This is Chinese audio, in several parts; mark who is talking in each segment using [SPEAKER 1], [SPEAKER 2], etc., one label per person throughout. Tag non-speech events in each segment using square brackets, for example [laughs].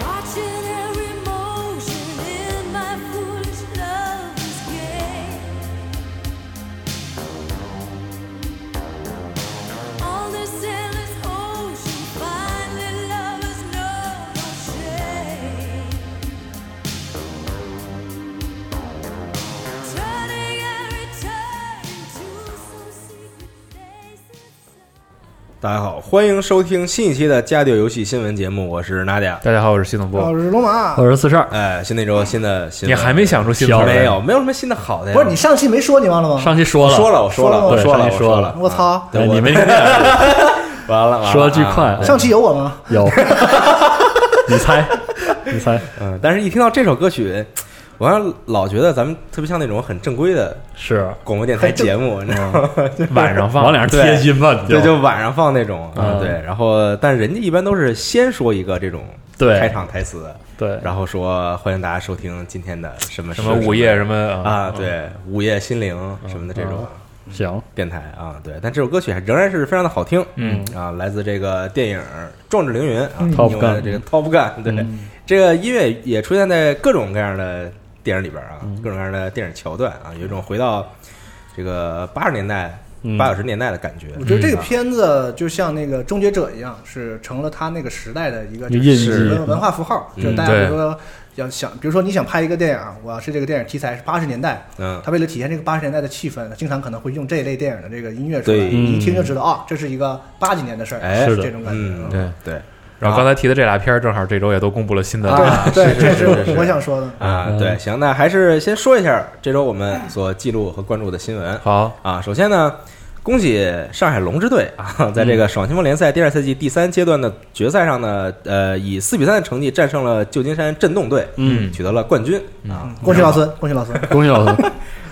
[SPEAKER 1] Watching every motion in my foolish lover's game. On this endless ocean, finally lovers know no shame. Turning and returning to some secret place inside.
[SPEAKER 2] 大家好，欢迎收听新一期的《家丢游戏新闻节目》，我是娜迪亚。
[SPEAKER 3] 大家好，我是系统
[SPEAKER 4] 我
[SPEAKER 3] 波，
[SPEAKER 4] 是龙马。
[SPEAKER 5] 我是四十二，
[SPEAKER 2] 哎，新的一周新的新
[SPEAKER 3] 你
[SPEAKER 2] 闻，
[SPEAKER 3] 还没想出新词儿来
[SPEAKER 2] 没有，没有什么新的好的呀。
[SPEAKER 4] 不是你上期没说你忘了吗？
[SPEAKER 5] 上期说了，
[SPEAKER 2] 说了，我说了，我
[SPEAKER 5] 对
[SPEAKER 2] 说了，
[SPEAKER 5] 上
[SPEAKER 2] 我
[SPEAKER 5] 期说
[SPEAKER 2] 了
[SPEAKER 5] 了。
[SPEAKER 4] 我操，
[SPEAKER 2] 对
[SPEAKER 5] 哎
[SPEAKER 2] 我
[SPEAKER 5] 你没听见？
[SPEAKER 2] 完了，完了
[SPEAKER 5] 说的巨快
[SPEAKER 2] 啊。
[SPEAKER 4] 上期有我吗？
[SPEAKER 2] [laughs]
[SPEAKER 5] 有，你猜，你猜，
[SPEAKER 2] 嗯，但是一听到这首歌曲，我还老觉得咱们特别像那种很正规的
[SPEAKER 5] 是
[SPEAKER 2] 广播电台节目，你知道吗？
[SPEAKER 3] 晚上放
[SPEAKER 5] 往脸上贴金吧，你
[SPEAKER 2] [laughs] 对，就晚上放那种啊，
[SPEAKER 5] 嗯
[SPEAKER 2] 对。然后，但人家一般都是先说一个这种
[SPEAKER 5] 对
[SPEAKER 2] 开场台词，
[SPEAKER 5] 对，
[SPEAKER 2] 然后说欢迎大家收听今天的什么
[SPEAKER 3] 什么午夜什么
[SPEAKER 2] 啊，，对，午夜心灵什么的这种。
[SPEAKER 5] 行，
[SPEAKER 2] 电台啊，对，但这首歌曲还仍然是非常的好听，
[SPEAKER 3] 嗯
[SPEAKER 2] 啊，来自这个电影《壮志凌云》啊，
[SPEAKER 5] Top
[SPEAKER 2] 英文的
[SPEAKER 5] Gun 嗯
[SPEAKER 2] 这个 Top Gun，对，这个音乐也出现在各种各样的电影里边啊，各种各样的电影桥段啊，有一种回到这个八十年代、
[SPEAKER 5] 嗯
[SPEAKER 2] 八九十年代的感觉。
[SPEAKER 4] 我觉得这个片子就像那个《终结者》一样，是成了他那个时代的一个
[SPEAKER 5] 一个印记
[SPEAKER 4] 就是文文化符号。
[SPEAKER 2] 嗯
[SPEAKER 4] 就是大家比
[SPEAKER 3] 对
[SPEAKER 4] 如说要想，比如说你想拍一个电影啊，我要是这个电影题材是八十年代，
[SPEAKER 2] 嗯
[SPEAKER 4] 他为了体现这个八十年代的气氛，经常可能会用这一类电影的这个音乐出来，
[SPEAKER 2] 对
[SPEAKER 4] 你一听就知道啊，这是一个八几年的事儿，
[SPEAKER 2] 哎
[SPEAKER 5] 是的
[SPEAKER 4] 这种感
[SPEAKER 2] 嗯，
[SPEAKER 4] 觉。
[SPEAKER 2] 对对
[SPEAKER 3] 然后刚才提的这俩片儿，正好这周也都公布了新的。
[SPEAKER 2] 啊
[SPEAKER 4] 对，
[SPEAKER 2] 是
[SPEAKER 4] 这
[SPEAKER 2] 是是是
[SPEAKER 4] 我想说的。
[SPEAKER 2] 啊，
[SPEAKER 5] 嗯
[SPEAKER 2] 对，行，那还是先说一下这周我们所记录和关注的新闻。
[SPEAKER 3] 好，
[SPEAKER 2] 啊，首先呢，恭喜上海龙之队啊，在
[SPEAKER 5] 嗯
[SPEAKER 2] 这个爽清风联赛第二赛季第三阶段的决赛上呢，呃，以四比三的成绩战胜了旧金山震动队，
[SPEAKER 3] 嗯
[SPEAKER 2] 取得了冠军啊
[SPEAKER 4] 嗯恭喜老孙，恭喜老孙！
[SPEAKER 5] [laughs] 恭
[SPEAKER 2] [laughs]
[SPEAKER 5] 喜老师，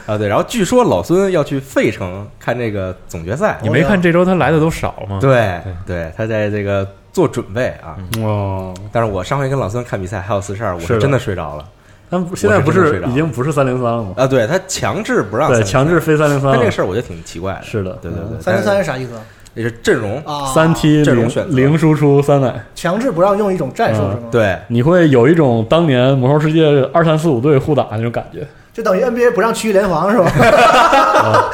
[SPEAKER 2] 啊！对，然后据说老孙要去费城看这个总决赛
[SPEAKER 3] 你，没看这周他来的都少吗？
[SPEAKER 2] 对对，他在这个做准备啊。
[SPEAKER 5] 哦，
[SPEAKER 2] 但是我上回跟老孙看比赛还有四十二，我
[SPEAKER 5] 是
[SPEAKER 2] 是
[SPEAKER 5] 的
[SPEAKER 2] 真的睡着了
[SPEAKER 5] 但不现在不
[SPEAKER 2] 我是真的睡
[SPEAKER 5] 是
[SPEAKER 2] 着了
[SPEAKER 5] 已经不是三零三了吗？
[SPEAKER 2] 啊！对他强制不让
[SPEAKER 5] 对，
[SPEAKER 2] 三
[SPEAKER 5] 强制非三零三
[SPEAKER 2] 但这个
[SPEAKER 5] 了，
[SPEAKER 2] 事儿我觉得挺奇怪的，
[SPEAKER 5] 是的嗯
[SPEAKER 2] 对对对，
[SPEAKER 4] 三零三是啥意思
[SPEAKER 2] 也是阵容，
[SPEAKER 4] 啊？
[SPEAKER 5] 三踢
[SPEAKER 2] 这种
[SPEAKER 5] 零
[SPEAKER 2] 选择
[SPEAKER 5] 零输出三奶，
[SPEAKER 4] 强制不让用一种战术是吗？
[SPEAKER 2] 对
[SPEAKER 5] 你会有一种当年魔兽世界二三四五队互打那种感觉
[SPEAKER 4] 就等于 NBA 不让区域联防
[SPEAKER 2] [laughs]
[SPEAKER 4] 是吧？
[SPEAKER 5] 啊！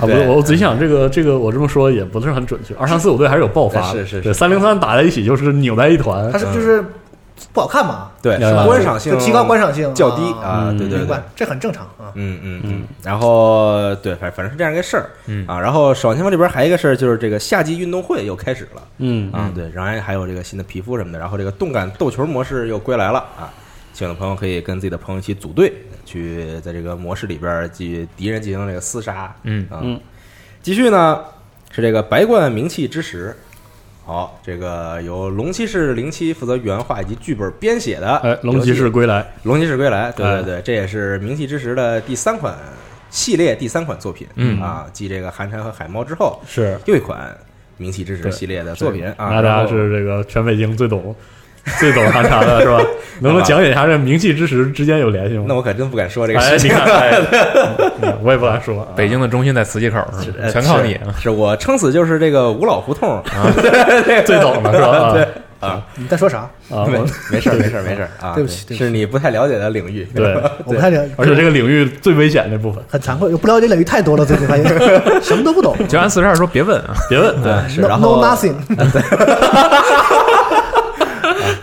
[SPEAKER 5] 不是，
[SPEAKER 2] 对
[SPEAKER 5] 我我仔细想，这个这个我这么说也不是很准确，二三四五队还是有爆发的，
[SPEAKER 2] 是是是
[SPEAKER 5] 对，三零三打在一起就是扭在一团
[SPEAKER 4] 它，是就是不好看嘛，
[SPEAKER 2] 对，
[SPEAKER 5] 呃
[SPEAKER 2] 观赏性
[SPEAKER 4] 就提高观赏性
[SPEAKER 2] 较低
[SPEAKER 4] 啊。
[SPEAKER 2] 啊，
[SPEAKER 5] 嗯
[SPEAKER 2] 对对
[SPEAKER 4] 明
[SPEAKER 2] 对
[SPEAKER 4] 白。，这很正常啊。
[SPEAKER 2] 嗯嗯嗯，然后对，反反正是这样一个事儿，
[SPEAKER 3] 嗯
[SPEAKER 2] 啊，然后爽新闻这边还有一个事儿，就是这个夏季运动会又开始了
[SPEAKER 5] 嗯
[SPEAKER 2] 啊，对，然后还有这个新的皮肤什么的，然后这个动感斗球模式又归来了啊，喜欢的朋友可以跟自己的朋友一起组队，去在这个模式里边儿去敌人进行这个厮杀，
[SPEAKER 3] 嗯
[SPEAKER 2] 啊
[SPEAKER 5] 嗯，
[SPEAKER 2] 继续呢是这个白冠名气之时，好，这个由龙骑士零七负责原画以及剧本编写的
[SPEAKER 5] 哎，龙骑
[SPEAKER 2] 游戏
[SPEAKER 5] 士归来，
[SPEAKER 2] 《龙骑士归来》，对
[SPEAKER 5] 哎
[SPEAKER 2] 对对，这也是《名气之时》的第三款系列第三款作品，
[SPEAKER 3] 嗯
[SPEAKER 2] 啊，继这个《寒蝉》和《海猫》之后，
[SPEAKER 5] 是
[SPEAKER 2] 又一款《名气之时》
[SPEAKER 5] 对
[SPEAKER 2] 系列的作品啊，然
[SPEAKER 5] 那大家
[SPEAKER 2] 后
[SPEAKER 5] 是这个全北京最懂、最懂寒蝉的是
[SPEAKER 2] [laughs]
[SPEAKER 5] 吧？能不能讲解一下这名气之时之间有联系吗？
[SPEAKER 2] 那我可真不敢说这个
[SPEAKER 5] 哎，
[SPEAKER 2] 事情，
[SPEAKER 5] 你看，
[SPEAKER 2] [laughs]
[SPEAKER 5] 哎嗯我也不敢说啊。
[SPEAKER 3] 北京的中心在磁器口儿，是吧
[SPEAKER 2] 呃
[SPEAKER 3] 全靠你。
[SPEAKER 2] 是是我撑死就是这个五老胡同 [laughs] 啊，
[SPEAKER 5] 最懂的是吧？
[SPEAKER 2] 对
[SPEAKER 5] 啊
[SPEAKER 2] 啊，
[SPEAKER 4] 你在说啥？
[SPEAKER 5] 啊，
[SPEAKER 2] 没
[SPEAKER 5] 我
[SPEAKER 2] 没事儿没事儿没事
[SPEAKER 5] [laughs]
[SPEAKER 2] 儿啊，
[SPEAKER 4] 对不起对不起
[SPEAKER 2] 是你不太了解的领域，
[SPEAKER 5] 对，
[SPEAKER 4] 我不太了解，
[SPEAKER 5] 而且这个领域最危险那部分，
[SPEAKER 4] 很惭愧，我不了解领域太多了，最
[SPEAKER 2] [laughs]
[SPEAKER 4] 近发现什么都不懂。
[SPEAKER 3] 就按四十二说，别问啊。
[SPEAKER 5] 别问。嗯
[SPEAKER 2] [laughs]
[SPEAKER 5] 对，
[SPEAKER 2] 啊，是，
[SPEAKER 4] No
[SPEAKER 2] 然后
[SPEAKER 4] no nothing，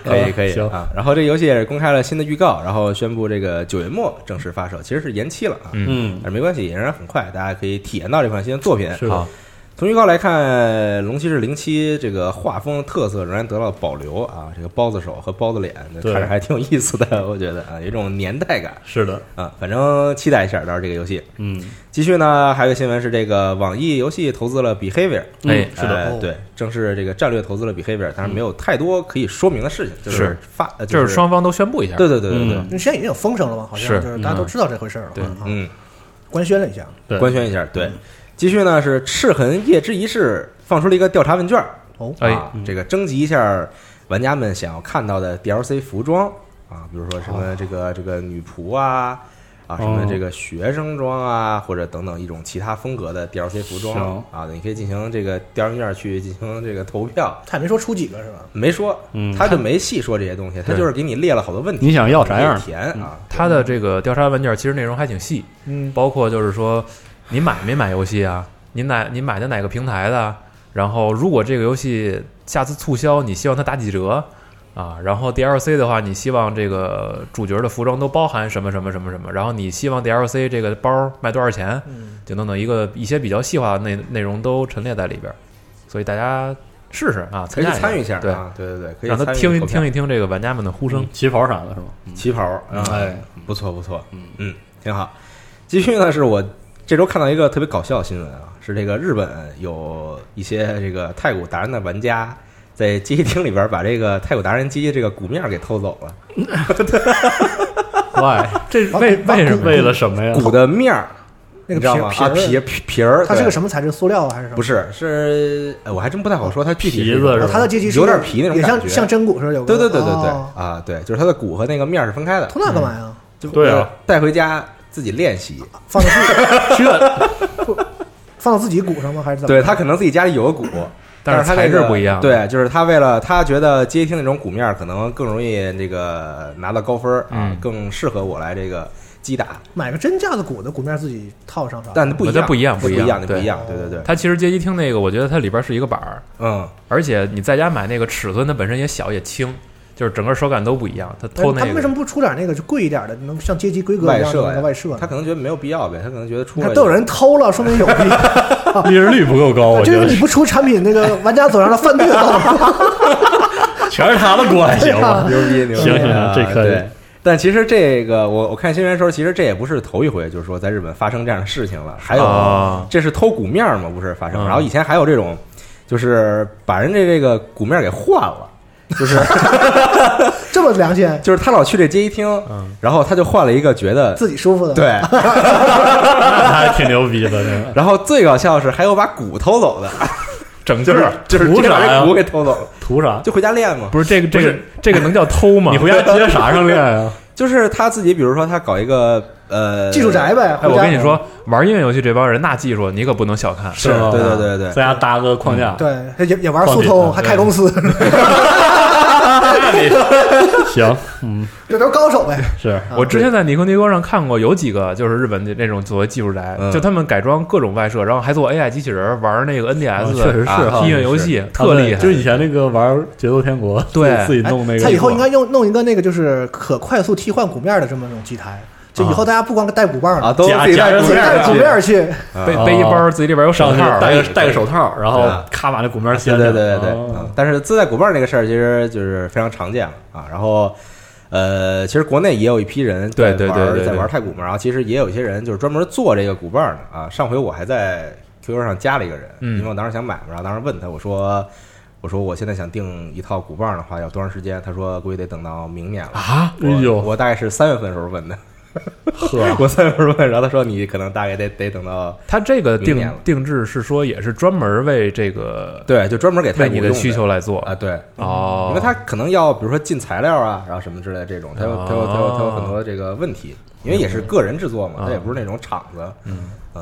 [SPEAKER 2] 可以
[SPEAKER 5] 啊
[SPEAKER 2] 可以
[SPEAKER 5] 行
[SPEAKER 2] 啊。然后这个游戏也是公开了新的预告，然后宣布这个九月末正式发售，其实是延期了啊。
[SPEAKER 3] 嗯
[SPEAKER 5] 嗯
[SPEAKER 2] 但是没关系，仍然很快，大家可以体验到这款新的作品。
[SPEAKER 5] 是的
[SPEAKER 2] 好从预告来看，《龙骑士零七》这个画风特色仍然得到保留啊，这个包子手和包子脸
[SPEAKER 5] 对
[SPEAKER 2] 看着还挺有意思的，我觉得啊，有一种年代感
[SPEAKER 5] 是的，
[SPEAKER 2] 啊，反正期待一下到时候这个游戏。
[SPEAKER 5] 嗯，
[SPEAKER 2] 继续呢，还有一个新闻是这个网易游戏投资了 Behavior，
[SPEAKER 3] 哎
[SPEAKER 5] 嗯是的，
[SPEAKER 2] 呃
[SPEAKER 4] 哦
[SPEAKER 2] 对，正是这个战略投资了 Behavior，但是没有太多可以说明的事情，就是
[SPEAKER 3] 是
[SPEAKER 2] 发，呃
[SPEAKER 3] 就是是双方都宣布一下。
[SPEAKER 2] 对对对对对，
[SPEAKER 5] 嗯
[SPEAKER 4] 因为现在已经有风声了嘛，好像
[SPEAKER 3] 是
[SPEAKER 4] 就是大家都知道这回事儿了，
[SPEAKER 3] 对
[SPEAKER 4] 嗯
[SPEAKER 2] 嗯，
[SPEAKER 4] 官宣了一下，
[SPEAKER 5] 对
[SPEAKER 2] 官宣一下，对。继续呢是赤痕夜之仪式放出了一个调查问卷儿
[SPEAKER 4] 哦，
[SPEAKER 3] 哎
[SPEAKER 2] 啊，这个征集一下玩家们想要看到的 DLC 服装啊，比如说什么这个这个女仆啊。啊，什么
[SPEAKER 5] 哦
[SPEAKER 2] 这个学生装啊，或者等等一种其他风格的 DLC 服装
[SPEAKER 5] 行
[SPEAKER 2] 啊，你可以进行这个调查卷儿去进行这个投票。
[SPEAKER 4] 他也没说出几个是吧？
[SPEAKER 2] 没说，
[SPEAKER 5] 嗯
[SPEAKER 2] 他就没细说这些东西，他
[SPEAKER 3] 对
[SPEAKER 2] 就是给你列了好多问题，
[SPEAKER 5] 你想要啥样
[SPEAKER 2] 你可以填啊？
[SPEAKER 3] 他的这个调查问卷其实内容还挺细，
[SPEAKER 4] 嗯，
[SPEAKER 3] 包括就是说你买没买游戏啊，你哪你买的哪个平台的啊，然后如果这个游戏下次促销，你希望它打几折啊？然后 DLC 的话，你希望这个主角的服装都包含什么什么什么什么？然后你希望 DLC 这个包卖多少钱？
[SPEAKER 4] 嗯
[SPEAKER 3] 就等等一个一些比较细化的内内容都陈列在里边儿，所以大家试试啊，
[SPEAKER 2] 可以去
[SPEAKER 3] 加
[SPEAKER 2] 参与一下
[SPEAKER 3] 对，
[SPEAKER 2] 啊，对对对，可以
[SPEAKER 3] 让他
[SPEAKER 2] 参与
[SPEAKER 3] 听一
[SPEAKER 2] 投票
[SPEAKER 3] 听一听这个玩家们的呼声。
[SPEAKER 5] 旗袍啥的是吗？
[SPEAKER 2] 旗袍啊，
[SPEAKER 5] 哎，
[SPEAKER 2] 不错不错，嗯嗯，挺好。继续呢，是我这周看到一个特别搞笑的新闻啊，是这个日本有一些这个太古达人的玩家。在街机厅里边把这个太古达人机这个鼓面儿给偷走了，
[SPEAKER 5] 喂，这
[SPEAKER 2] 啊
[SPEAKER 5] 为
[SPEAKER 4] 把
[SPEAKER 5] 为什么为了什么呀？
[SPEAKER 2] 鼓的面儿，
[SPEAKER 4] 那
[SPEAKER 2] 你
[SPEAKER 4] 个
[SPEAKER 2] 知
[SPEAKER 4] 皮
[SPEAKER 2] 道
[SPEAKER 4] 儿
[SPEAKER 2] 吗？
[SPEAKER 4] 皮
[SPEAKER 2] 啊皮
[SPEAKER 4] 儿，
[SPEAKER 2] 皮皮儿，
[SPEAKER 4] 它是
[SPEAKER 2] 对
[SPEAKER 4] 个什么材质？塑料啊还是什么？
[SPEAKER 2] 不是，是哎我还真不太好说，它具体
[SPEAKER 5] 皮
[SPEAKER 2] 是
[SPEAKER 5] 子
[SPEAKER 2] 什么
[SPEAKER 5] 是
[SPEAKER 4] 哦，它的阶级是
[SPEAKER 2] 有点皮那种
[SPEAKER 4] 也
[SPEAKER 2] 感
[SPEAKER 4] 像
[SPEAKER 2] 觉，
[SPEAKER 4] 像针骨似的，有个
[SPEAKER 2] 对对对对对、
[SPEAKER 4] 哦
[SPEAKER 2] 啊，对，就是它的骨和那个面儿是分开的，
[SPEAKER 4] 偷那干嘛呀？
[SPEAKER 2] 就
[SPEAKER 5] 对啊，
[SPEAKER 2] 带回家自己练习。
[SPEAKER 4] 放到自己
[SPEAKER 5] 这
[SPEAKER 4] 放到自己骨上吗？还是怎么？
[SPEAKER 2] 对他可能自己家里有个鼓，
[SPEAKER 3] [laughs] 但
[SPEAKER 2] 但
[SPEAKER 3] 是
[SPEAKER 2] 他
[SPEAKER 3] 材
[SPEAKER 2] 这个
[SPEAKER 3] 质不一样
[SPEAKER 2] 对，就是他为了他觉得街机厅那种鼓面儿可能更容易那个拿到高分儿啊，
[SPEAKER 3] 嗯啊
[SPEAKER 2] 更适合我来这个击打，
[SPEAKER 4] 买个真架子骨的骨面自己套上啥？
[SPEAKER 2] 但不一
[SPEAKER 3] 那
[SPEAKER 2] 样，
[SPEAKER 3] 它不一样
[SPEAKER 2] 不
[SPEAKER 3] 不一样
[SPEAKER 2] 样，那不一样，对对对，
[SPEAKER 3] 它其实街机厅那个，我觉得它里边是一个板儿，
[SPEAKER 2] 嗯，
[SPEAKER 3] 而且你在家买那个尺寸，它本身也小也轻，就是整个手感都不一样。它
[SPEAKER 4] 哎
[SPEAKER 3] 偷那
[SPEAKER 4] 他们为什
[SPEAKER 3] 个，
[SPEAKER 4] 么不出点那个就贵一点的，能像阶级规格一样的
[SPEAKER 2] 射
[SPEAKER 4] 那
[SPEAKER 2] 呀
[SPEAKER 4] 个外设呢？
[SPEAKER 2] 他可能觉得没有必要呗，他可能觉得出
[SPEAKER 4] 你
[SPEAKER 2] 来
[SPEAKER 4] 看都有人偷了，说明有必要。
[SPEAKER 5] 利润率不够高，我
[SPEAKER 4] 就
[SPEAKER 5] 觉
[SPEAKER 4] 是
[SPEAKER 5] 得
[SPEAKER 4] 你不出产品，那个玩家走上了犯罪的道路。
[SPEAKER 5] 全是他的关系，我
[SPEAKER 2] [laughs] 牛逼牛逼，
[SPEAKER 5] 行行
[SPEAKER 2] 啊
[SPEAKER 5] 这可以
[SPEAKER 2] 对但其实这个，我我看新闻的时候，其实这也不是头一回，就是说在日本发生这样的事情了。还有，
[SPEAKER 3] 啊
[SPEAKER 2] 这是偷鼓面儿嘛，不是发生。
[SPEAKER 5] 啊
[SPEAKER 3] 嗯
[SPEAKER 2] 然后以前还有这种，就是把人这这个鼓面儿给换了，就是 [laughs]
[SPEAKER 4] 这么良心，
[SPEAKER 2] 就是他老去这街机厅，
[SPEAKER 5] 嗯
[SPEAKER 2] 然后他就换了一个，觉得
[SPEAKER 4] 自己舒服的。，
[SPEAKER 2] 对。
[SPEAKER 5] 那还挺牛逼的，这个
[SPEAKER 2] 然后最搞笑的是，还有把鼓偷走的， [laughs]
[SPEAKER 3] 整
[SPEAKER 2] 就是
[SPEAKER 3] 个
[SPEAKER 2] 就是
[SPEAKER 5] 鼓
[SPEAKER 2] 就
[SPEAKER 5] 啥
[SPEAKER 2] 把
[SPEAKER 5] 呀
[SPEAKER 2] 这鼓给偷走了，
[SPEAKER 5] 图啥？
[SPEAKER 2] 就回家练嘛。
[SPEAKER 3] 不是这个这个这个能叫偷吗？
[SPEAKER 5] 你回家接啥上练啊？
[SPEAKER 2] 就是他自己，比如说他搞一个呃
[SPEAKER 4] 技术宅呗。
[SPEAKER 3] 哎，
[SPEAKER 4] 回
[SPEAKER 3] 我
[SPEAKER 4] 家
[SPEAKER 3] 跟你，说，玩音乐游戏这帮人那技术你可不能小看。
[SPEAKER 2] 是
[SPEAKER 5] 吗
[SPEAKER 2] 对对对对嗯
[SPEAKER 5] 在家搭个框 [laughs] 架，
[SPEAKER 4] 对，也也玩速通，还开公司，
[SPEAKER 2] [laughs]
[SPEAKER 5] 行，嗯，
[SPEAKER 4] [laughs] 这都是高手呗。
[SPEAKER 5] 是
[SPEAKER 3] 我之前在尼科尼哥上看过有几个，就是日本的那种所谓技术宅
[SPEAKER 2] 嗯，
[SPEAKER 3] 就他们改装各种外设，然后还做 AI 机器人儿玩那个
[SPEAKER 5] 啊
[SPEAKER 3] NDS
[SPEAKER 5] 确实
[SPEAKER 3] 的
[SPEAKER 5] 是
[SPEAKER 2] 啊
[SPEAKER 5] 哈
[SPEAKER 3] 音乐游戏，特厉害。
[SPEAKER 5] 就是以前那个玩《节奏天国》，
[SPEAKER 3] 对
[SPEAKER 5] 自己
[SPEAKER 4] 哎
[SPEAKER 5] 弄那个，
[SPEAKER 4] 他以后应该用弄一个那个就是可快速替换鼓面的这么一种机台，就以后大家不光带鼓棒
[SPEAKER 2] 啊，
[SPEAKER 4] 了，
[SPEAKER 2] 都
[SPEAKER 5] 假
[SPEAKER 2] 自己
[SPEAKER 5] 假
[SPEAKER 2] 带
[SPEAKER 5] 如
[SPEAKER 2] 鼓
[SPEAKER 5] 自己
[SPEAKER 2] 面
[SPEAKER 4] 带
[SPEAKER 2] 儿啊
[SPEAKER 4] 着鼓
[SPEAKER 2] 去
[SPEAKER 4] 面儿去。
[SPEAKER 3] [laughs] 背背一包，自己里边有手
[SPEAKER 5] 上去
[SPEAKER 3] 套儿，哎
[SPEAKER 5] 戴个戴个手套，然后
[SPEAKER 2] 对啊
[SPEAKER 5] 咔把那鼓面掀
[SPEAKER 2] 对
[SPEAKER 5] 着，
[SPEAKER 2] 对对对，
[SPEAKER 5] 哦
[SPEAKER 2] 嗯，但是自带鼓棒那个事儿，其实就是非常常见了啊。然后，呃，其实国内也有一批人在
[SPEAKER 3] 对对
[SPEAKER 2] 玩
[SPEAKER 3] 对对对
[SPEAKER 2] 在玩太鼓嘛，然后其实也有一些人就是专门做这个鼓棒的啊。上回我还在 QQ 上加了一个人，
[SPEAKER 3] 嗯
[SPEAKER 2] 因为我当时想买嘛，然后当时问他，我说。我说我现在想订一套鼓棒的话，要多长时间？他说估计得等到明年了。
[SPEAKER 3] 啊，
[SPEAKER 5] 哎
[SPEAKER 2] 我
[SPEAKER 5] 呦
[SPEAKER 2] 我大概是三月份的时候问的，[laughs]
[SPEAKER 5] 呵，
[SPEAKER 2] 我三月份问，然后他说你可能大概得得等到
[SPEAKER 3] 它这个
[SPEAKER 2] 明年
[SPEAKER 3] 定
[SPEAKER 2] 了
[SPEAKER 3] 定制是说也是专门为这个
[SPEAKER 2] 对，就专门给太
[SPEAKER 3] 为
[SPEAKER 2] 鼓
[SPEAKER 3] 你的
[SPEAKER 2] 用
[SPEAKER 3] 需求来做
[SPEAKER 2] 啊，对，
[SPEAKER 3] 哦，
[SPEAKER 2] 因为他可能要比如说进材料啊，然后什么之类的这种，他有他有他有他有很多这个问题，因为也是个人制作嘛，
[SPEAKER 3] 哦嗯
[SPEAKER 2] 他也不是那种厂子，嗯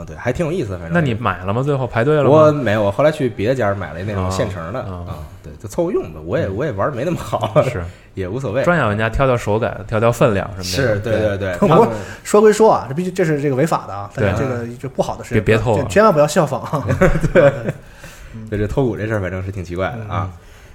[SPEAKER 2] 对，还挺有意思，反正
[SPEAKER 3] 那你买了吗？最后排队了
[SPEAKER 2] 我
[SPEAKER 3] 吗？
[SPEAKER 2] 没有，我后来去别的家买了那种
[SPEAKER 3] 啊
[SPEAKER 2] 现成的
[SPEAKER 3] 啊
[SPEAKER 2] 啊，对，就凑合用吧，我也我也玩的没那么好，
[SPEAKER 3] 嗯是
[SPEAKER 2] [laughs] 也无所谓，
[SPEAKER 3] 专业玩家挑挑手感，挑挑分量什么的，哦
[SPEAKER 2] 是对对对，
[SPEAKER 5] [laughs]
[SPEAKER 4] 不
[SPEAKER 2] 他
[SPEAKER 4] 过
[SPEAKER 5] 嗯
[SPEAKER 2] 们
[SPEAKER 4] 说归说啊，这毕竟这是这个违法的啊，
[SPEAKER 3] 对
[SPEAKER 4] 但是这个就不好的事情，
[SPEAKER 3] 别别偷啊
[SPEAKER 5] 嗯
[SPEAKER 4] 就千万不要效仿啊。
[SPEAKER 3] 嗯
[SPEAKER 2] 对这偷鼓这事儿，反正是挺奇怪的啊。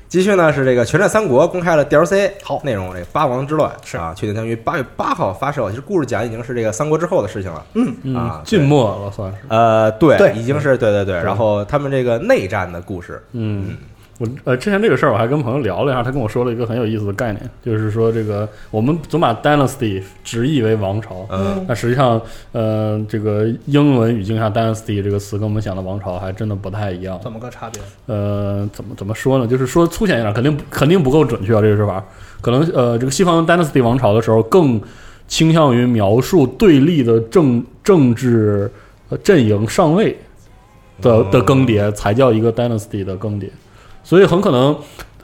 [SPEAKER 2] 继续呢是这个《全战三国》公开了 DLC，
[SPEAKER 4] 好
[SPEAKER 2] 内容这个八王之乱
[SPEAKER 4] 是
[SPEAKER 2] 啊，确定将于八月八号发售。其实故事讲已经是这个三国之后的事情了，
[SPEAKER 4] 嗯，
[SPEAKER 2] 啊
[SPEAKER 5] 嗯，
[SPEAKER 2] 对
[SPEAKER 5] 晋末了算是。
[SPEAKER 2] 呃，对，
[SPEAKER 4] 对嗯
[SPEAKER 2] 已经是对对对。然后他们这个内战的故事，
[SPEAKER 5] 嗯，我呃之前这个事儿我还跟朋友聊了一下，他跟我说了一个很有意思的概念，就是说这个我们总把 dynasty 直译为王朝，
[SPEAKER 2] 嗯
[SPEAKER 5] 那实际上呃这个英文语境下 dynasty 这个词跟我们想的王朝还真的不太一样。
[SPEAKER 4] [laughs] 怎么个差别？
[SPEAKER 5] 呃，怎么怎么说呢？就是说粗浅一点，肯定不肯定不够准确啊，这个说法。可能呃，这个西方 dynasty 王朝的时候，更倾向于描述对立的政政治呃阵营上位的的更迭，才叫一个 dynasty 的更迭。所以很可能，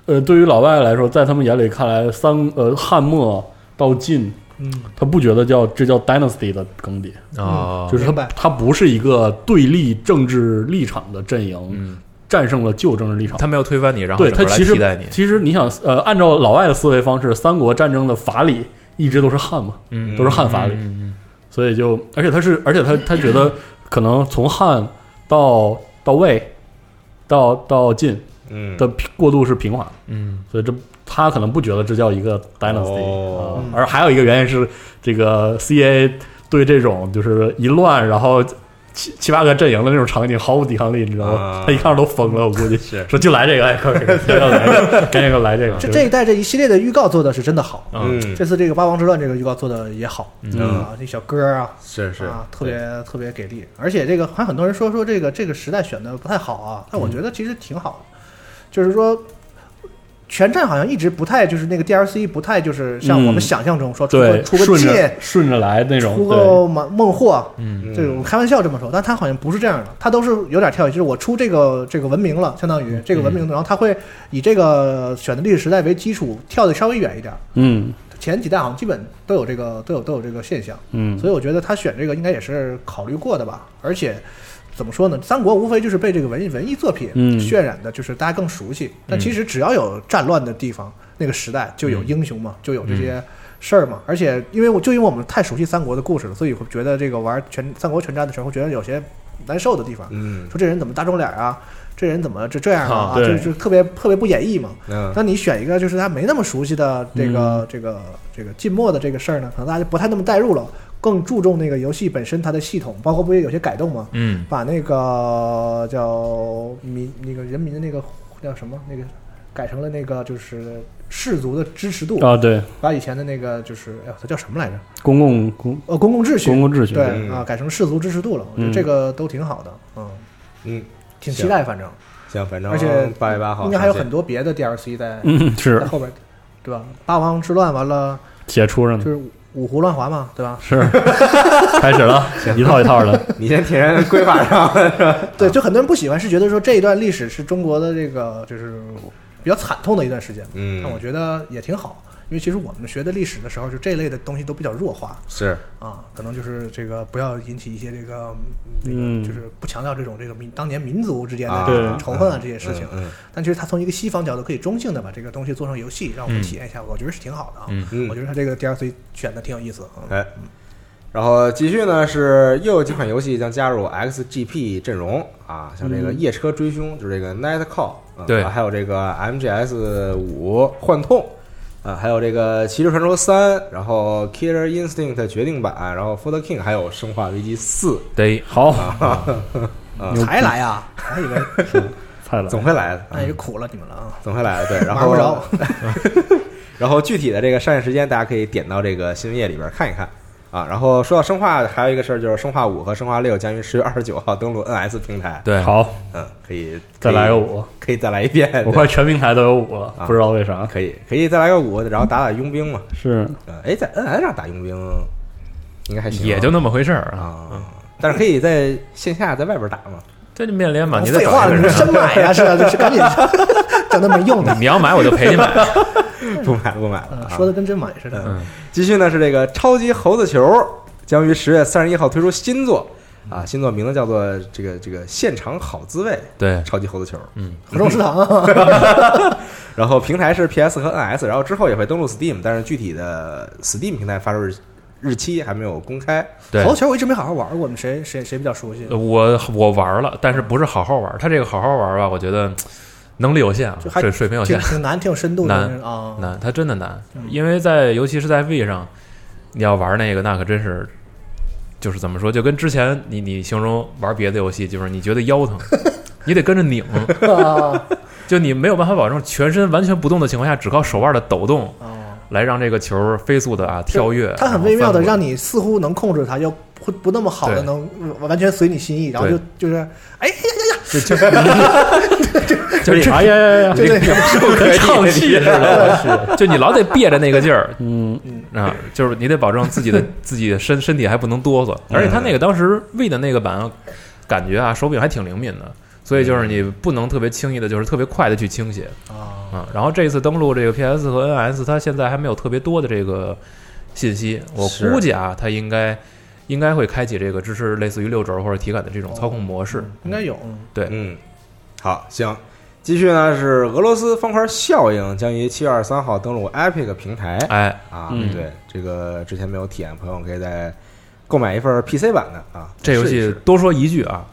[SPEAKER 5] 呃，对于老外来说，在他们眼里看来，三呃汉末到晋，
[SPEAKER 4] 嗯，
[SPEAKER 5] 他不觉得叫这叫 dynasty 的更迭。
[SPEAKER 3] 哦，
[SPEAKER 5] 就是
[SPEAKER 4] 明白
[SPEAKER 5] 它不是一个对立政治立场的阵营
[SPEAKER 3] 嗯
[SPEAKER 5] 战胜了旧政治立场。
[SPEAKER 3] 他没有推翻你，然后
[SPEAKER 5] 对
[SPEAKER 3] 整个
[SPEAKER 5] 它
[SPEAKER 3] 来
[SPEAKER 5] 其实
[SPEAKER 3] 替代你，
[SPEAKER 5] 其实你想，呃，按照老外的思维方式，三国战争的法理一直都是汉嘛，
[SPEAKER 3] 嗯
[SPEAKER 5] 都是汉法理，
[SPEAKER 3] 嗯
[SPEAKER 5] 所以就而且他是而且他他觉得可能从汉到到魏到到晋
[SPEAKER 2] 嗯，
[SPEAKER 5] 的平过渡是平缓，
[SPEAKER 3] 嗯
[SPEAKER 5] 所以这他可能不觉得这叫一个 dynasty、
[SPEAKER 2] 哦
[SPEAKER 5] 啊而还有一个原因是，这个 CA 对这种就是一乱，然后七七八个阵营的那种场景毫无抵抗力，你知道
[SPEAKER 2] 啊
[SPEAKER 5] 吗？他一看都疯了，我估计
[SPEAKER 2] 是
[SPEAKER 5] 说就来这个，哎，
[SPEAKER 2] [laughs]
[SPEAKER 5] 快快快快来这个，赶紧给我来这个。
[SPEAKER 4] 这这一代这一系列的预告做的是真的好，
[SPEAKER 3] 嗯
[SPEAKER 2] 嗯
[SPEAKER 4] 这次这个《八王之乱》这个预告做的也好，
[SPEAKER 5] 嗯
[SPEAKER 4] 啊，这小歌儿啊，
[SPEAKER 2] 是是
[SPEAKER 4] 啊，特别特别给力。而且这个还有很多人说说这个这个时代选的不太好啊，
[SPEAKER 5] 嗯
[SPEAKER 4] 但我觉得其实挺好的，就是说。全战好像一直不太就是那个 DLC 不太就是像我们
[SPEAKER 5] 嗯
[SPEAKER 4] 想象中说出个
[SPEAKER 5] 对，
[SPEAKER 4] 出个
[SPEAKER 5] 顺
[SPEAKER 4] 界
[SPEAKER 5] 着顺着来那
[SPEAKER 4] 出
[SPEAKER 5] 种，对，
[SPEAKER 4] 个孟孟获
[SPEAKER 3] 嗯
[SPEAKER 4] 这种开玩笑这么说，但他好像不是这样的，他都是有点跳跃，就是我出这个这个文明了，相当于这个文明，然后他会以这个选的历史时代为基础，跳的稍微远一点。
[SPEAKER 5] 嗯
[SPEAKER 4] 前几代好像基本都有这个都有都有这个现象，
[SPEAKER 5] 嗯，
[SPEAKER 4] 所以我觉得他选这个应该也是考虑过的吧。而且怎么说呢，三国无非就是被这个文艺文艺作品
[SPEAKER 5] 嗯
[SPEAKER 4] 渲染的，就是大家更熟悉。但其实只要有战乱的地方，那个时代就
[SPEAKER 5] 嗯
[SPEAKER 4] 有英雄嘛，就有这些事儿嘛。而且因为我就因为我们太熟悉三国的故事了，所以会觉得这个玩全三国全战的时候，觉得有些难受的地方，
[SPEAKER 2] 嗯
[SPEAKER 4] 说这人怎么大众脸儿啊，这人怎么这这样啊，
[SPEAKER 5] 啊
[SPEAKER 4] 就
[SPEAKER 5] 对
[SPEAKER 4] 就特别特别不演绎嘛。
[SPEAKER 2] 嗯
[SPEAKER 4] 当你选一个就是他没那么熟悉的这个、
[SPEAKER 5] 嗯
[SPEAKER 4] 这个这个晋末的这个事儿呢，可能大家就不太那么代入了，更注重那个游戏本身它的系统，包括不也有些改动吗？
[SPEAKER 3] 嗯
[SPEAKER 4] 把那个叫民那个人民的那个叫什么那个改成了那个就是氏族的支持度，
[SPEAKER 5] 啊，对，
[SPEAKER 4] 把以前的那个就是哎呦它叫什么来着？
[SPEAKER 5] 公共公
[SPEAKER 4] 呃，公共秩序，
[SPEAKER 5] 公共秩序，
[SPEAKER 4] 对
[SPEAKER 2] 嗯
[SPEAKER 4] 啊，改成氏族支持度了，我觉得
[SPEAKER 5] 嗯
[SPEAKER 4] 这个都挺好的，嗯，
[SPEAKER 2] 嗯，
[SPEAKER 4] 挺期
[SPEAKER 2] 行
[SPEAKER 4] 待，反正
[SPEAKER 2] 行，反正
[SPEAKER 4] 而且
[SPEAKER 2] 八月八号
[SPEAKER 4] 应该还有
[SPEAKER 2] 上线
[SPEAKER 4] 很多别的 DLC 在
[SPEAKER 5] 嗯
[SPEAKER 4] 在
[SPEAKER 5] 是
[SPEAKER 4] 后边，对吧？霸王之乱完了。
[SPEAKER 5] 写出着
[SPEAKER 2] 嗯
[SPEAKER 5] 呢
[SPEAKER 4] 就，是五胡乱华嘛，对吧？
[SPEAKER 5] 是开始了，一套一
[SPEAKER 2] [laughs]
[SPEAKER 5] 套的，
[SPEAKER 2] 你先替人规划上了，
[SPEAKER 4] 对，就很多人不喜欢，是觉得说这一段历史是中国的这个就是比较惨痛的一段时间。
[SPEAKER 2] 嗯
[SPEAKER 4] 但我觉得也挺好，因为其实我们学的历史的时候，就这类的东西都比较弱化
[SPEAKER 2] [laughs] 是
[SPEAKER 4] 啊，可能就是这个不要引起一些这个那个、
[SPEAKER 5] 嗯
[SPEAKER 4] 就是不强调这种这个民当年民族之间的
[SPEAKER 2] 啊
[SPEAKER 4] 这
[SPEAKER 5] 对
[SPEAKER 4] 种仇恨啊这些事情。
[SPEAKER 2] 嗯
[SPEAKER 4] 但其实他从一个西方角度可以中性的把这个东西做成游戏，让我们体验一下，我觉得是挺好的啊。
[SPEAKER 3] 嗯
[SPEAKER 2] 嗯
[SPEAKER 4] 我觉得他这个 DLC 选的挺有意思啊。
[SPEAKER 2] 哎，然后继续呢是又有几款游戏将加入 XGP 阵容啊，像这个夜车追凶，就是这个 Night Call，、啊、
[SPEAKER 3] 对
[SPEAKER 2] 还有这个 MGS 五幻痛。啊，还有这个《骑士传说三》，然后《Killer Instinct》决定版，然后《For the King》，还有《生化危机四
[SPEAKER 3] 得
[SPEAKER 5] 好，》牛
[SPEAKER 4] 才来啊！
[SPEAKER 2] [laughs]
[SPEAKER 4] 还以为
[SPEAKER 5] 菜了，
[SPEAKER 2] 总会来的，啊
[SPEAKER 4] 那也是苦了你们了啊。
[SPEAKER 2] 总会来的。对，然
[SPEAKER 4] 玩
[SPEAKER 2] 后
[SPEAKER 4] 不着
[SPEAKER 2] [laughs] 然后具体的这个上线时间，大家可以点到这个新闻页里边看一看啊。然后说到生化，还有一个事儿就是生化五和生化六将于十月二十九号登陆 NS 平台。，
[SPEAKER 3] 对，
[SPEAKER 5] 好，
[SPEAKER 2] 嗯，可以
[SPEAKER 5] 再来个，
[SPEAKER 2] 可
[SPEAKER 5] 五，
[SPEAKER 2] 以可以再来一遍。对
[SPEAKER 5] 我快全平台都有五了
[SPEAKER 2] 啊，
[SPEAKER 5] 不知道为啥。
[SPEAKER 2] 可以可以再来个五，然后打打佣兵嘛。
[SPEAKER 5] 是，
[SPEAKER 2] 嗯，哎，在 NS 上打佣兵应该还行啊，
[SPEAKER 3] 也就那么回事儿啊，
[SPEAKER 2] 啊。但是可以在线下在外边打嘛？
[SPEAKER 3] 这就面连嘛，你再
[SPEAKER 4] 废
[SPEAKER 3] 找
[SPEAKER 4] 话，
[SPEAKER 3] 一个
[SPEAKER 4] 你
[SPEAKER 3] 人啊，
[SPEAKER 4] 深买呀，是啊，就是赶紧整那没用的。
[SPEAKER 3] 你要买我就陪你买，
[SPEAKER 2] 不买了不买了
[SPEAKER 4] 嗯
[SPEAKER 2] 啊，
[SPEAKER 4] 说的跟真买似的。
[SPEAKER 2] 嗯，继续呢是这个超级猴子球将于十月三十一号推出新作
[SPEAKER 3] 嗯
[SPEAKER 2] 啊，新作名字叫做这个这个现场好滋味，
[SPEAKER 3] 对，
[SPEAKER 2] 超级猴子球。
[SPEAKER 3] 嗯，
[SPEAKER 4] 合众食堂啊，
[SPEAKER 2] 然后平台是 PS 和 NS，然后之后也会登陆 Steam，但是具体的 Steam 平台发售日日期还没有公开。
[SPEAKER 3] 对
[SPEAKER 4] 头。球我一直没好好玩过，我们谁谁谁比较熟悉？
[SPEAKER 3] 我我玩了，但是不是好好玩。他这个好好玩吧，我觉得能力有限啊
[SPEAKER 4] 就，还
[SPEAKER 3] 水水平有
[SPEAKER 4] 挺
[SPEAKER 3] 限，
[SPEAKER 4] 挺难，挺有深度
[SPEAKER 3] 难
[SPEAKER 4] 的啊。
[SPEAKER 3] 难，它真的难
[SPEAKER 4] 嗯，
[SPEAKER 3] 因为在尤其是在 V 上，你要玩那个，那可真是。就是怎么说，就跟之前你你形容玩别的游戏，就是你觉得
[SPEAKER 4] [laughs]
[SPEAKER 3] 腰疼，你得跟着拧，
[SPEAKER 4] 啊
[SPEAKER 3] 就你没有办法保证全身完全不动的情况下，只靠手腕的抖动
[SPEAKER 4] 啊，
[SPEAKER 3] 来让这个球飞速的啊跳跃。
[SPEAKER 4] 它很微
[SPEAKER 3] 然后
[SPEAKER 4] 妙的
[SPEAKER 3] 翻滚
[SPEAKER 4] 让你似乎能控制它，又不不那么好的
[SPEAKER 3] 对
[SPEAKER 4] 能完完全随你心意，然后就
[SPEAKER 3] 对
[SPEAKER 4] 就是哎呀呀呀，
[SPEAKER 3] 就就就 [laughs]
[SPEAKER 2] 这
[SPEAKER 3] 就
[SPEAKER 5] 哎呀呀呀呀！
[SPEAKER 4] 对对，
[SPEAKER 5] 唱戏似的，
[SPEAKER 3] 就你老得憋着那个劲儿
[SPEAKER 5] 嗯，
[SPEAKER 3] 啊，就是你得保证自己
[SPEAKER 2] [laughs]
[SPEAKER 3] 的自己的身身体还不能哆嗦。而且他
[SPEAKER 2] 嗯
[SPEAKER 3] 那个当时 V 的那个版，感觉啊手柄还挺灵敏的，所以
[SPEAKER 2] 嗯
[SPEAKER 3] 就是你不能特别轻易的，就是特别快的去倾斜
[SPEAKER 2] 哦
[SPEAKER 4] 啊，
[SPEAKER 3] 啊。然后这次登录这个 PS 和 NS，它现在还没有特别多的这个信息，我
[SPEAKER 2] 是
[SPEAKER 3] 估计啊，它应该。应该会开启这个支持类似于六轴或者体感的这种操控模
[SPEAKER 2] 哦
[SPEAKER 3] 式，
[SPEAKER 4] 应该有，嗯
[SPEAKER 2] 嗯，好，行。继续呢是俄罗斯方块效应将于七月二十三号登陆 Epic 平台
[SPEAKER 3] 哎，
[SPEAKER 2] 啊，
[SPEAKER 5] 嗯
[SPEAKER 2] 对这个之前没有体验的朋友可以再购买一份 PC 版的啊。
[SPEAKER 3] 这游
[SPEAKER 2] 试
[SPEAKER 3] 戏
[SPEAKER 2] 一试
[SPEAKER 3] 多说一句啊，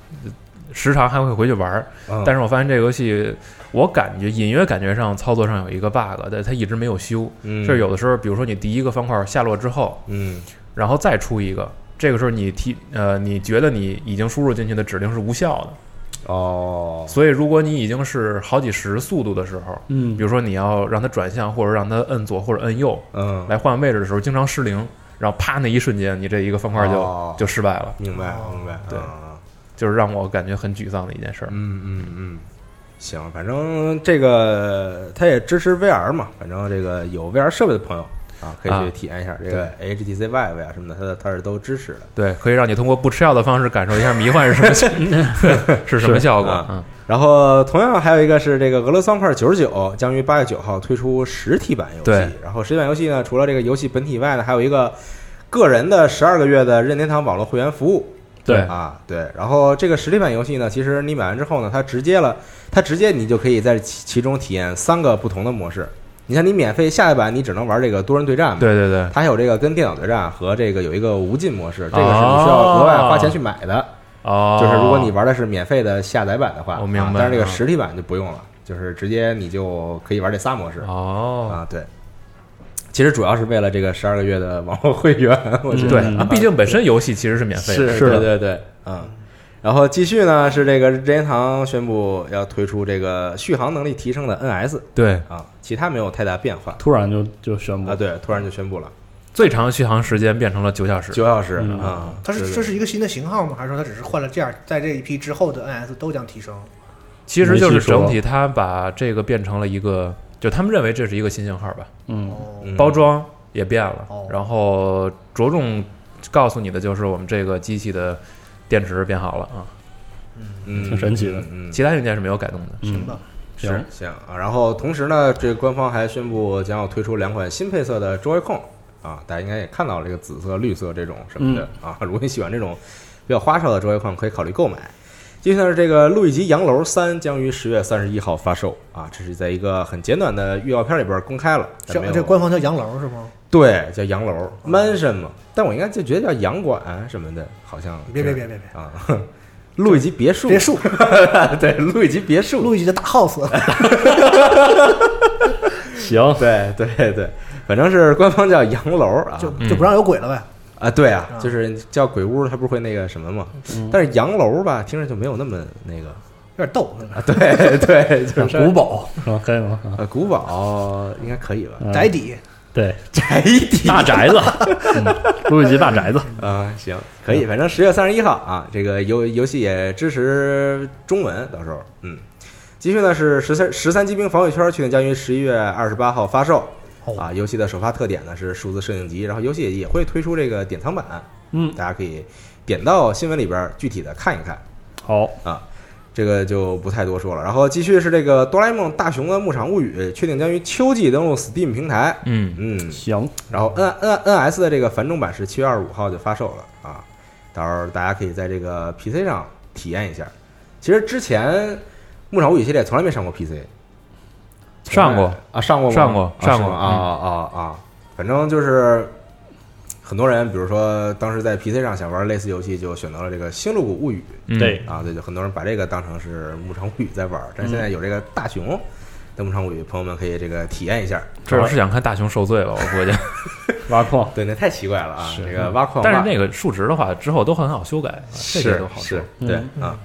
[SPEAKER 3] 时常还会回去玩儿。
[SPEAKER 2] 嗯
[SPEAKER 3] 但是我发现这个游戏，我感觉隐约感觉上操作上有一个 bug，但它一直没有修。
[SPEAKER 2] 嗯
[SPEAKER 3] 就是有的时候，比如说你第一个方块下落之后，
[SPEAKER 2] 嗯
[SPEAKER 3] 然后再出一个，这个时候你提呃，你觉得你已经输入进去的指令是无效的。
[SPEAKER 2] 哦
[SPEAKER 3] 所以如果你已经是好几十速度的时候，
[SPEAKER 5] 嗯
[SPEAKER 3] 比如说你要让它转向，或者让它摁左或者摁右
[SPEAKER 2] 嗯，
[SPEAKER 3] 来换位置的时候，经常失灵，然后啪那一瞬间，你这一个方块就、
[SPEAKER 2] 哦
[SPEAKER 3] 就失败了，
[SPEAKER 2] 明白
[SPEAKER 3] 哦
[SPEAKER 2] 明白，
[SPEAKER 3] 对
[SPEAKER 2] 嗯
[SPEAKER 3] 就是让我感觉很沮丧的一件事儿。
[SPEAKER 2] 嗯嗯嗯，行，反正这个它也支持 VR 嘛，反正这个有 VR 设备的朋友啊，可以
[SPEAKER 3] 啊
[SPEAKER 2] 去体验一下这个 HTC Vive 啊什么的，它的它是都支持的。
[SPEAKER 3] 对，可以让你通过不吃药的方式感受一下迷幻是什么效
[SPEAKER 5] [laughs]
[SPEAKER 3] 是什么效果
[SPEAKER 2] 啊。
[SPEAKER 3] 嗯，
[SPEAKER 2] 然后同样还有一个是这个俄罗斯方块九十九将于八月九号推出实体版游戏
[SPEAKER 3] 对。
[SPEAKER 2] 然后实体版游戏呢，除了这个游戏本体以外呢，还有一个个人的十二个月的任天堂网络会员服务。
[SPEAKER 3] 哎
[SPEAKER 5] 对
[SPEAKER 2] 啊，对。然后这个实体版游戏呢，其实你买完之后呢，它直接了，它直接你就可以在其其中体验三个不同的模式。你看，你免费下一版你只能玩这个多人对战嘛，
[SPEAKER 3] 对对对，
[SPEAKER 2] 它还有这个跟电脑对战和这个有一个无尽模式，这个是
[SPEAKER 3] 哦
[SPEAKER 2] 你需要额外花钱去买的。
[SPEAKER 3] 哦，
[SPEAKER 2] 就是如果你玩的是免费的下载版的话，
[SPEAKER 3] 我明白
[SPEAKER 2] 啊但是这个
[SPEAKER 3] 嗯
[SPEAKER 2] 实体版就不用了，就是直接你就可以玩这仨模式
[SPEAKER 3] 哦，
[SPEAKER 2] 啊。对，其实主要是为了这个十二个月的网络会员，我觉得
[SPEAKER 3] 对
[SPEAKER 5] 嗯，
[SPEAKER 3] 啊毕竟本身游戏其实是免费的。
[SPEAKER 5] 是
[SPEAKER 2] 对
[SPEAKER 5] 的
[SPEAKER 2] 对对，嗯。然后继续呢，是这个任天堂宣布要推出这个续航能力提升的 NS
[SPEAKER 3] 对，
[SPEAKER 2] 啊，其他没有太大变化
[SPEAKER 5] 突然就就宣布
[SPEAKER 2] 啊。，对，突然就宣布了
[SPEAKER 3] 最长续航时间变成了九小时。
[SPEAKER 2] 九小时
[SPEAKER 5] 嗯
[SPEAKER 2] 啊，
[SPEAKER 4] 它是
[SPEAKER 2] 对
[SPEAKER 4] 这是一个新的型号吗？还是说它只是换了这样，在这一批之后的 NS 都将提升？
[SPEAKER 3] 其实就是整体，它把这个变成了一个，就他们认为这是一个新型号吧，
[SPEAKER 5] 嗯，
[SPEAKER 4] 哦
[SPEAKER 2] 嗯
[SPEAKER 3] 包装也变了
[SPEAKER 4] 哦，
[SPEAKER 3] 然后着重告诉你的就是我们这个机器的电池变好了啊，
[SPEAKER 2] 嗯
[SPEAKER 5] 挺神奇的
[SPEAKER 2] 嗯，嗯
[SPEAKER 3] 其他硬件是没有改动的。
[SPEAKER 5] 嗯
[SPEAKER 4] 行吧，
[SPEAKER 2] 是行啊。然后同时呢，这官方还宣布将要推出两款新配色的 Joy-Con 啊，大家应该也看到了这个紫色、绿色这种什么的、啊。如果你喜欢这种比较花哨的 Joy-Con，可以考虑购买。接下来是这个《路易吉洋楼三》将于十月三十一号发售啊，这是在一个很简短的预告片里边公开了。但
[SPEAKER 4] 叫
[SPEAKER 2] 没有
[SPEAKER 4] 这官方叫洋楼是吗？
[SPEAKER 2] 对叫洋楼 Mansion 嘛，但我应该就觉得叫洋馆什么的，好像
[SPEAKER 4] 别别
[SPEAKER 2] 是
[SPEAKER 4] 别别别，
[SPEAKER 2] 啊， [laughs] 路易吉别墅，
[SPEAKER 4] 别墅，
[SPEAKER 2] [laughs] 对，路易吉别墅，
[SPEAKER 4] 路易吉的大 house，
[SPEAKER 5] 行，
[SPEAKER 2] [laughs] 对对对，反正是官方叫洋楼啊，
[SPEAKER 4] 就就不让有鬼了呗。
[SPEAKER 2] 啊对啊嗯
[SPEAKER 4] 啊，
[SPEAKER 2] 就是叫鬼屋，它不是会那个什么嘛？但是洋楼吧，听着就没有那么那个
[SPEAKER 4] 有点逗，
[SPEAKER 2] 啊， [laughs] 对对，就是
[SPEAKER 5] 古堡是吧？可以吗？啊
[SPEAKER 2] 呃古堡应该可 [laughs] 以吧？
[SPEAKER 5] 嗯
[SPEAKER 4] 宅邸
[SPEAKER 5] 对，
[SPEAKER 2] 宅邸
[SPEAKER 5] 大宅子，嗯路易吉大宅子，
[SPEAKER 2] 啊，行，可以，反正十月三十一号啊，这个游游戏也支持中文，到时候嗯。继续呢是十三十三机兵防卫圈，去年将于十一月二十八号发售
[SPEAKER 4] 哦
[SPEAKER 2] 啊。游戏的首发特点呢是数字摄影集，然后游戏也会推出这个典藏版，
[SPEAKER 5] 嗯，
[SPEAKER 2] 大家可以点到新闻里边儿具体的看一看
[SPEAKER 5] 好，
[SPEAKER 2] 啊，这个就不太多说了。然后继续是这个《哆啦 A 梦大雄的牧场物语》确定将于秋季登陆 Steam 平台，
[SPEAKER 3] 嗯，
[SPEAKER 2] 嗯，
[SPEAKER 5] 行，
[SPEAKER 2] 然后 N N N S 的这个繁中版是七月二十五号就发售了啊，到时候大家可以在这个 P C 上体验一下。其实之前牧场物语系列从来没上过 P C，
[SPEAKER 3] 上过
[SPEAKER 2] 啊，上过吗
[SPEAKER 3] 上过嗯
[SPEAKER 2] 啊
[SPEAKER 3] 上
[SPEAKER 2] 是
[SPEAKER 3] 过
[SPEAKER 2] 吗啊啊啊啊！反正就是很多人，比如说当时在 PC 上想玩类似游戏，就选择了这个《星露谷物语》
[SPEAKER 3] 嗯
[SPEAKER 5] 对
[SPEAKER 2] 啊，对，就很多人把这个当成是《牧场物语》在玩儿。但
[SPEAKER 3] 嗯
[SPEAKER 2] 是现在有这个大熊的《牧场物语》，朋友们可以这个体验一下。
[SPEAKER 3] 主要是想看大熊受罪吧，我估计。
[SPEAKER 5] 挖矿，
[SPEAKER 2] 对，那太奇怪了啊！
[SPEAKER 4] 是
[SPEAKER 2] 这个挖矿挖，
[SPEAKER 3] 但是那个数值的话，之后都很好修改，这
[SPEAKER 2] 是
[SPEAKER 3] 个都好说
[SPEAKER 2] 是。，对啊。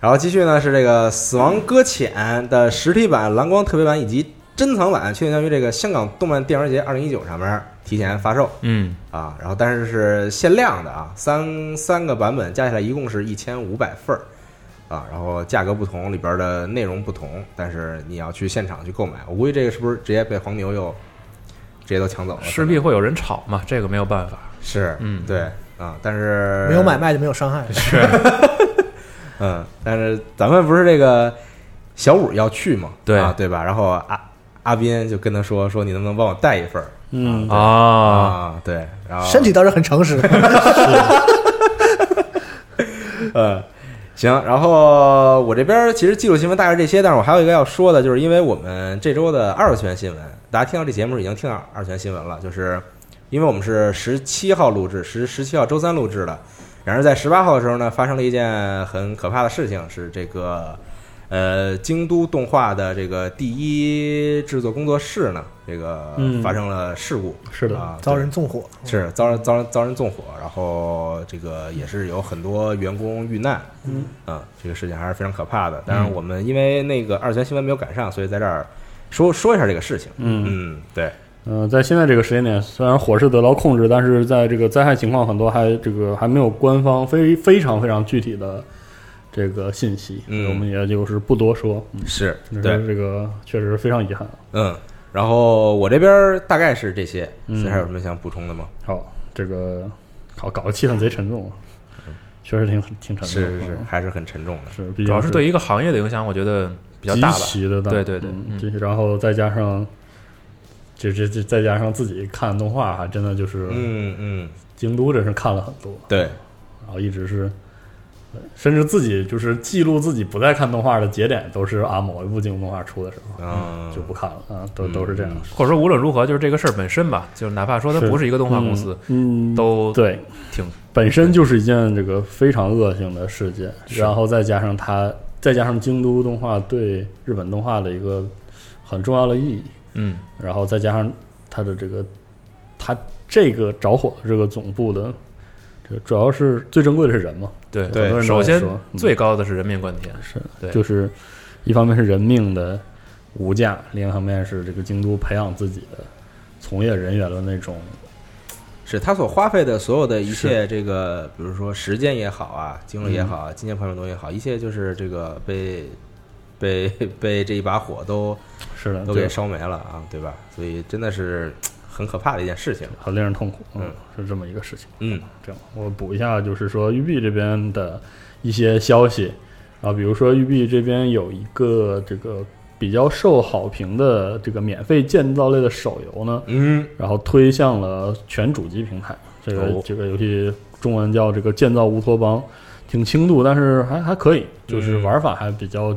[SPEAKER 2] 然后继续呢是这个《死亡搁浅》的实体版、蓝光特别版以及珍藏版，确定将于这个香港动漫电玩节二零一九上面提前发售
[SPEAKER 3] 嗯，
[SPEAKER 2] 啊。然后但是是限量的啊，三三个版本加起来一共是一千五百份儿啊。然后价格不同，里边的内容不同，但是你要去现场去购买。我估计这个是不是直接被黄牛又直接都抢走了？
[SPEAKER 3] 势必会有人炒嘛，这个没有办法。
[SPEAKER 2] 是，
[SPEAKER 3] 嗯
[SPEAKER 2] 对啊。但是
[SPEAKER 4] 没有买卖就没有伤害。
[SPEAKER 3] [laughs]
[SPEAKER 2] 嗯，但是咱们不是这个小五要去嘛，
[SPEAKER 3] 对
[SPEAKER 2] 啊，对吧？然后阿阿斌就跟他说说你能不能帮我带一份儿
[SPEAKER 5] 嗯，
[SPEAKER 3] 啊，
[SPEAKER 2] 对，然后
[SPEAKER 4] 身体倒是很诚实，
[SPEAKER 2] 嗯。行，然后我这边其实技术新闻大概是这些，但是我还有一个要说的，就是因为我们这周的二次元新闻，大家听到这节目已经听到二次元新闻了，就是因为我们是十七号录制，十十七号周三录制的，然而在十八号的时候呢，发生了一件很可怕的事情，是这个呃京都动画的这个第一制作工作室呢，这个
[SPEAKER 5] 嗯
[SPEAKER 2] 发生了事故，
[SPEAKER 5] 是的
[SPEAKER 2] 啊、
[SPEAKER 4] [laughs] 遭
[SPEAKER 2] 对
[SPEAKER 4] 人纵火。
[SPEAKER 2] 是遭人遭人遭人纵火，然后这个也是有很多员工遇难，嗯，这个事情还是非常可怕的。但是我们因为那个二泉新闻没有赶上，所以在这儿说说一下这个事情。
[SPEAKER 5] 嗯
[SPEAKER 2] 嗯，对，
[SPEAKER 5] 嗯，在现在这个时间点，虽然火势得到控制，但是在这个灾害情况很多还这个还没有官方非非常非常具体的这个信息，
[SPEAKER 2] 嗯
[SPEAKER 5] 我们也就是不多说。嗯，
[SPEAKER 2] 是
[SPEAKER 5] 只
[SPEAKER 2] 对
[SPEAKER 5] 是，这个确实非常遗憾。
[SPEAKER 2] 嗯。然后我这边大概是这些，其实还有什么想补充的吗？
[SPEAKER 5] 好，这个好搞得气氛贼沉重啊，确实挺挺沉重的。
[SPEAKER 2] 是是是，
[SPEAKER 5] 嗯
[SPEAKER 2] 还是很沉重的。
[SPEAKER 5] 是，毕竟
[SPEAKER 3] 嗯主要是对一个行业的影响，我觉得比较大吧
[SPEAKER 5] 极。其的大，
[SPEAKER 3] 对对对
[SPEAKER 5] 嗯
[SPEAKER 3] 嗯
[SPEAKER 5] 这然后再加上。这这这，再加上自己看动画，还真的就是
[SPEAKER 2] 嗯嗯，
[SPEAKER 5] 京都，真是看了很多。
[SPEAKER 2] 对，
[SPEAKER 5] 然后啊一直是，呃甚至自己就是记录自己不再看动画的节点，都是啊某一部京动画出的时候、
[SPEAKER 2] 嗯，
[SPEAKER 5] 就不看了啊，
[SPEAKER 3] 嗯
[SPEAKER 5] 都都是这样。
[SPEAKER 3] 或者说无论如何，就是这个事儿本身吧，就是哪怕说它
[SPEAKER 5] 是
[SPEAKER 3] 不是一个动画公司，
[SPEAKER 5] 嗯，
[SPEAKER 3] 都
[SPEAKER 5] 对，
[SPEAKER 3] 挺
[SPEAKER 5] 本身就是一件这个非常恶性的事件，
[SPEAKER 3] 是
[SPEAKER 5] 然后再加上它，再加上京都动画对日本动画的一个很重要的意义，
[SPEAKER 3] 嗯
[SPEAKER 5] 然后再加上它的这个，它这个着火的这个总部的，这个主要是最珍贵的是人嘛，
[SPEAKER 3] 对
[SPEAKER 2] 对
[SPEAKER 5] 很多人都
[SPEAKER 3] 首
[SPEAKER 5] 在
[SPEAKER 3] 先
[SPEAKER 5] 说嗯
[SPEAKER 3] 最高的是人命关天，
[SPEAKER 5] 是，
[SPEAKER 3] 对
[SPEAKER 5] 就是一方面是人命的无价，另一方面是这个京都培养自己的从业人员的那种，
[SPEAKER 2] 是他所花费的所有的一切，这个比如说时间也好啊，精力也好
[SPEAKER 5] 嗯
[SPEAKER 2] 啊，金钱方面的东西也好，一切就是这个被被 [laughs] 被这一把火都
[SPEAKER 5] 是的，
[SPEAKER 2] 都给
[SPEAKER 5] 嗯对
[SPEAKER 2] 烧没了啊，对吧？所以真的是很可怕的一件事情。
[SPEAKER 5] 很令人痛苦，嗯
[SPEAKER 2] 嗯，
[SPEAKER 5] 是这么一个事情。
[SPEAKER 2] 嗯
[SPEAKER 5] 这样，我补一下，就是说育碧这边的一些消息，啊，比如说育碧这边有一个这个比较受好评的这个免费建造类的手游呢，
[SPEAKER 2] 嗯，
[SPEAKER 5] 然后推向了全主机平台。这个、
[SPEAKER 2] 哦
[SPEAKER 5] 这个游戏中文叫这个《建造乌托邦》，挺轻度，但是还还可以，就是玩法还比较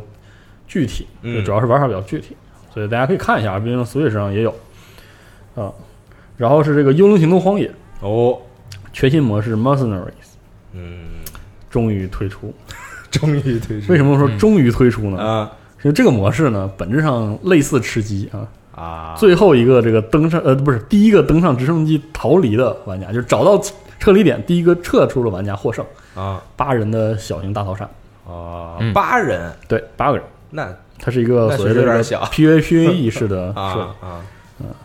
[SPEAKER 5] 具体，
[SPEAKER 2] 嗯
[SPEAKER 5] 就主要是玩法比较具体，所以大家可以看一下，毕竟 Switch 上也有啊。然后是这个《幽灵行动：荒野》
[SPEAKER 2] 哦，
[SPEAKER 5] 全新模式 Mercenaries
[SPEAKER 2] 嗯，
[SPEAKER 5] 终于推出。
[SPEAKER 2] [laughs] 终于推
[SPEAKER 5] 为什么说
[SPEAKER 3] 嗯
[SPEAKER 5] 终于推出呢？
[SPEAKER 2] 啊
[SPEAKER 5] 因为这个模式呢，本质上类似吃鸡啊，
[SPEAKER 2] 啊，
[SPEAKER 5] 最后一个这个登上呃不是第一个登上直升机逃离的玩家，就是找到撤离点第一个撤出的玩家获胜。
[SPEAKER 2] 啊
[SPEAKER 5] 八人的小型大逃杀，
[SPEAKER 2] 哦
[SPEAKER 3] 嗯，
[SPEAKER 2] 八人，
[SPEAKER 5] 对，八个人，
[SPEAKER 2] 那
[SPEAKER 5] 它是一个所谓的这
[SPEAKER 2] 那确
[SPEAKER 5] 个
[SPEAKER 2] 实有点小
[SPEAKER 5] PVPVE E 式
[SPEAKER 2] [laughs]
[SPEAKER 5] 的
[SPEAKER 2] 啊
[SPEAKER 5] 设计。
[SPEAKER 2] 啊，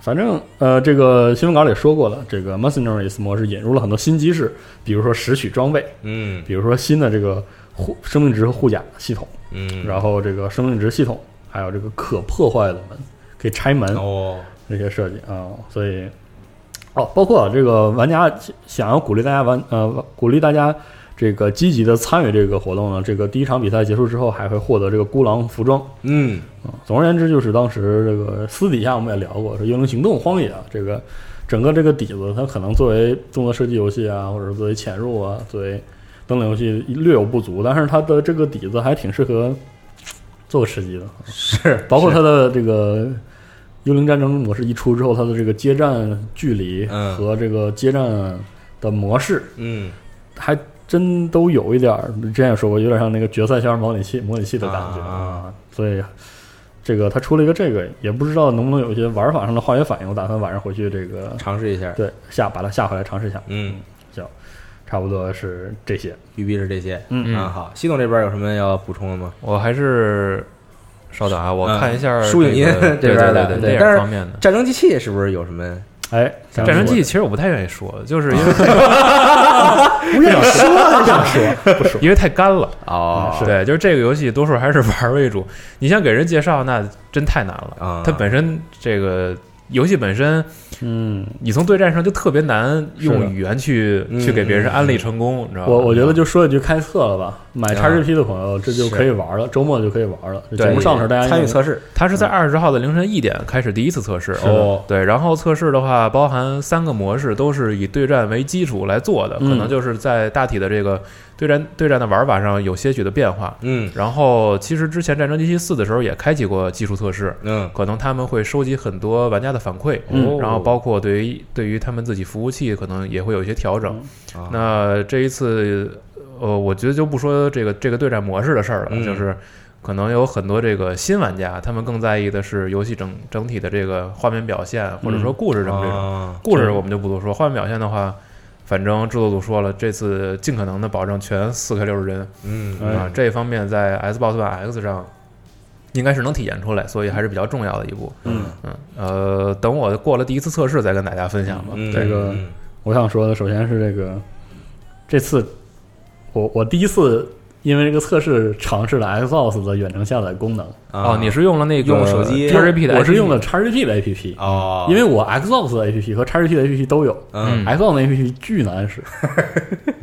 [SPEAKER 5] 反正呃，这个新闻稿里也说过了，这个 Mercenaries 模式引入了很多新机制，比如说拾取装备，
[SPEAKER 2] 嗯
[SPEAKER 5] 比如说新的这个护生命值和护甲系统，
[SPEAKER 2] 嗯，
[SPEAKER 5] 然后这个生命值系统，还有这个可破坏的门，可以拆门。
[SPEAKER 2] 哦，
[SPEAKER 5] 这些设计啊、所以哦，包括这个玩家想要鼓励大家玩呃，鼓励大家这个积极的参与这个活动呢，这个第一场比赛结束之后还会获得这个孤狼服装
[SPEAKER 2] 嗯
[SPEAKER 5] 啊、总而言之，就是当时这个私底下我们也聊过，说《幽灵行动：荒野》啊，这个整个这个底子，它可能作为动作射击游戏啊，或者是作为潜入啊，作为等等游戏略有不足，但是它的这个底子还挺适合做吃鸡的。
[SPEAKER 2] 是，
[SPEAKER 5] 包括
[SPEAKER 2] 是
[SPEAKER 5] 它的这个《幽灵战争》模式一出之后，它的这个接战距离
[SPEAKER 2] 嗯
[SPEAKER 5] 和这个接战的模式，
[SPEAKER 2] 嗯，
[SPEAKER 5] 还真都有一点儿，之前也说过，有点像那个决赛圈模拟器模拟器的感觉
[SPEAKER 2] 啊。
[SPEAKER 5] 所以这个他出了一个这个，也不知道能不能有一些玩法上的化学反应。我打算晚上回去这个
[SPEAKER 2] 尝试一下。
[SPEAKER 5] 对下把它下回来尝试一下。
[SPEAKER 2] 嗯，
[SPEAKER 5] 行，差不多是这些。
[SPEAKER 2] 育碧是这些。
[SPEAKER 5] 嗯
[SPEAKER 2] 啊，好，系统这边有什么要补充的吗？
[SPEAKER 3] 我还是稍等啊，我
[SPEAKER 2] 嗯
[SPEAKER 3] 看一下
[SPEAKER 2] 输
[SPEAKER 3] 这
[SPEAKER 2] 赢
[SPEAKER 3] 个
[SPEAKER 2] 音
[SPEAKER 3] 对对
[SPEAKER 2] 这边
[SPEAKER 3] 对
[SPEAKER 2] 的
[SPEAKER 3] 对
[SPEAKER 2] 对
[SPEAKER 3] 电
[SPEAKER 2] 但
[SPEAKER 3] 影
[SPEAKER 2] 是
[SPEAKER 3] 方面的。
[SPEAKER 2] 战争机器是不是有什么？
[SPEAKER 5] 哎，咱
[SPEAKER 3] 战
[SPEAKER 5] 们
[SPEAKER 3] 争
[SPEAKER 5] 说
[SPEAKER 3] 机器其实我不太愿意说，就是
[SPEAKER 5] [laughs]
[SPEAKER 3] 因为
[SPEAKER 4] 不愿意说，
[SPEAKER 3] [laughs]
[SPEAKER 5] 不说啊不说啊
[SPEAKER 3] 因为太干了。
[SPEAKER 2] 哦，
[SPEAKER 5] 是
[SPEAKER 3] 对，就是这个游戏多数还是玩儿为主。你像给人介绍，那真太难了。
[SPEAKER 2] 啊
[SPEAKER 3] 它本身这个游戏本身，
[SPEAKER 5] 嗯。
[SPEAKER 3] 你从对战上就特别难
[SPEAKER 5] 是的
[SPEAKER 3] 用语言去
[SPEAKER 2] 嗯
[SPEAKER 3] 去给别人安利成功，你知道吗？
[SPEAKER 5] 我我觉得就说一句开测了吧，买
[SPEAKER 2] 啊
[SPEAKER 5] XGP 的朋友这就可以玩了，周末就可以玩了。这节
[SPEAKER 3] 对
[SPEAKER 5] 目上的时候大家
[SPEAKER 2] 参与
[SPEAKER 5] 应该
[SPEAKER 2] 测试，
[SPEAKER 3] 它是在二十号的凌晨一点开始第一次测试
[SPEAKER 5] 嗯是的
[SPEAKER 2] 哦
[SPEAKER 3] 对，然后测试的话，包含三个模式，都是以对战为基础来做的，可
[SPEAKER 5] 嗯
[SPEAKER 3] 能就是在大体的这个对战对战的玩法上有些许的变化。
[SPEAKER 2] 嗯
[SPEAKER 3] 然后，其实之前《战争机器四》的时候也开启过技术测试，
[SPEAKER 2] 嗯
[SPEAKER 3] 可能他们会收集很多玩家的反馈，
[SPEAKER 2] 哦
[SPEAKER 5] 嗯
[SPEAKER 3] 然后包括对于对于他们自己服务器可能也会有一些调整。
[SPEAKER 2] 啊
[SPEAKER 3] 那这一次，呃，我觉得就不说这个这个对战模式的事儿了，
[SPEAKER 2] 嗯
[SPEAKER 3] 就是可能有很多这个新玩家，他们更在意的是游戏整整体的这个画面表现，或者说故事整这种。
[SPEAKER 2] 啊
[SPEAKER 3] 故事
[SPEAKER 5] 是
[SPEAKER 3] 我们就不多说，画面表现的话。反正制作组说了，这次尽可能的保证全 4K 六十帧，
[SPEAKER 2] 嗯
[SPEAKER 5] 哎
[SPEAKER 3] 啊，这一方面在 Xbox One X 上应该是能体现出来，所以还是比较重要的一步。
[SPEAKER 5] 嗯，
[SPEAKER 3] 嗯，呃，等我过了第一次测试再跟大家分享吧。
[SPEAKER 2] 嗯
[SPEAKER 5] 这个
[SPEAKER 2] 嗯
[SPEAKER 5] 我想说的，首先是这个，这次我我第一次因为这个测试尝试了 Xbox 的远程下载功能，
[SPEAKER 2] 啊
[SPEAKER 3] 哦，你是用了那个
[SPEAKER 2] 用手机
[SPEAKER 3] XGP 的 APP，
[SPEAKER 5] 我是用的 XGP 的 APP，、
[SPEAKER 2] 哦，
[SPEAKER 5] 因为我 Xbox 的 APP 和 XGP 的 APP 都有、
[SPEAKER 2] 嗯
[SPEAKER 5] x b o x 的 APP 巨难使， [laughs]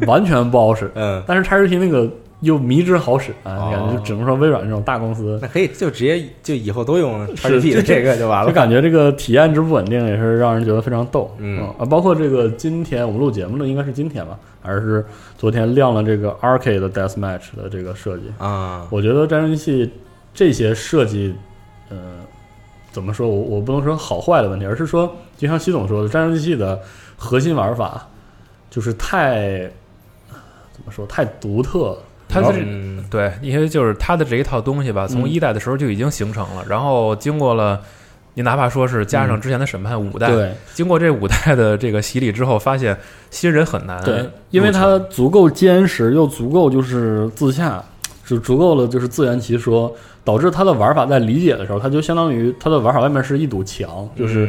[SPEAKER 5] 完全不好使，
[SPEAKER 2] 嗯，
[SPEAKER 5] 但是 XGP 那个又迷之好使啊，
[SPEAKER 2] 哦
[SPEAKER 5] 感觉就只能说微软这种大公司
[SPEAKER 2] 那可以就直接就以后都用
[SPEAKER 5] 是
[SPEAKER 2] XGP 的这个就完
[SPEAKER 5] 就
[SPEAKER 2] 了。
[SPEAKER 5] 感觉这个体验之不稳定也是让人觉得非常逗。
[SPEAKER 2] 嗯
[SPEAKER 5] 啊，包括这个今天我们录节目的应该是今天吧，还是昨天亮了这个 Arcade 的 Death Match 的这个设计。
[SPEAKER 2] 啊，
[SPEAKER 5] 我觉得战争机器这些设计，呃，怎么说我我不能说好坏的问题，而是说，就像习总说的，战争机器的核心玩法就是太怎么说太独特了。
[SPEAKER 3] 它
[SPEAKER 5] 然后
[SPEAKER 3] 是
[SPEAKER 2] 嗯
[SPEAKER 3] 对，因为就是它的这一套东西吧，从
[SPEAKER 5] 嗯
[SPEAKER 3] 一代的时候就已经形成了，然后经过了。你哪怕说是加上之前的审判五代，
[SPEAKER 5] 嗯对
[SPEAKER 3] 经过这五代的这个洗礼之后，发现新人很哎难入
[SPEAKER 5] 对
[SPEAKER 3] 场，，
[SPEAKER 5] 因为它足够坚实，又足够就是自洽，是足够的就是自圆其说，导致它的玩法在理解的时候，它就相当于它的玩法外面是一堵墙，就是、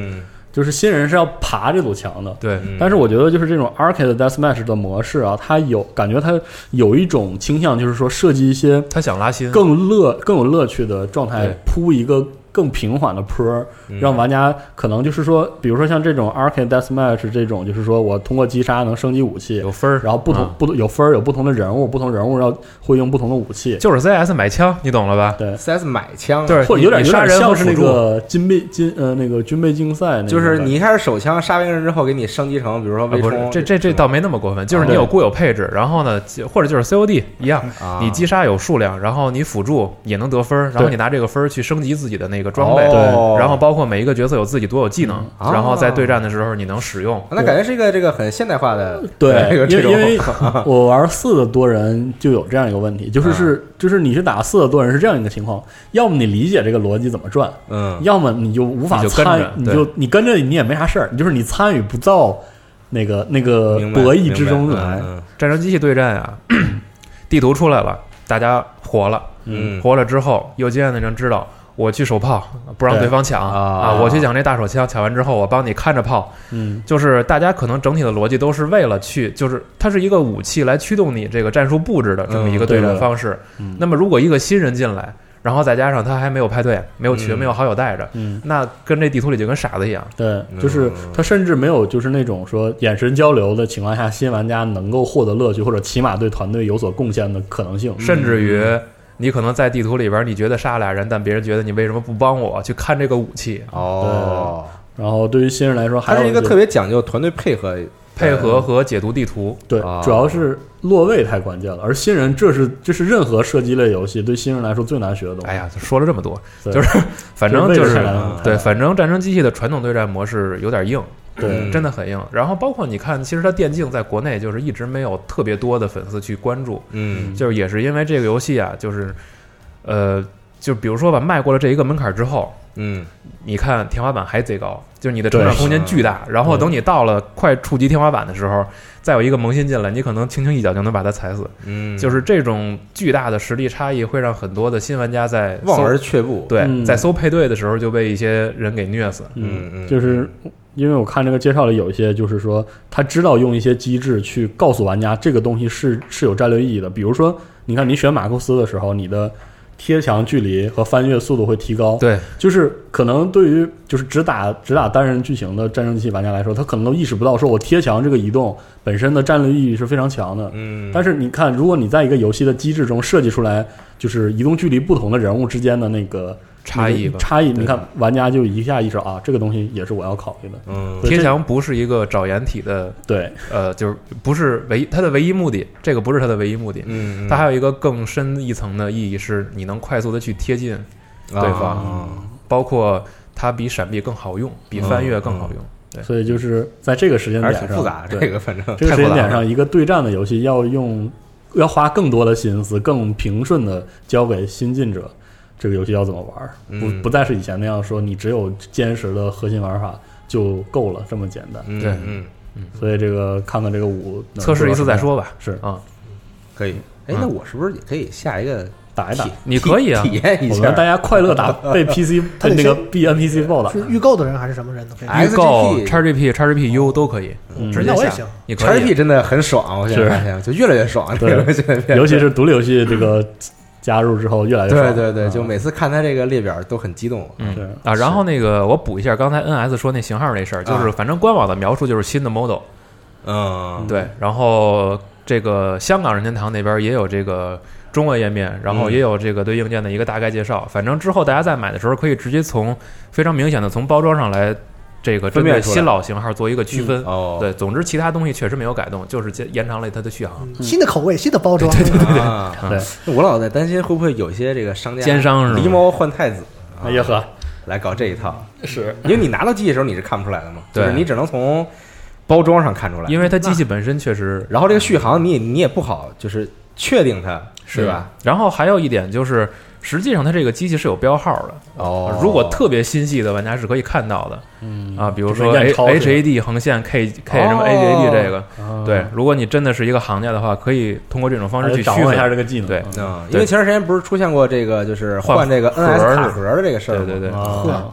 [SPEAKER 5] 就是新人是要爬这堵墙的。
[SPEAKER 3] 对，
[SPEAKER 2] 嗯
[SPEAKER 5] 但是我觉得，就是这种 arcade deathmatch 的模式啊，它有感觉，它有一种倾向，就是说设计一些
[SPEAKER 3] 他想拉新，
[SPEAKER 5] 更乐、更有乐趣的状态
[SPEAKER 3] 对，
[SPEAKER 5] 铺一个更平缓的坡儿，
[SPEAKER 2] 嗯
[SPEAKER 5] 让玩家可能就是说，比如说像这种 arcade deathmatch 这种，就是说我通过击杀能升级武器，
[SPEAKER 3] 有分儿，
[SPEAKER 5] 然后不同
[SPEAKER 3] 啊
[SPEAKER 5] 不同有分儿，有不同的人物，不同人物要会用不同的武器，
[SPEAKER 3] 就是 CS 买枪，你懂了吧？
[SPEAKER 5] 对，
[SPEAKER 2] CS 买枪，啊
[SPEAKER 3] 对
[SPEAKER 5] 或者有点
[SPEAKER 3] 你
[SPEAKER 5] 有
[SPEAKER 3] 杀
[SPEAKER 5] 点
[SPEAKER 3] 人
[SPEAKER 5] 像
[SPEAKER 3] 和
[SPEAKER 5] 是
[SPEAKER 3] 辅
[SPEAKER 5] 那
[SPEAKER 3] 助啊
[SPEAKER 5] 个金杯金呃那个军备竞赛那种感觉，
[SPEAKER 2] 就是你一开始手枪杀完人之后，给你升级成，比如说
[SPEAKER 3] 啊，
[SPEAKER 2] 微
[SPEAKER 3] 不是
[SPEAKER 2] 冲，，
[SPEAKER 3] 这这这倒没那么过分，
[SPEAKER 5] 啊
[SPEAKER 3] 就是你有固有配置，然后呢，就或者就是 COD 一样，
[SPEAKER 2] 啊
[SPEAKER 3] 你击杀有数量，然后你辅助也能得分儿，然后
[SPEAKER 5] 对
[SPEAKER 3] 你拿这个分儿去升级自己的那个装备，
[SPEAKER 2] 哦
[SPEAKER 3] 然后包括每一个角色有自己独有技能，
[SPEAKER 2] 嗯
[SPEAKER 3] 然后在
[SPEAKER 5] 啊
[SPEAKER 2] 哦
[SPEAKER 3] 对战的时候你能使用。
[SPEAKER 2] 那感觉是一个这个很现代化的这
[SPEAKER 5] 对
[SPEAKER 2] 个，
[SPEAKER 5] 因
[SPEAKER 2] 这
[SPEAKER 5] 为
[SPEAKER 2] 种
[SPEAKER 5] 因为我玩四的多人就有这样一个问题，就是是就是你是打四的多人是这样一个情况，要么你理解这个逻辑怎么转，
[SPEAKER 2] [laughs] 嗯
[SPEAKER 5] 要么你就无法
[SPEAKER 3] 你就跟
[SPEAKER 5] 参
[SPEAKER 3] 着，
[SPEAKER 5] 你
[SPEAKER 3] 对
[SPEAKER 5] 就你跟着你也没啥事儿，你就是你参与不到那个那个
[SPEAKER 2] 明白
[SPEAKER 5] 博弈之中
[SPEAKER 2] 明白
[SPEAKER 5] 来，
[SPEAKER 2] 嗯
[SPEAKER 3] 战争机器对战啊，地图出来了，大家活了，
[SPEAKER 2] 嗯
[SPEAKER 3] 活了之后，有经验的人知道。我去手炮，不让
[SPEAKER 5] 对
[SPEAKER 3] 对方抢
[SPEAKER 2] 啊
[SPEAKER 3] 啊！我去抢这大手枪，抢完之后我帮你看着炮，
[SPEAKER 5] 嗯，
[SPEAKER 3] 就是大家可能整体的逻辑都是为了去，就是它是一个武器来驱动你这个战术布置的这么一个对战方式。
[SPEAKER 5] 嗯对的嗯
[SPEAKER 3] 那么如果一个新人进来，然后再加上他还没有派对、没有群、
[SPEAKER 2] 嗯
[SPEAKER 3] 没有好友带着，
[SPEAKER 5] 嗯。
[SPEAKER 3] 那跟这地图里就跟傻子一样。
[SPEAKER 5] 对，就是
[SPEAKER 2] 嗯
[SPEAKER 5] 他甚至没有就是那种说眼神交流的情况下，新玩家能够获得乐趣，或者起码对团队有所贡献的可能性。
[SPEAKER 3] 甚至于你可能在地图里边，你觉得杀俩人，但别人觉得你为什么不帮我去看这个武器？
[SPEAKER 2] 哦，
[SPEAKER 5] 然后对于新人来说，
[SPEAKER 2] 它
[SPEAKER 5] 还有
[SPEAKER 2] 是一个
[SPEAKER 5] 就
[SPEAKER 2] 特别讲究团队配合，
[SPEAKER 3] 配合和解读地图，
[SPEAKER 5] 对
[SPEAKER 2] 啊，
[SPEAKER 5] 主要是落位太关键了。而新人，这是这是任何射击类游戏对新人来说最难学的东西。
[SPEAKER 3] 哎呀，说了这么多，
[SPEAKER 5] 对
[SPEAKER 3] 就是反正
[SPEAKER 5] 位
[SPEAKER 3] 就
[SPEAKER 5] 置
[SPEAKER 3] 是
[SPEAKER 2] 嗯
[SPEAKER 5] 太难了
[SPEAKER 3] 对，反正战争机器的传统对战模式有点硬，
[SPEAKER 2] 嗯
[SPEAKER 5] 对，
[SPEAKER 3] 真的很硬。然后包括你看，其实它电竞在国内就是一直没有特别多的粉丝去关注，
[SPEAKER 2] 嗯
[SPEAKER 3] 就是也是因为这个游戏啊，就是呃，就比如说吧，迈过了这一个门槛之后，
[SPEAKER 2] 嗯
[SPEAKER 3] 你看天花板还贼高，就是你的成长
[SPEAKER 5] 对
[SPEAKER 3] 空间巨大。然后等你到了快触及天花板的时候，再有一个萌新进来，你可能轻轻一脚就能把它踩死。
[SPEAKER 2] 嗯，
[SPEAKER 3] 就是这种巨大的实力差异，会让很多的新玩家在
[SPEAKER 2] 望
[SPEAKER 3] 搜
[SPEAKER 2] 而却步。，
[SPEAKER 3] 对、
[SPEAKER 5] 嗯
[SPEAKER 3] 在搜配对的时候就被一些人给虐死。
[SPEAKER 2] 嗯嗯
[SPEAKER 5] 就是因为我看这个介绍里有一些，就是说他知道用一些机制去告诉玩家这个东西是是有战略意义的。比如说，你看你选马库斯的时候，你的贴墙距离和翻越速度会提高，
[SPEAKER 3] 对，
[SPEAKER 5] 就是可能对于就是只打只打单人剧情的战争机器玩家来说，他可能都意识不到，说我贴墙这个移动本身的战略意义是非常强的。
[SPEAKER 2] 嗯，
[SPEAKER 5] 但是你看，如果你在一个游戏的机制中设计出来，就是移动距离不同的人物之间的那个
[SPEAKER 3] 差异
[SPEAKER 5] 那个
[SPEAKER 3] 吧
[SPEAKER 5] 差异，
[SPEAKER 3] 对
[SPEAKER 5] 你看玩家就一下意识到啊，这个东西也是我要考虑的。
[SPEAKER 2] 嗯
[SPEAKER 5] 对
[SPEAKER 3] 贴
[SPEAKER 5] 这
[SPEAKER 3] 墙不是一个找掩体的，
[SPEAKER 5] 对，
[SPEAKER 3] 呃，就是不是唯它的唯一目的，这个不是它的唯一目的。
[SPEAKER 2] 嗯，
[SPEAKER 3] 它还有一个更深一层的意义是，你能快速的去贴近，
[SPEAKER 2] 啊
[SPEAKER 3] 对方包括它比闪避更好用，比翻越更好用。
[SPEAKER 5] 嗯
[SPEAKER 3] 对
[SPEAKER 5] 所以就是在这个时间
[SPEAKER 2] 还是
[SPEAKER 5] 点上，
[SPEAKER 2] 挺复杂的
[SPEAKER 5] 对
[SPEAKER 2] 这个，反正
[SPEAKER 5] 这个
[SPEAKER 2] 太
[SPEAKER 5] 时
[SPEAKER 2] 复
[SPEAKER 5] 间
[SPEAKER 2] 杂
[SPEAKER 5] 点
[SPEAKER 2] 了
[SPEAKER 5] 上，一个对战的游戏要用要花更多的心思，更平顺的交给新进者。这个游戏要怎么玩儿？不
[SPEAKER 2] 嗯
[SPEAKER 5] 不再是以前那样说，你只有坚实的核心玩法就够了，这么简单。
[SPEAKER 2] 嗯
[SPEAKER 3] 对
[SPEAKER 2] 嗯，
[SPEAKER 5] 所以这个看看这个五能
[SPEAKER 3] 测试一次再说
[SPEAKER 5] 做
[SPEAKER 3] 吧。
[SPEAKER 5] 是
[SPEAKER 3] 啊，
[SPEAKER 2] 可以。哎，那我是不是也可以下一个
[SPEAKER 5] 到什么样，打一打
[SPEAKER 2] 体。
[SPEAKER 3] 你可以啊
[SPEAKER 2] 体体验一
[SPEAKER 5] 我
[SPEAKER 2] 下
[SPEAKER 5] 们大家快乐打被 PC
[SPEAKER 4] 他
[SPEAKER 5] 被
[SPEAKER 4] 得
[SPEAKER 5] 那个
[SPEAKER 4] 先
[SPEAKER 5] B NPC 暴打
[SPEAKER 4] 是，预购的人还是什哦么人都可以？
[SPEAKER 2] 哎
[SPEAKER 3] 预购、
[SPEAKER 2] XGP
[SPEAKER 3] XGP、XGPU 都可以，
[SPEAKER 5] 嗯
[SPEAKER 3] 直接
[SPEAKER 4] 那我也
[SPEAKER 3] 下
[SPEAKER 4] 行。
[SPEAKER 3] 你可以啊
[SPEAKER 2] XRP 真的很爽，我现在
[SPEAKER 5] 是
[SPEAKER 2] 发现就越 [laughs] 来越爽，这
[SPEAKER 5] 对
[SPEAKER 2] 个现在变
[SPEAKER 5] [laughs] 尤其是独立游戏这个加入之后越来越
[SPEAKER 2] 对
[SPEAKER 5] 爽
[SPEAKER 2] 对对，
[SPEAKER 5] 啊
[SPEAKER 2] 就每次看他这个列表都很激动。
[SPEAKER 3] 嗯
[SPEAKER 5] 对
[SPEAKER 3] 啊，然后那个我补一下刚才 NS 说那型号那事儿，就是
[SPEAKER 2] 啊
[SPEAKER 3] 反正官网的描述就是新的 model，
[SPEAKER 2] 嗯，
[SPEAKER 3] 对，然后这个香港任天堂那边也有这个中文页面，然后
[SPEAKER 2] 嗯
[SPEAKER 3] 也有这个对硬件的一个大概介绍。反正之后大家在买的时候，可以直接从非常明显的从包装上来这个针
[SPEAKER 2] 分辨
[SPEAKER 3] 对
[SPEAKER 2] 出来
[SPEAKER 3] 新老型号做一个区分。
[SPEAKER 2] 哦，
[SPEAKER 3] 对，总之其他东西确实没有改动，就是接延长了它的续航。
[SPEAKER 4] 新的口味，新的包装，
[SPEAKER 2] 啊，
[SPEAKER 3] 嗯
[SPEAKER 5] 对，
[SPEAKER 2] 那我老在担心会不会有些这个商家
[SPEAKER 3] 奸商是吧
[SPEAKER 2] 狸猫换太子，啊
[SPEAKER 5] 哎呀呵，
[SPEAKER 2] 来搞这一套，
[SPEAKER 5] 是
[SPEAKER 2] 因为你拿到机器的时候你是看不出来的嘛，
[SPEAKER 3] 对
[SPEAKER 2] 就是你只能从包装上看出来，
[SPEAKER 3] 因为它机器本身确实
[SPEAKER 2] 然后这个续航你也你也不好就是确定它是吧？？
[SPEAKER 3] 然后还有一点就是，实际上它这个机器是有标号的。
[SPEAKER 2] 哦
[SPEAKER 3] 如果特别心细的玩家是可以看到的，嗯啊，比如说
[SPEAKER 5] 就跟
[SPEAKER 3] H
[SPEAKER 5] 验钞
[SPEAKER 3] H A D 横线 K K 什么
[SPEAKER 2] 哦
[SPEAKER 3] A J D 这个，
[SPEAKER 5] 嗯
[SPEAKER 3] 对，如果你真的是一个行家的话，可以通过这种方啊式去
[SPEAKER 5] 掌
[SPEAKER 3] 区
[SPEAKER 5] 握一下
[SPEAKER 3] 分。
[SPEAKER 5] 这个技能，
[SPEAKER 3] 对
[SPEAKER 5] 嗯
[SPEAKER 2] 嗯，因
[SPEAKER 3] 对
[SPEAKER 2] 为前段时间不是出现过这个就是
[SPEAKER 3] 换
[SPEAKER 2] 换这个
[SPEAKER 3] 盒儿
[SPEAKER 2] NS 卡
[SPEAKER 3] 是
[SPEAKER 2] 盒儿的这个事儿
[SPEAKER 3] 对
[SPEAKER 2] 吗？嗯
[SPEAKER 3] 对对，
[SPEAKER 5] 啊，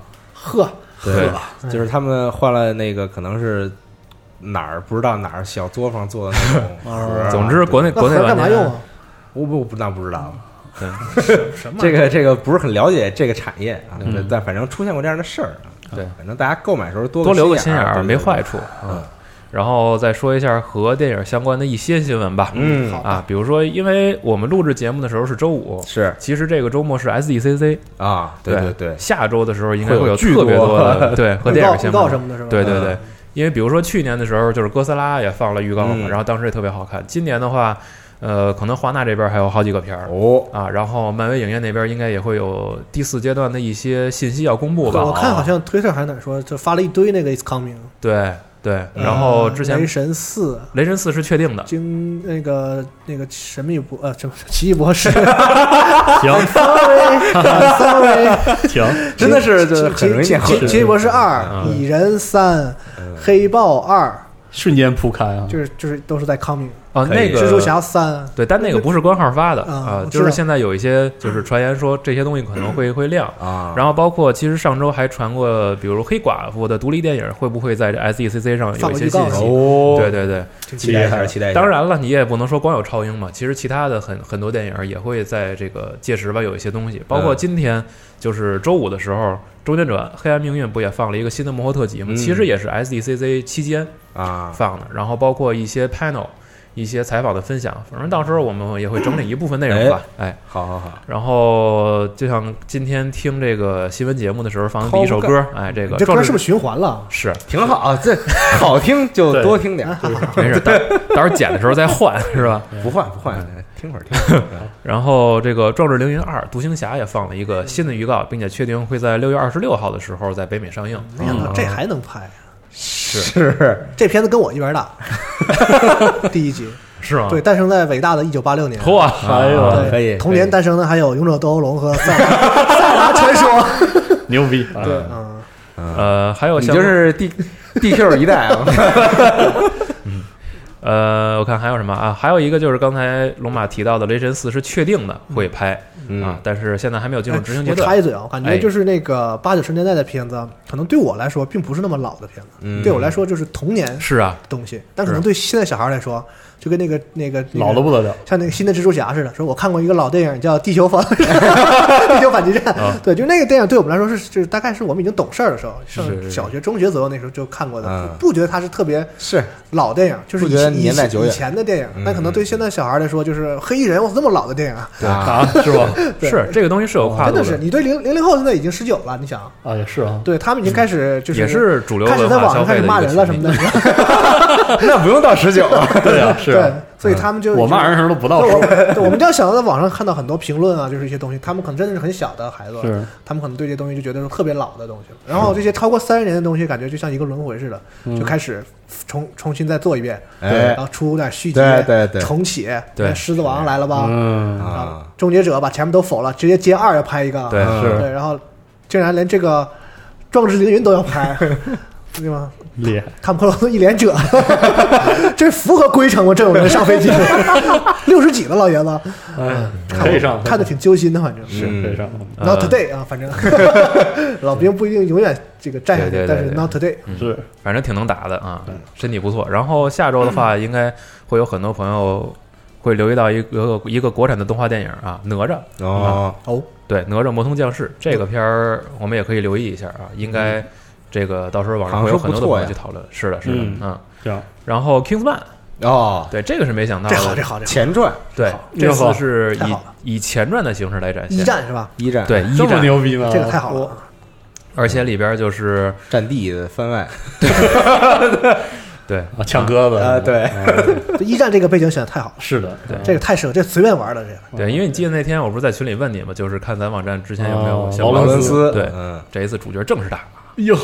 [SPEAKER 4] 呵，
[SPEAKER 3] 对
[SPEAKER 2] 就是他们换了那个可能是哪儿不知道哪儿小作坊做的那
[SPEAKER 3] [laughs]
[SPEAKER 2] 种盒儿啊，
[SPEAKER 3] 总之国内
[SPEAKER 4] 那
[SPEAKER 3] 国内
[SPEAKER 4] 盒儿
[SPEAKER 3] 玩
[SPEAKER 4] 干
[SPEAKER 3] 家
[SPEAKER 4] 嘛用啊？
[SPEAKER 2] 我不我不那不知道。
[SPEAKER 3] 对
[SPEAKER 4] 什么
[SPEAKER 2] [laughs] 这
[SPEAKER 4] 玩意儿
[SPEAKER 2] 个这个不是很了解这个产业啊，
[SPEAKER 5] 嗯
[SPEAKER 2] 但但反正出现过这样的事儿啊。
[SPEAKER 3] 对，
[SPEAKER 2] 反正大家购买时候多
[SPEAKER 3] 多留个
[SPEAKER 2] 心
[SPEAKER 3] 心眼儿
[SPEAKER 2] 儿，
[SPEAKER 3] 没坏
[SPEAKER 2] 处。
[SPEAKER 3] 处。
[SPEAKER 2] 嗯
[SPEAKER 3] 然后再说一下和电影相关的一些新闻吧。
[SPEAKER 2] 嗯
[SPEAKER 4] 好
[SPEAKER 3] 啊，比如说，因为我们录制节目的时候是周五，
[SPEAKER 2] 是
[SPEAKER 3] 其实这个周末是 SDCC，
[SPEAKER 2] 啊，对
[SPEAKER 3] 对
[SPEAKER 2] 对，
[SPEAKER 3] 下周的时候应该
[SPEAKER 2] 会
[SPEAKER 3] 会
[SPEAKER 2] 有
[SPEAKER 3] 有
[SPEAKER 2] 巨
[SPEAKER 3] 特别
[SPEAKER 2] 多
[SPEAKER 3] 多的对和
[SPEAKER 4] 预
[SPEAKER 3] 电影
[SPEAKER 4] 告
[SPEAKER 3] 相
[SPEAKER 4] 预告
[SPEAKER 3] 关
[SPEAKER 4] 什么的，是吧？
[SPEAKER 3] 对对
[SPEAKER 2] 嗯
[SPEAKER 3] 对，因为比如说去年的时候，就是哥斯拉也放了预告嘛，
[SPEAKER 2] 嗯
[SPEAKER 3] 然后当时也特别好看。今年的话，呃，可能华纳这边还有好几个片儿
[SPEAKER 2] 哦，
[SPEAKER 3] 啊，然后漫威影业那边应该也会有第四阶段的一些信息要公布
[SPEAKER 4] 我
[SPEAKER 3] 吧？
[SPEAKER 4] 看好像推特还是哪儿说，就发了一堆那个 "It's coming"。
[SPEAKER 3] 对对，
[SPEAKER 2] 嗯
[SPEAKER 3] 然后之前
[SPEAKER 4] 雷神四、
[SPEAKER 3] 雷神四是确定的，
[SPEAKER 4] 经那个那个神秘博呃，什么奇异博士
[SPEAKER 5] [laughs] 行
[SPEAKER 4] ，sorry，
[SPEAKER 5] 嗯行，
[SPEAKER 2] 真的是就是
[SPEAKER 4] 奇
[SPEAKER 2] 很容易
[SPEAKER 4] 奇
[SPEAKER 2] 念混
[SPEAKER 4] 奇。奇异博士二、蚁人三、黑豹二，
[SPEAKER 5] 瞬间铺开啊，
[SPEAKER 4] 就是就是都是在 coming。
[SPEAKER 3] 啊，
[SPEAKER 2] 可
[SPEAKER 3] 那
[SPEAKER 2] 以
[SPEAKER 3] 个
[SPEAKER 4] 蜘蛛侠三，
[SPEAKER 3] 对，但那个不是官号发的
[SPEAKER 4] 啊
[SPEAKER 3] 啊
[SPEAKER 4] 我，知
[SPEAKER 3] 就是
[SPEAKER 4] 道
[SPEAKER 3] 现在有一些就是传言说这些东西可能
[SPEAKER 2] [clears throat]
[SPEAKER 3] 会会亮。
[SPEAKER 2] 啊，
[SPEAKER 3] 然后包括，其实上周还传过，比如黑寡妇的独立电影会不会在这 SECC 上有
[SPEAKER 4] 放
[SPEAKER 3] 一
[SPEAKER 4] 个
[SPEAKER 3] 些
[SPEAKER 4] 预告
[SPEAKER 3] 信
[SPEAKER 4] 是
[SPEAKER 3] 息？
[SPEAKER 2] 哦，
[SPEAKER 3] 对，对对，
[SPEAKER 4] 挺
[SPEAKER 2] 期
[SPEAKER 4] 期
[SPEAKER 2] 待
[SPEAKER 4] 待
[SPEAKER 2] 一。下，期待一下。
[SPEAKER 3] 当，然了，你也不能说光有超英嘛，其实其他的很很多电影也会在这个届时吧有一些东西，包括
[SPEAKER 2] 嗯
[SPEAKER 3] 今天就是周五的时候，周间转黑暗命运不也放了一个新的幕后特辑嘛？
[SPEAKER 2] 嗯
[SPEAKER 3] 其实也是 SDCC 期间
[SPEAKER 2] 啊，
[SPEAKER 3] 放的，然后包括一些 panel、一些采访的分享，反正到时候我们也会整理一部分内容吧，
[SPEAKER 4] 嗯
[SPEAKER 3] 哎。
[SPEAKER 2] 好好好，
[SPEAKER 3] 然后就像今天听这个新闻节目的时候放的第一首歌，哎，这个
[SPEAKER 4] 这歌
[SPEAKER 3] 壮
[SPEAKER 4] 是
[SPEAKER 3] 志
[SPEAKER 4] 不是循环了？
[SPEAKER 3] 是
[SPEAKER 2] 挺好，啊这好听就
[SPEAKER 5] 对
[SPEAKER 2] 多听点儿，
[SPEAKER 3] [laughs] 没事，到到时候剪的时候再换是吧？
[SPEAKER 2] 不换不换，
[SPEAKER 3] 嗯
[SPEAKER 2] 听会儿听
[SPEAKER 3] [laughs]
[SPEAKER 2] 会儿。
[SPEAKER 3] 然后这个《壮志凌云二》《独行侠》也放了一个新的
[SPEAKER 4] 哎
[SPEAKER 3] 预告，并且确定会在六月二十六号的时候在北美上映。
[SPEAKER 4] 没想到
[SPEAKER 3] 嗯
[SPEAKER 4] 这还能拍，啊
[SPEAKER 3] 是
[SPEAKER 2] 是
[SPEAKER 4] 这片子跟我一边大，第一集
[SPEAKER 3] 是吗？
[SPEAKER 4] 对，诞生在伟大的1986年。
[SPEAKER 3] 啊嚯，
[SPEAKER 5] 哎呦
[SPEAKER 2] 啊
[SPEAKER 4] 对
[SPEAKER 2] 可以
[SPEAKER 4] 同年诞生的还有《勇者斗恶龙》和《塞尔塞尔达传说》。
[SPEAKER 5] 牛逼！
[SPEAKER 2] 对
[SPEAKER 5] 哎
[SPEAKER 4] 嗯，
[SPEAKER 3] 呃，还有
[SPEAKER 2] 你
[SPEAKER 3] 像
[SPEAKER 2] 就是地 DQ 一代啊，
[SPEAKER 3] [laughs] 呃，我看还有什么啊？还有一个就是刚才龙马提到的《雷神四》是确定的会拍啊
[SPEAKER 2] 嗯，
[SPEAKER 3] 但是现在还没有进入执行阶
[SPEAKER 4] 我插
[SPEAKER 3] 段。
[SPEAKER 4] 一嘴啊，我感觉就是那个八九十年代的片子，啊可能对我来说并不是那么老的片子，
[SPEAKER 2] 嗯
[SPEAKER 4] 对我来说就是童年
[SPEAKER 3] 是啊，
[SPEAKER 4] 东西，但可能对现在小孩来说，就跟那个那个
[SPEAKER 5] 老
[SPEAKER 4] 那
[SPEAKER 5] 的。
[SPEAKER 4] 个
[SPEAKER 5] 不得了，
[SPEAKER 4] 像那个新的蜘蛛侠似的，说我看过一个老电影叫《地球防 [laughs] 地球反击战》，
[SPEAKER 3] 啊
[SPEAKER 4] 对，就那个电影对我们来说是，就是大概是我们已经懂事儿的时候，上
[SPEAKER 3] 是是啊
[SPEAKER 4] 小学、中学左右那时候就看过的，
[SPEAKER 2] 嗯
[SPEAKER 4] 不不觉得它是特别
[SPEAKER 2] 是
[SPEAKER 4] 老电影，就是
[SPEAKER 2] 不
[SPEAKER 4] 以
[SPEAKER 2] 觉得
[SPEAKER 4] 前
[SPEAKER 2] 年代久远
[SPEAKER 4] 以前的电影
[SPEAKER 2] 嗯，
[SPEAKER 4] 那可能对现在小孩来说就是黑衣人，我操，这么老的电影啊，
[SPEAKER 2] 啊，
[SPEAKER 5] 啊，是吧？
[SPEAKER 4] 对
[SPEAKER 3] 是这个东西是有跨
[SPEAKER 4] 真
[SPEAKER 3] 度
[SPEAKER 4] 的是，你对零零零后现在已经十九了，你想，
[SPEAKER 5] [laughs] 啊，也是啊，
[SPEAKER 4] 对他们已经开始就是
[SPEAKER 3] 也是主流
[SPEAKER 4] 开始
[SPEAKER 3] 文
[SPEAKER 4] 在
[SPEAKER 3] 化
[SPEAKER 4] 网
[SPEAKER 3] 消
[SPEAKER 4] 上开
[SPEAKER 3] 费
[SPEAKER 4] 始
[SPEAKER 3] 的一
[SPEAKER 4] 骂
[SPEAKER 3] 个
[SPEAKER 4] 人了
[SPEAKER 3] 群
[SPEAKER 4] 什
[SPEAKER 3] 体
[SPEAKER 4] 么的，
[SPEAKER 2] 那不用到十九了，
[SPEAKER 5] [laughs] 对啊，是
[SPEAKER 4] 对
[SPEAKER 5] 啊。，
[SPEAKER 4] 所以
[SPEAKER 3] 嗯
[SPEAKER 4] 他们就
[SPEAKER 5] 我骂人的时候都不到
[SPEAKER 4] 对
[SPEAKER 5] 手
[SPEAKER 4] 我， [laughs] 对我们就想到在网上看到很多评论啊，就是一些东西，他们可能真的是很小的孩子，啊
[SPEAKER 5] 是
[SPEAKER 4] 他们可能对这些东西就觉得是特别老的东西了。然后这些超过三十年的东西，感觉就像一个轮回似的，
[SPEAKER 5] 嗯
[SPEAKER 4] 就开始重重新再做一遍，
[SPEAKER 2] 哎
[SPEAKER 4] 然后出点续集，
[SPEAKER 2] 对对对
[SPEAKER 4] 重启，哎
[SPEAKER 3] 对
[SPEAKER 4] 狮子王来了吧，
[SPEAKER 5] 嗯，
[SPEAKER 4] 然后
[SPEAKER 2] 啊
[SPEAKER 4] 终结者把前面都否了，直接接二要拍一个，啊
[SPEAKER 3] 对
[SPEAKER 2] 嗯
[SPEAKER 5] 是
[SPEAKER 4] 对然后竟然连这个壮志凌云都要拍， [laughs] 对吗？
[SPEAKER 5] 厉害，
[SPEAKER 4] 汤姆克鲁斯一脸褶， [laughs] 这符合规程吗？这种人上飞机， [laughs] 六十几了老爷子，
[SPEAKER 5] 哎，可以上，
[SPEAKER 4] 看的挺揪心的，反正。
[SPEAKER 5] 是
[SPEAKER 2] 嗯
[SPEAKER 5] 可以上，
[SPEAKER 4] Not
[SPEAKER 3] 呃
[SPEAKER 4] today 啊，反正老兵不一定永远这个站下
[SPEAKER 3] 对对对
[SPEAKER 4] 去，但是
[SPEAKER 3] 对
[SPEAKER 4] Not today
[SPEAKER 5] 是
[SPEAKER 3] 反正挺能打的啊，身体不错。然后下周的话，应该会有很多朋友会留意到一个一个国产的动画电影啊，《哪吒》。
[SPEAKER 2] 哦，
[SPEAKER 4] 哦，
[SPEAKER 3] 对，《哪吒魔童降世》这个片儿，我们也可以留意一下啊，应该这个到时候网上会有很多的朋友去讨论。是的，是的，
[SPEAKER 5] 嗯
[SPEAKER 3] 嗯。
[SPEAKER 5] 这样，
[SPEAKER 3] 然后 Kingsman，
[SPEAKER 2] 哦，
[SPEAKER 3] 对，这个是没想到
[SPEAKER 4] 这好这
[SPEAKER 3] 的，
[SPEAKER 4] 好这好，
[SPEAKER 2] 前传
[SPEAKER 3] 对
[SPEAKER 5] 好，
[SPEAKER 3] 这
[SPEAKER 5] 这
[SPEAKER 3] 次
[SPEAKER 5] 好
[SPEAKER 3] 是
[SPEAKER 4] 太好了
[SPEAKER 3] 以以前传的形式来展
[SPEAKER 4] 一
[SPEAKER 3] 现，
[SPEAKER 4] 战是吧？
[SPEAKER 2] 一战，
[SPEAKER 3] 对，一
[SPEAKER 5] 这么
[SPEAKER 3] 战，
[SPEAKER 5] 牛逼呢？
[SPEAKER 4] 这个太好
[SPEAKER 5] 嗯
[SPEAKER 4] 了，啊
[SPEAKER 3] 而且里边就是
[SPEAKER 2] 战地的番外，
[SPEAKER 3] 对
[SPEAKER 5] 啊，抢鸽子
[SPEAKER 2] 啊对
[SPEAKER 5] 啊对
[SPEAKER 4] 这一战这个背景选的太好了，
[SPEAKER 5] 是的，
[SPEAKER 3] 对
[SPEAKER 4] 这个太适合，这随便玩的这个。
[SPEAKER 3] 对，因为你记得那天我不是在群里问你吗？就是看咱网站之前有没有
[SPEAKER 5] 哦
[SPEAKER 3] 相
[SPEAKER 5] 劳
[SPEAKER 3] 关
[SPEAKER 2] 劳
[SPEAKER 3] 的
[SPEAKER 2] 伦斯，
[SPEAKER 3] 对
[SPEAKER 2] 嗯
[SPEAKER 3] 这一次主角正是他
[SPEAKER 5] 哟，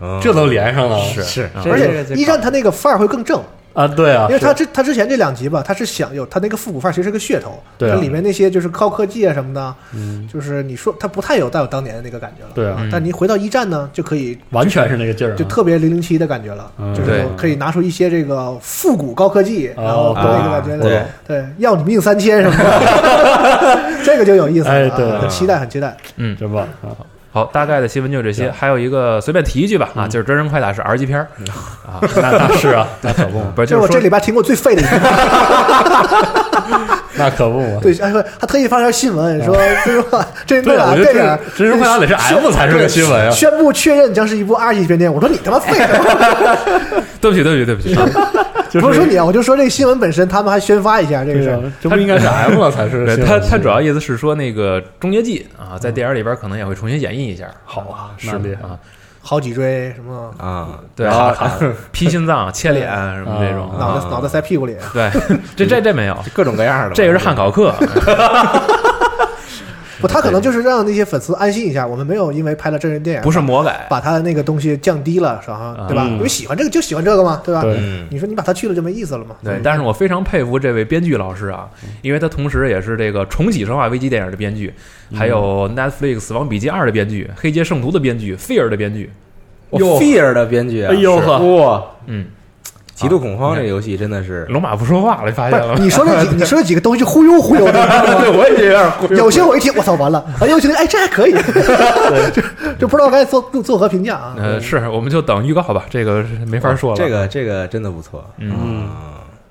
[SPEAKER 2] 嗯，
[SPEAKER 5] 这都连上了，
[SPEAKER 3] 是
[SPEAKER 2] 是
[SPEAKER 3] 啊
[SPEAKER 4] 而且一战他那个范儿会更正，
[SPEAKER 5] 啊，对啊，
[SPEAKER 4] 因为他之他之前这两集吧，他是想有他那个复古范儿，其实是个噱头，
[SPEAKER 5] 对啊
[SPEAKER 4] 它里面那些就是高科技啊什么的，就是你说他不太有带有当年的那个感觉了。
[SPEAKER 5] 对啊
[SPEAKER 3] 嗯
[SPEAKER 4] 但你回到一战呢，就可以
[SPEAKER 5] 完全是那个劲儿啊，
[SPEAKER 4] 就特别零零七的感觉了，
[SPEAKER 5] 嗯
[SPEAKER 4] 就是
[SPEAKER 3] 对
[SPEAKER 4] 可以拿出一些这个复古高科技，
[SPEAKER 5] 哦
[SPEAKER 4] 然后
[SPEAKER 5] 啊
[SPEAKER 4] 那个感觉
[SPEAKER 2] 对
[SPEAKER 4] 来，对，要你命三千什么的， [laughs] 这个就有意思
[SPEAKER 5] 哎
[SPEAKER 4] 了
[SPEAKER 5] 对
[SPEAKER 4] 啊，很期待，很期待。
[SPEAKER 3] 嗯，
[SPEAKER 5] 真棒啊！
[SPEAKER 3] 好，大概的新闻就这些，
[SPEAKER 5] 对
[SPEAKER 3] 还有一个随便提一句吧啊，就是《真人快打》是 R 级片儿啊，
[SPEAKER 5] 那那是啊，那可不嘛，
[SPEAKER 3] 不是
[SPEAKER 4] 这是
[SPEAKER 3] 就
[SPEAKER 4] 我
[SPEAKER 3] 是
[SPEAKER 4] 这
[SPEAKER 3] 说
[SPEAKER 4] 礼拜听过最废的一个， [laughs]
[SPEAKER 5] 那可不嘛。
[SPEAKER 4] 对，他说他特意发条新闻说，就是
[SPEAKER 5] [laughs]
[SPEAKER 4] 说这
[SPEAKER 5] 哦对
[SPEAKER 4] 那
[SPEAKER 5] 啊，我
[SPEAKER 4] 俩
[SPEAKER 5] 觉得
[SPEAKER 4] 电
[SPEAKER 5] 真
[SPEAKER 4] 影
[SPEAKER 5] 是。真人快打得是 M 才是个新闻啊！
[SPEAKER 4] 宣布确认将是一部 R 级片电影，我说你他妈废了！
[SPEAKER 3] 对不起，对不起，对不起，啊
[SPEAKER 5] [laughs] 就是
[SPEAKER 4] 不是说你啊，我就说这个新闻本身，他们还宣发一下这个
[SPEAKER 5] 对
[SPEAKER 4] 事
[SPEAKER 5] 啊
[SPEAKER 4] 儿。，
[SPEAKER 5] 这不应该是 M 了才是个
[SPEAKER 3] 对
[SPEAKER 5] 新
[SPEAKER 3] 他
[SPEAKER 5] 闻。
[SPEAKER 3] 他主要意思是说那个终结技啊，在电影里边可能也会重新演绎一下，
[SPEAKER 5] 好啊，
[SPEAKER 3] 是
[SPEAKER 5] 那厉害，
[SPEAKER 3] 啊，
[SPEAKER 4] 好脊椎什么，
[SPEAKER 2] 啊，
[SPEAKER 3] 对
[SPEAKER 5] 啊
[SPEAKER 3] 啊，劈心脏、切脸什么这种，啊
[SPEAKER 4] 脑袋脑袋塞屁股里，
[SPEAKER 3] [laughs] 对，这这这没有，
[SPEAKER 2] 各种各样的，
[SPEAKER 3] 这个是汉考 [laughs] 克，
[SPEAKER 4] 不，他可能就是让那些粉丝安心一下，我们没有因为拍了真人电影
[SPEAKER 3] 不是魔 [laughs] 改，
[SPEAKER 4] 把他的那个东西降低了，是吧？对吧？
[SPEAKER 5] 嗯
[SPEAKER 4] 因为喜欢这个就喜欢这个嘛，对吧？
[SPEAKER 5] 对
[SPEAKER 2] 嗯，
[SPEAKER 4] 你说你把他去了就没意思了嘛？
[SPEAKER 3] 对，但是我非常佩服这位编剧老师啊，因为他同时也是这个重启《生化危机》电影的编剧，还有 Netflix《死亡笔记二》的编剧，《黑街圣徒》的编剧，《Fear》的编剧，
[SPEAKER 2] 我
[SPEAKER 5] 哟
[SPEAKER 2] Fear 的编剧啊，
[SPEAKER 5] 哎呦
[SPEAKER 2] 是
[SPEAKER 5] 呵
[SPEAKER 2] 哇，
[SPEAKER 3] 嗯，
[SPEAKER 2] 极度恐慌这游戏真的是，
[SPEAKER 3] 龙马不说话了，你发
[SPEAKER 4] 不
[SPEAKER 3] 现
[SPEAKER 4] 是
[SPEAKER 3] 了吗？ [laughs]
[SPEAKER 4] 你说那几你说那几个东西忽悠忽悠的，你知道吗
[SPEAKER 2] 我也有点过
[SPEAKER 4] 有些我一听我操完了，哎呦我觉得哎这还可以，就 [laughs] 就不知道该做做何评价啊。
[SPEAKER 3] 呃，是，我们就等预告吧，哦这个是没法说了。
[SPEAKER 2] 这，个这个真的不错，啊
[SPEAKER 3] 嗯，
[SPEAKER 5] 嗯，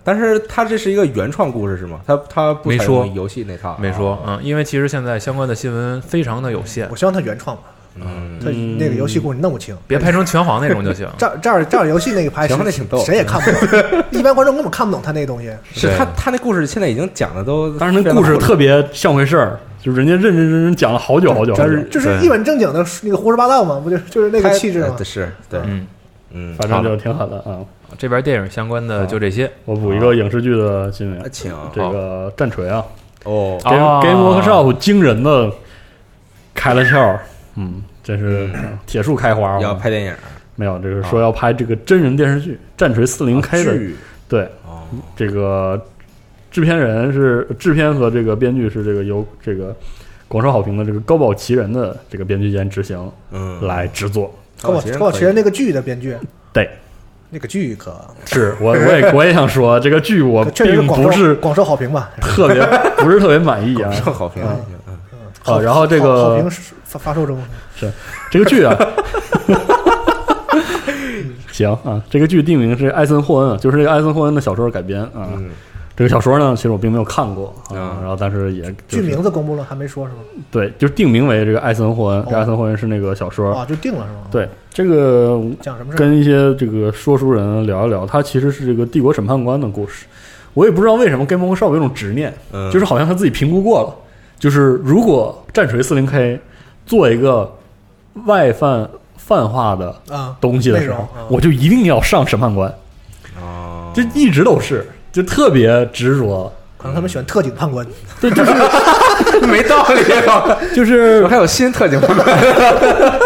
[SPEAKER 2] 但是它这是一个原创故事是吗？它它不
[SPEAKER 3] 没
[SPEAKER 2] 采
[SPEAKER 3] 说
[SPEAKER 2] 用游戏那套，啊
[SPEAKER 3] 没说，嗯，因为其实现在相关的新闻非常的有限
[SPEAKER 4] 我，希望他原创吧，
[SPEAKER 2] 嗯，
[SPEAKER 4] 他那个游戏故事弄不清。
[SPEAKER 3] 别拍成拳皇那种就行。
[SPEAKER 4] 这儿这儿这儿游戏那个拍，
[SPEAKER 2] 行那挺逗
[SPEAKER 4] 谁也看不懂，一般观众根本看不懂他那个东西。
[SPEAKER 2] 是
[SPEAKER 3] 对
[SPEAKER 2] 他他那故事现在已经讲的都，
[SPEAKER 5] 但是那故事特别像回事儿，就人家认认真真讲了好久好久，好久
[SPEAKER 2] 真是
[SPEAKER 4] 就是一本正经的那个胡说八道嘛，不就是就是那
[SPEAKER 2] 那
[SPEAKER 4] 个气质嘛。
[SPEAKER 2] 是呃对，
[SPEAKER 3] 嗯，
[SPEAKER 2] 嗯，
[SPEAKER 5] 反正就挺狠的啊。
[SPEAKER 3] 这边电影相关的就这些。
[SPEAKER 5] 我补一个影视剧的新闻，
[SPEAKER 2] 请
[SPEAKER 5] 这个战锤啊
[SPEAKER 2] 哦，
[SPEAKER 3] 啊
[SPEAKER 5] ，Game Game Workshop 惊人的开了窍，嗯，真是铁树开花
[SPEAKER 2] 要
[SPEAKER 5] 了。
[SPEAKER 2] 拍电影
[SPEAKER 5] 没有，这是
[SPEAKER 2] 啊
[SPEAKER 5] 说要拍这个真人电视剧《战锤四
[SPEAKER 4] 啊
[SPEAKER 5] 零 K》的，
[SPEAKER 2] 剧
[SPEAKER 5] 对，
[SPEAKER 2] 哦，
[SPEAKER 5] 这个制片人是制片和这个编剧是这个由这个广受好评的这个高保奇人的这个编剧兼执行
[SPEAKER 2] 嗯，
[SPEAKER 5] 来制作。
[SPEAKER 4] 高宝高宝奇人那个剧的编剧，
[SPEAKER 5] 对，
[SPEAKER 4] 那个剧可
[SPEAKER 5] 是我我
[SPEAKER 4] [laughs]
[SPEAKER 5] 也我也想说，这个剧我
[SPEAKER 4] 可确实
[SPEAKER 5] 哦并
[SPEAKER 4] 广
[SPEAKER 5] 不
[SPEAKER 4] 受
[SPEAKER 5] 是
[SPEAKER 4] 广受好评
[SPEAKER 5] [laughs]
[SPEAKER 4] 吧？
[SPEAKER 5] 特别不是特别满意啊。
[SPEAKER 2] 上好评，
[SPEAKER 5] 啊
[SPEAKER 2] 嗯
[SPEAKER 5] 啊，然后这
[SPEAKER 4] 好好评
[SPEAKER 5] 个
[SPEAKER 4] 是发发售中，
[SPEAKER 5] 这个剧啊， [laughs] 行啊，这个剧定名是艾森霍恩，啊就是这个艾森霍恩的小说改编啊。
[SPEAKER 2] 嗯
[SPEAKER 5] 这个小说呢，其实我并没有看过啊
[SPEAKER 2] 啊，
[SPEAKER 5] 然后但是也就
[SPEAKER 4] 剧
[SPEAKER 5] 是嗯
[SPEAKER 4] 名字公布了还没说是吗？
[SPEAKER 5] 对，就是定名为这个艾森霍恩，这个
[SPEAKER 4] 哦
[SPEAKER 5] 艾森霍恩是那个小说。
[SPEAKER 4] 啊，就定了是吗？，
[SPEAKER 5] 对，这个
[SPEAKER 4] 讲什么事儿？
[SPEAKER 5] 跟一些这个说书人聊一聊，他其实是这个帝国审判官的故事。我也不知道为什么跟蒙少有一种执念，
[SPEAKER 2] 嗯，
[SPEAKER 5] 就是好像他自己评估过了，就是如果战锤四零 K 做一个外泛泛化的
[SPEAKER 4] 啊，
[SPEAKER 5] 东西的时
[SPEAKER 4] 内
[SPEAKER 5] 候
[SPEAKER 4] 容嗯，
[SPEAKER 5] 我就一定要上审判官，
[SPEAKER 2] 哦，
[SPEAKER 5] 这一直都是，就特别执着。
[SPEAKER 4] 可能他们选特警判官，
[SPEAKER 5] 对，就是
[SPEAKER 2] 没道理啊，
[SPEAKER 5] [laughs] 就是
[SPEAKER 2] 还有新特警版本，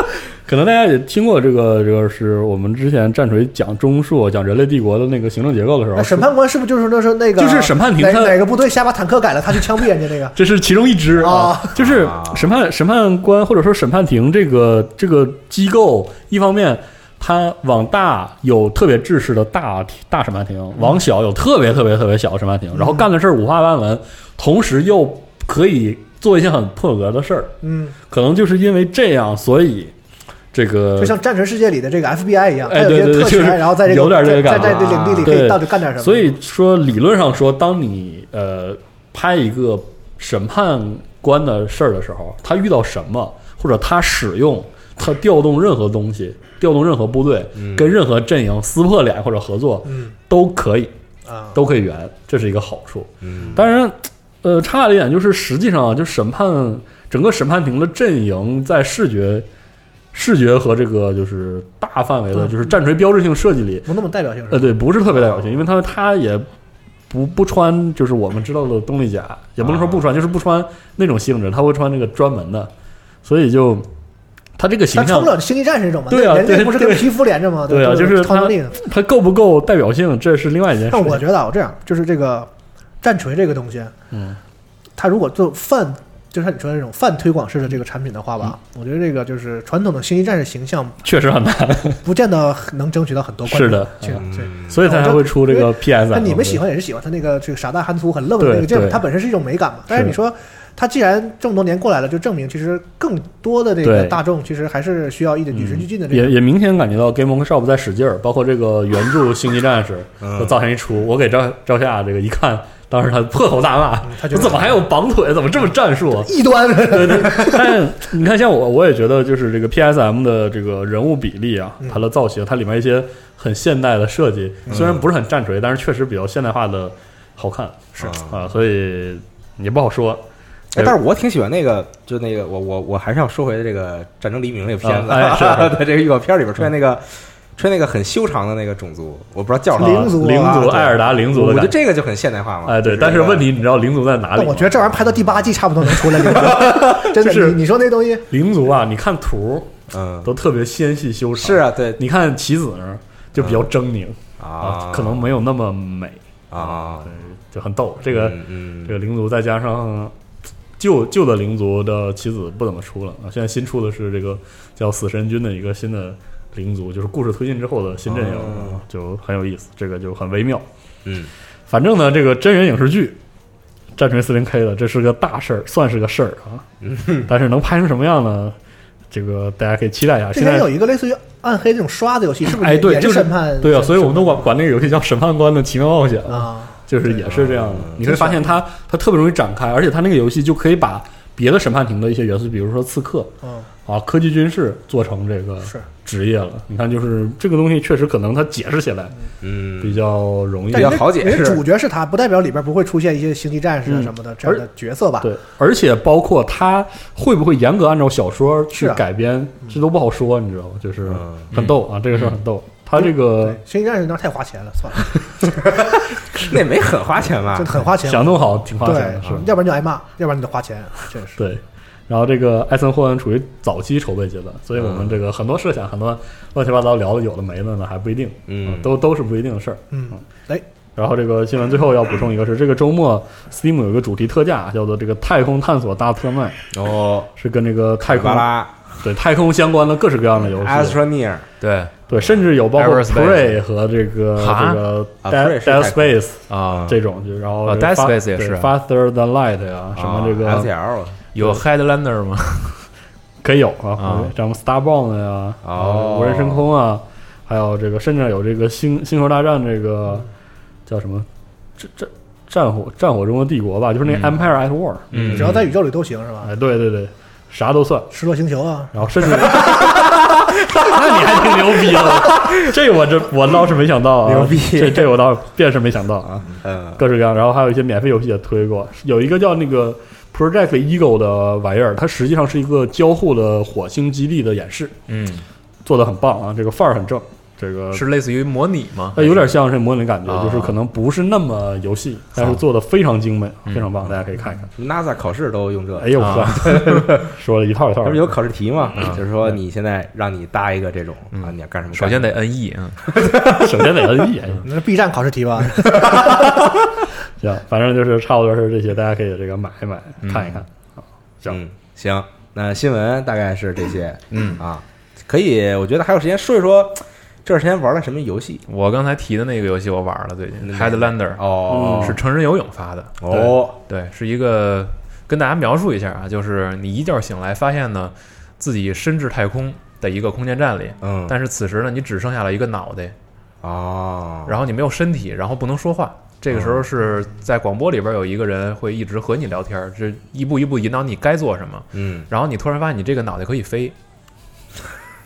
[SPEAKER 5] 可能大家也听过这个，这个是我们之前战锤讲中述、讲人类帝国的那个行政结构的时候
[SPEAKER 4] 那，啊审判官是不是就是那时候那个
[SPEAKER 5] 就是审判庭
[SPEAKER 4] 哪
[SPEAKER 5] 他
[SPEAKER 4] 哪个部队下把坦克改了，他去枪毙人家那个
[SPEAKER 5] 这是其中一支
[SPEAKER 4] 啊，
[SPEAKER 5] 就是
[SPEAKER 2] 啊
[SPEAKER 5] 审判审判官或者说审判庭这个这个机构，一方面它往大有特别制式的大大审判庭，往小有特别特别特别小的审判庭，然后干的事儿五花八门，同时又可以做一些很破格的事儿， [laughs]
[SPEAKER 4] 嗯，
[SPEAKER 5] 可能就是因为这样，所以这个
[SPEAKER 4] 就像《战锤世界》里的这个 FBI 一样，他
[SPEAKER 5] 哎
[SPEAKER 4] 有
[SPEAKER 5] 对
[SPEAKER 4] 些
[SPEAKER 5] 对对
[SPEAKER 4] 特
[SPEAKER 5] 就是
[SPEAKER 4] 权，然后在这
[SPEAKER 5] 有点这
[SPEAKER 4] 在
[SPEAKER 5] 个感觉啊
[SPEAKER 4] 在这领地里可
[SPEAKER 5] 对
[SPEAKER 4] 以到底干点什么。
[SPEAKER 5] 所以说，理论上说，当你呃拍一个审判官的事儿的时候，他遇到什么，或者他使用他调动任何东西，调动任何部队，跟任何阵营撕破脸或者合作，
[SPEAKER 4] 嗯
[SPEAKER 5] 都可以，
[SPEAKER 4] 啊，
[SPEAKER 5] 都可以圆，这是一个好处。
[SPEAKER 2] 嗯
[SPEAKER 5] 当然，呃，差的一点就是，实际上啊就审判整个审判庭的阵营在视觉。视觉和这个就是大范围的，
[SPEAKER 4] 嗯
[SPEAKER 5] 就是战锤标志性设计里，
[SPEAKER 4] 不那么代表性是
[SPEAKER 5] 呃，
[SPEAKER 4] 吧？
[SPEAKER 5] 对，不是特别代表性，因为他他也不不穿，就是我们知道的动力甲，也不能说不穿，就是不穿那种性质，他会穿那个专门的，所以就他这个
[SPEAKER 4] 他
[SPEAKER 5] 形
[SPEAKER 4] 穿
[SPEAKER 5] 象
[SPEAKER 4] 不，了星际战士这种嘛，
[SPEAKER 5] 对啊
[SPEAKER 4] 人
[SPEAKER 5] 对
[SPEAKER 4] 类不是跟
[SPEAKER 5] 对
[SPEAKER 4] 皮肤连着吗？
[SPEAKER 5] 对啊就是
[SPEAKER 4] 超能力。
[SPEAKER 5] 他够不够代表性，这是另外一件事
[SPEAKER 4] 但我
[SPEAKER 5] 情。
[SPEAKER 4] 觉得啊，我这样就是这个战锤这个东西，
[SPEAKER 5] 嗯，
[SPEAKER 4] 它如果做泛，就像你说的那种泛推广式的这个产品的话吧，
[SPEAKER 5] 嗯
[SPEAKER 4] 我觉得这个就是传统的星际战士形象，
[SPEAKER 5] 确实很难，
[SPEAKER 4] 不见得能争取到很多关注。
[SPEAKER 5] 是的
[SPEAKER 4] 确
[SPEAKER 2] 嗯
[SPEAKER 4] 对。
[SPEAKER 5] 所以他才会出这个 PS。
[SPEAKER 4] 那你们喜欢也是喜欢它那个这个傻大憨粗很愣的
[SPEAKER 5] 对
[SPEAKER 4] 那个劲儿，
[SPEAKER 5] 对
[SPEAKER 4] 它本身是一种美感嘛。但是
[SPEAKER 5] 是
[SPEAKER 4] 你说它既然这么多年过来了，就证明其实更多的这个
[SPEAKER 5] 对嗯
[SPEAKER 4] 大众其实还是需要一点与时俱进的这
[SPEAKER 5] 也
[SPEAKER 4] 个。
[SPEAKER 5] 也明显感觉到 Game Workshop 在使劲儿，包括这个原著《星际战士》的造型一出，我给赵赵夏这个一看，当时他破口大骂，
[SPEAKER 4] 他觉得
[SPEAKER 5] 我怎么还有绑腿？怎么这么战术啊？
[SPEAKER 4] 异端，
[SPEAKER 5] 对对，但你看，像我，我也觉得就是这个 PSM 的这个人物比例啊，
[SPEAKER 2] 嗯
[SPEAKER 5] 它的造型，它里面一些很现代的设计，虽然不是很战锤，但是确实比较现代化的好看，
[SPEAKER 2] 是
[SPEAKER 5] 啊，所以也不好说。呃
[SPEAKER 2] 哎但是我挺喜欢那个，就那个，我我我还是要说回这个《战争黎明》这个片子，
[SPEAKER 5] 啊
[SPEAKER 2] [laughs]
[SPEAKER 5] 哎是
[SPEAKER 2] 在这个预告片里边出现那个出现那个很修长的那个种族，我不知道叫什么，
[SPEAKER 4] 灵族啊
[SPEAKER 5] 灵族，
[SPEAKER 4] 对
[SPEAKER 5] 艾尔达灵族
[SPEAKER 2] 我觉
[SPEAKER 5] 的
[SPEAKER 2] 得
[SPEAKER 5] 感觉，
[SPEAKER 2] 这个就很现代化嘛。
[SPEAKER 5] 哎，对，
[SPEAKER 2] 就
[SPEAKER 5] 但是
[SPEAKER 2] 啊那个
[SPEAKER 5] 问题，你知道灵族在哪里
[SPEAKER 4] [laughs] 但我
[SPEAKER 5] 吗
[SPEAKER 4] 觉？得这玩意儿拍到第八季差不多能出来
[SPEAKER 5] [laughs]
[SPEAKER 4] 了，真的。
[SPEAKER 5] 是
[SPEAKER 4] 你你说那东西，
[SPEAKER 5] 灵族啊，你看图
[SPEAKER 2] 嗯，
[SPEAKER 5] 都特嗯别纤细修长，
[SPEAKER 2] 是，啊，对
[SPEAKER 5] 你看棋子那儿就比较狰狞
[SPEAKER 2] 啊，
[SPEAKER 5] 可能没有那么美，
[SPEAKER 2] 啊，
[SPEAKER 5] 就很逗。这
[SPEAKER 2] 这
[SPEAKER 5] 个
[SPEAKER 2] 嗯，
[SPEAKER 5] 这个灵族再加上旧旧的灵族的棋子不怎么出了啊，现在新出的是这个叫死神军的一个新的灵族，就是故事推进之后的新阵营，
[SPEAKER 2] 哦
[SPEAKER 5] 啊就很有意思，这个就很微妙。
[SPEAKER 2] 嗯
[SPEAKER 5] 反正呢，这个真人影视剧《战锤四零 K》的，这是个大事儿，算是个事儿啊。但是能拍成什么样呢？这个大家可以期待一下。
[SPEAKER 4] 之
[SPEAKER 5] 啊现
[SPEAKER 4] 前
[SPEAKER 5] 在
[SPEAKER 4] 有一个类似于暗黑这种刷的游戏，是不是也？
[SPEAKER 5] 哎，对，
[SPEAKER 4] 也
[SPEAKER 5] 就是
[SPEAKER 4] 审判。
[SPEAKER 5] 对啊，所以我们都管管那个游戏叫《审判官的奇妙冒险》
[SPEAKER 4] 啊，
[SPEAKER 5] 就是也是这样的
[SPEAKER 2] 嗯。
[SPEAKER 5] 你会发现它它特别容易展开，而且它那个游戏就可以把别的审判庭的一些元素，比如说刺客
[SPEAKER 4] 嗯，
[SPEAKER 5] 啊、科技军事做成这个
[SPEAKER 4] 是。
[SPEAKER 5] 职业了。你看，就是这个东西确实可能它解释起来
[SPEAKER 2] 嗯，
[SPEAKER 5] 比较容易
[SPEAKER 4] 但
[SPEAKER 2] 比。较
[SPEAKER 4] 人家
[SPEAKER 2] 好解
[SPEAKER 4] 人家
[SPEAKER 2] 释
[SPEAKER 4] 主角是他，不代表里边不会出现一些星际战士啊什么的这样的角色吧？
[SPEAKER 5] 嗯对，而且包括它会不会严格按照小说
[SPEAKER 4] 是
[SPEAKER 5] 去
[SPEAKER 4] 啊
[SPEAKER 5] 改编，这都不好说，你知道吗？就是
[SPEAKER 2] 嗯
[SPEAKER 5] 很逗啊，这个事儿很逗。它这个
[SPEAKER 4] 对，星际战士那太花钱了，算了，
[SPEAKER 2] 那没很花钱吧
[SPEAKER 4] 真的？很花钱。
[SPEAKER 5] 想弄好挺花钱
[SPEAKER 4] 对
[SPEAKER 5] 的，是吧，啊
[SPEAKER 4] 要不然就挨骂，要不然你得花钱，真是。
[SPEAKER 5] 对，然后这个艾森霍恩处于早期筹备阶段，所以我
[SPEAKER 3] 嗯
[SPEAKER 5] 们这个很多设想、很多乱七八糟聊的有的没的呢，还不一定，
[SPEAKER 2] 嗯
[SPEAKER 5] 都都是不一定的事儿。
[SPEAKER 4] 嗯，哎，
[SPEAKER 5] 然后这个新闻最后要补充一个是，这个周末 Steam 有一个主题特价，叫做这个太空探索大特卖，
[SPEAKER 2] 哦，
[SPEAKER 5] 是跟这个太
[SPEAKER 2] 巴
[SPEAKER 5] 空
[SPEAKER 2] 拉
[SPEAKER 5] 对太空相关的各式各样的游戏。
[SPEAKER 2] Astroneer
[SPEAKER 3] 对
[SPEAKER 5] 对，甚至有包括
[SPEAKER 3] Everspace
[SPEAKER 5] Prey 和这个
[SPEAKER 3] 哈
[SPEAKER 5] 这个
[SPEAKER 2] 啊
[SPEAKER 5] Dead
[SPEAKER 2] Prey 是
[SPEAKER 5] Dead
[SPEAKER 2] 太空
[SPEAKER 5] Space
[SPEAKER 3] 啊，
[SPEAKER 5] 这种，就然后
[SPEAKER 3] 啊
[SPEAKER 5] 这个
[SPEAKER 3] Dead
[SPEAKER 5] Fa-
[SPEAKER 3] Space 也
[SPEAKER 5] 对
[SPEAKER 3] 是啊啊
[SPEAKER 5] Faster Than Light 呀，什么这
[SPEAKER 2] 啊
[SPEAKER 5] 个
[SPEAKER 2] SL
[SPEAKER 3] 有 Headlander 吗？
[SPEAKER 5] 可以有
[SPEAKER 3] 啊
[SPEAKER 5] 啊，什么 Starbound 呀，
[SPEAKER 2] 哦
[SPEAKER 5] 啊无人升空啊，还有这个甚至有这个星星球大战这个叫什么这这。战火战火中的帝国吧，就是那
[SPEAKER 3] 嗯
[SPEAKER 5] Empire at War，
[SPEAKER 3] 嗯
[SPEAKER 4] 只要在宇宙里都行是吧？
[SPEAKER 5] 哎，对对对，啥都算。
[SPEAKER 4] 失落星球啊，
[SPEAKER 5] 然后 [laughs] 甚至，那你还挺牛 [laughs] 逼的，这我这我倒是没想到啊，
[SPEAKER 2] 牛逼
[SPEAKER 5] 这这我倒便是没想到啊，
[SPEAKER 2] 嗯，
[SPEAKER 5] 各式各样。然后还有一些免费游戏也推过，有一个叫那个 Project Eagle 的玩意儿，它实际上是一个交互的火星基地的演示，
[SPEAKER 3] 嗯，
[SPEAKER 5] 做的很棒啊，这个范儿很正，这个哎
[SPEAKER 3] 是类似于模拟吗？
[SPEAKER 5] 呃它有点像是模拟的感觉，
[SPEAKER 3] 啊
[SPEAKER 5] 就是可能不是那么游戏，但是做的非常精美，非常棒，大家可以看一看。
[SPEAKER 2] 嗯 NASA 考试都用这
[SPEAKER 5] 哎，呦
[SPEAKER 3] 啊
[SPEAKER 5] 呵， [laughs] 说了一套一套
[SPEAKER 2] 它
[SPEAKER 5] 的，
[SPEAKER 2] 不是有考试题吗
[SPEAKER 3] 哦嗯？
[SPEAKER 2] 就是说你现在让你搭一个这种啊，你要干什么？
[SPEAKER 3] 首先得 NE，嗯，
[SPEAKER 5] 首先得 N E，哎呀
[SPEAKER 4] 那是 B 站考试题吧？
[SPEAKER 5] [laughs]
[SPEAKER 4] [laughs]
[SPEAKER 5] 行，反正就是差不多是这些，大家可以这个买一买，看一看。好，行，
[SPEAKER 2] 嗯，行，那新闻大概是这些，
[SPEAKER 3] 嗯
[SPEAKER 2] 啊，可以，我觉得还有时间说一说这段时间玩了什么游戏
[SPEAKER 3] 我刚才提的那个游戏我玩了，最近 Headlander
[SPEAKER 2] 哦
[SPEAKER 3] 是成人游泳发的，
[SPEAKER 2] 哦，
[SPEAKER 3] 对，是一个跟大家描述一下啊，就是你一觉醒来发现呢自己身至太空的一个空间站里，
[SPEAKER 2] 嗯，
[SPEAKER 3] 但是此时呢你只剩下了一个脑袋，
[SPEAKER 2] 哦，
[SPEAKER 3] 然后你没有身体，然后不能说话。这个时
[SPEAKER 2] 嗯
[SPEAKER 3] 候是在广播里边有一个人会一直和你聊天儿，这一步一步引导你该做什么。
[SPEAKER 2] 嗯，
[SPEAKER 3] 然后你突然发现你这个脑袋可以飞，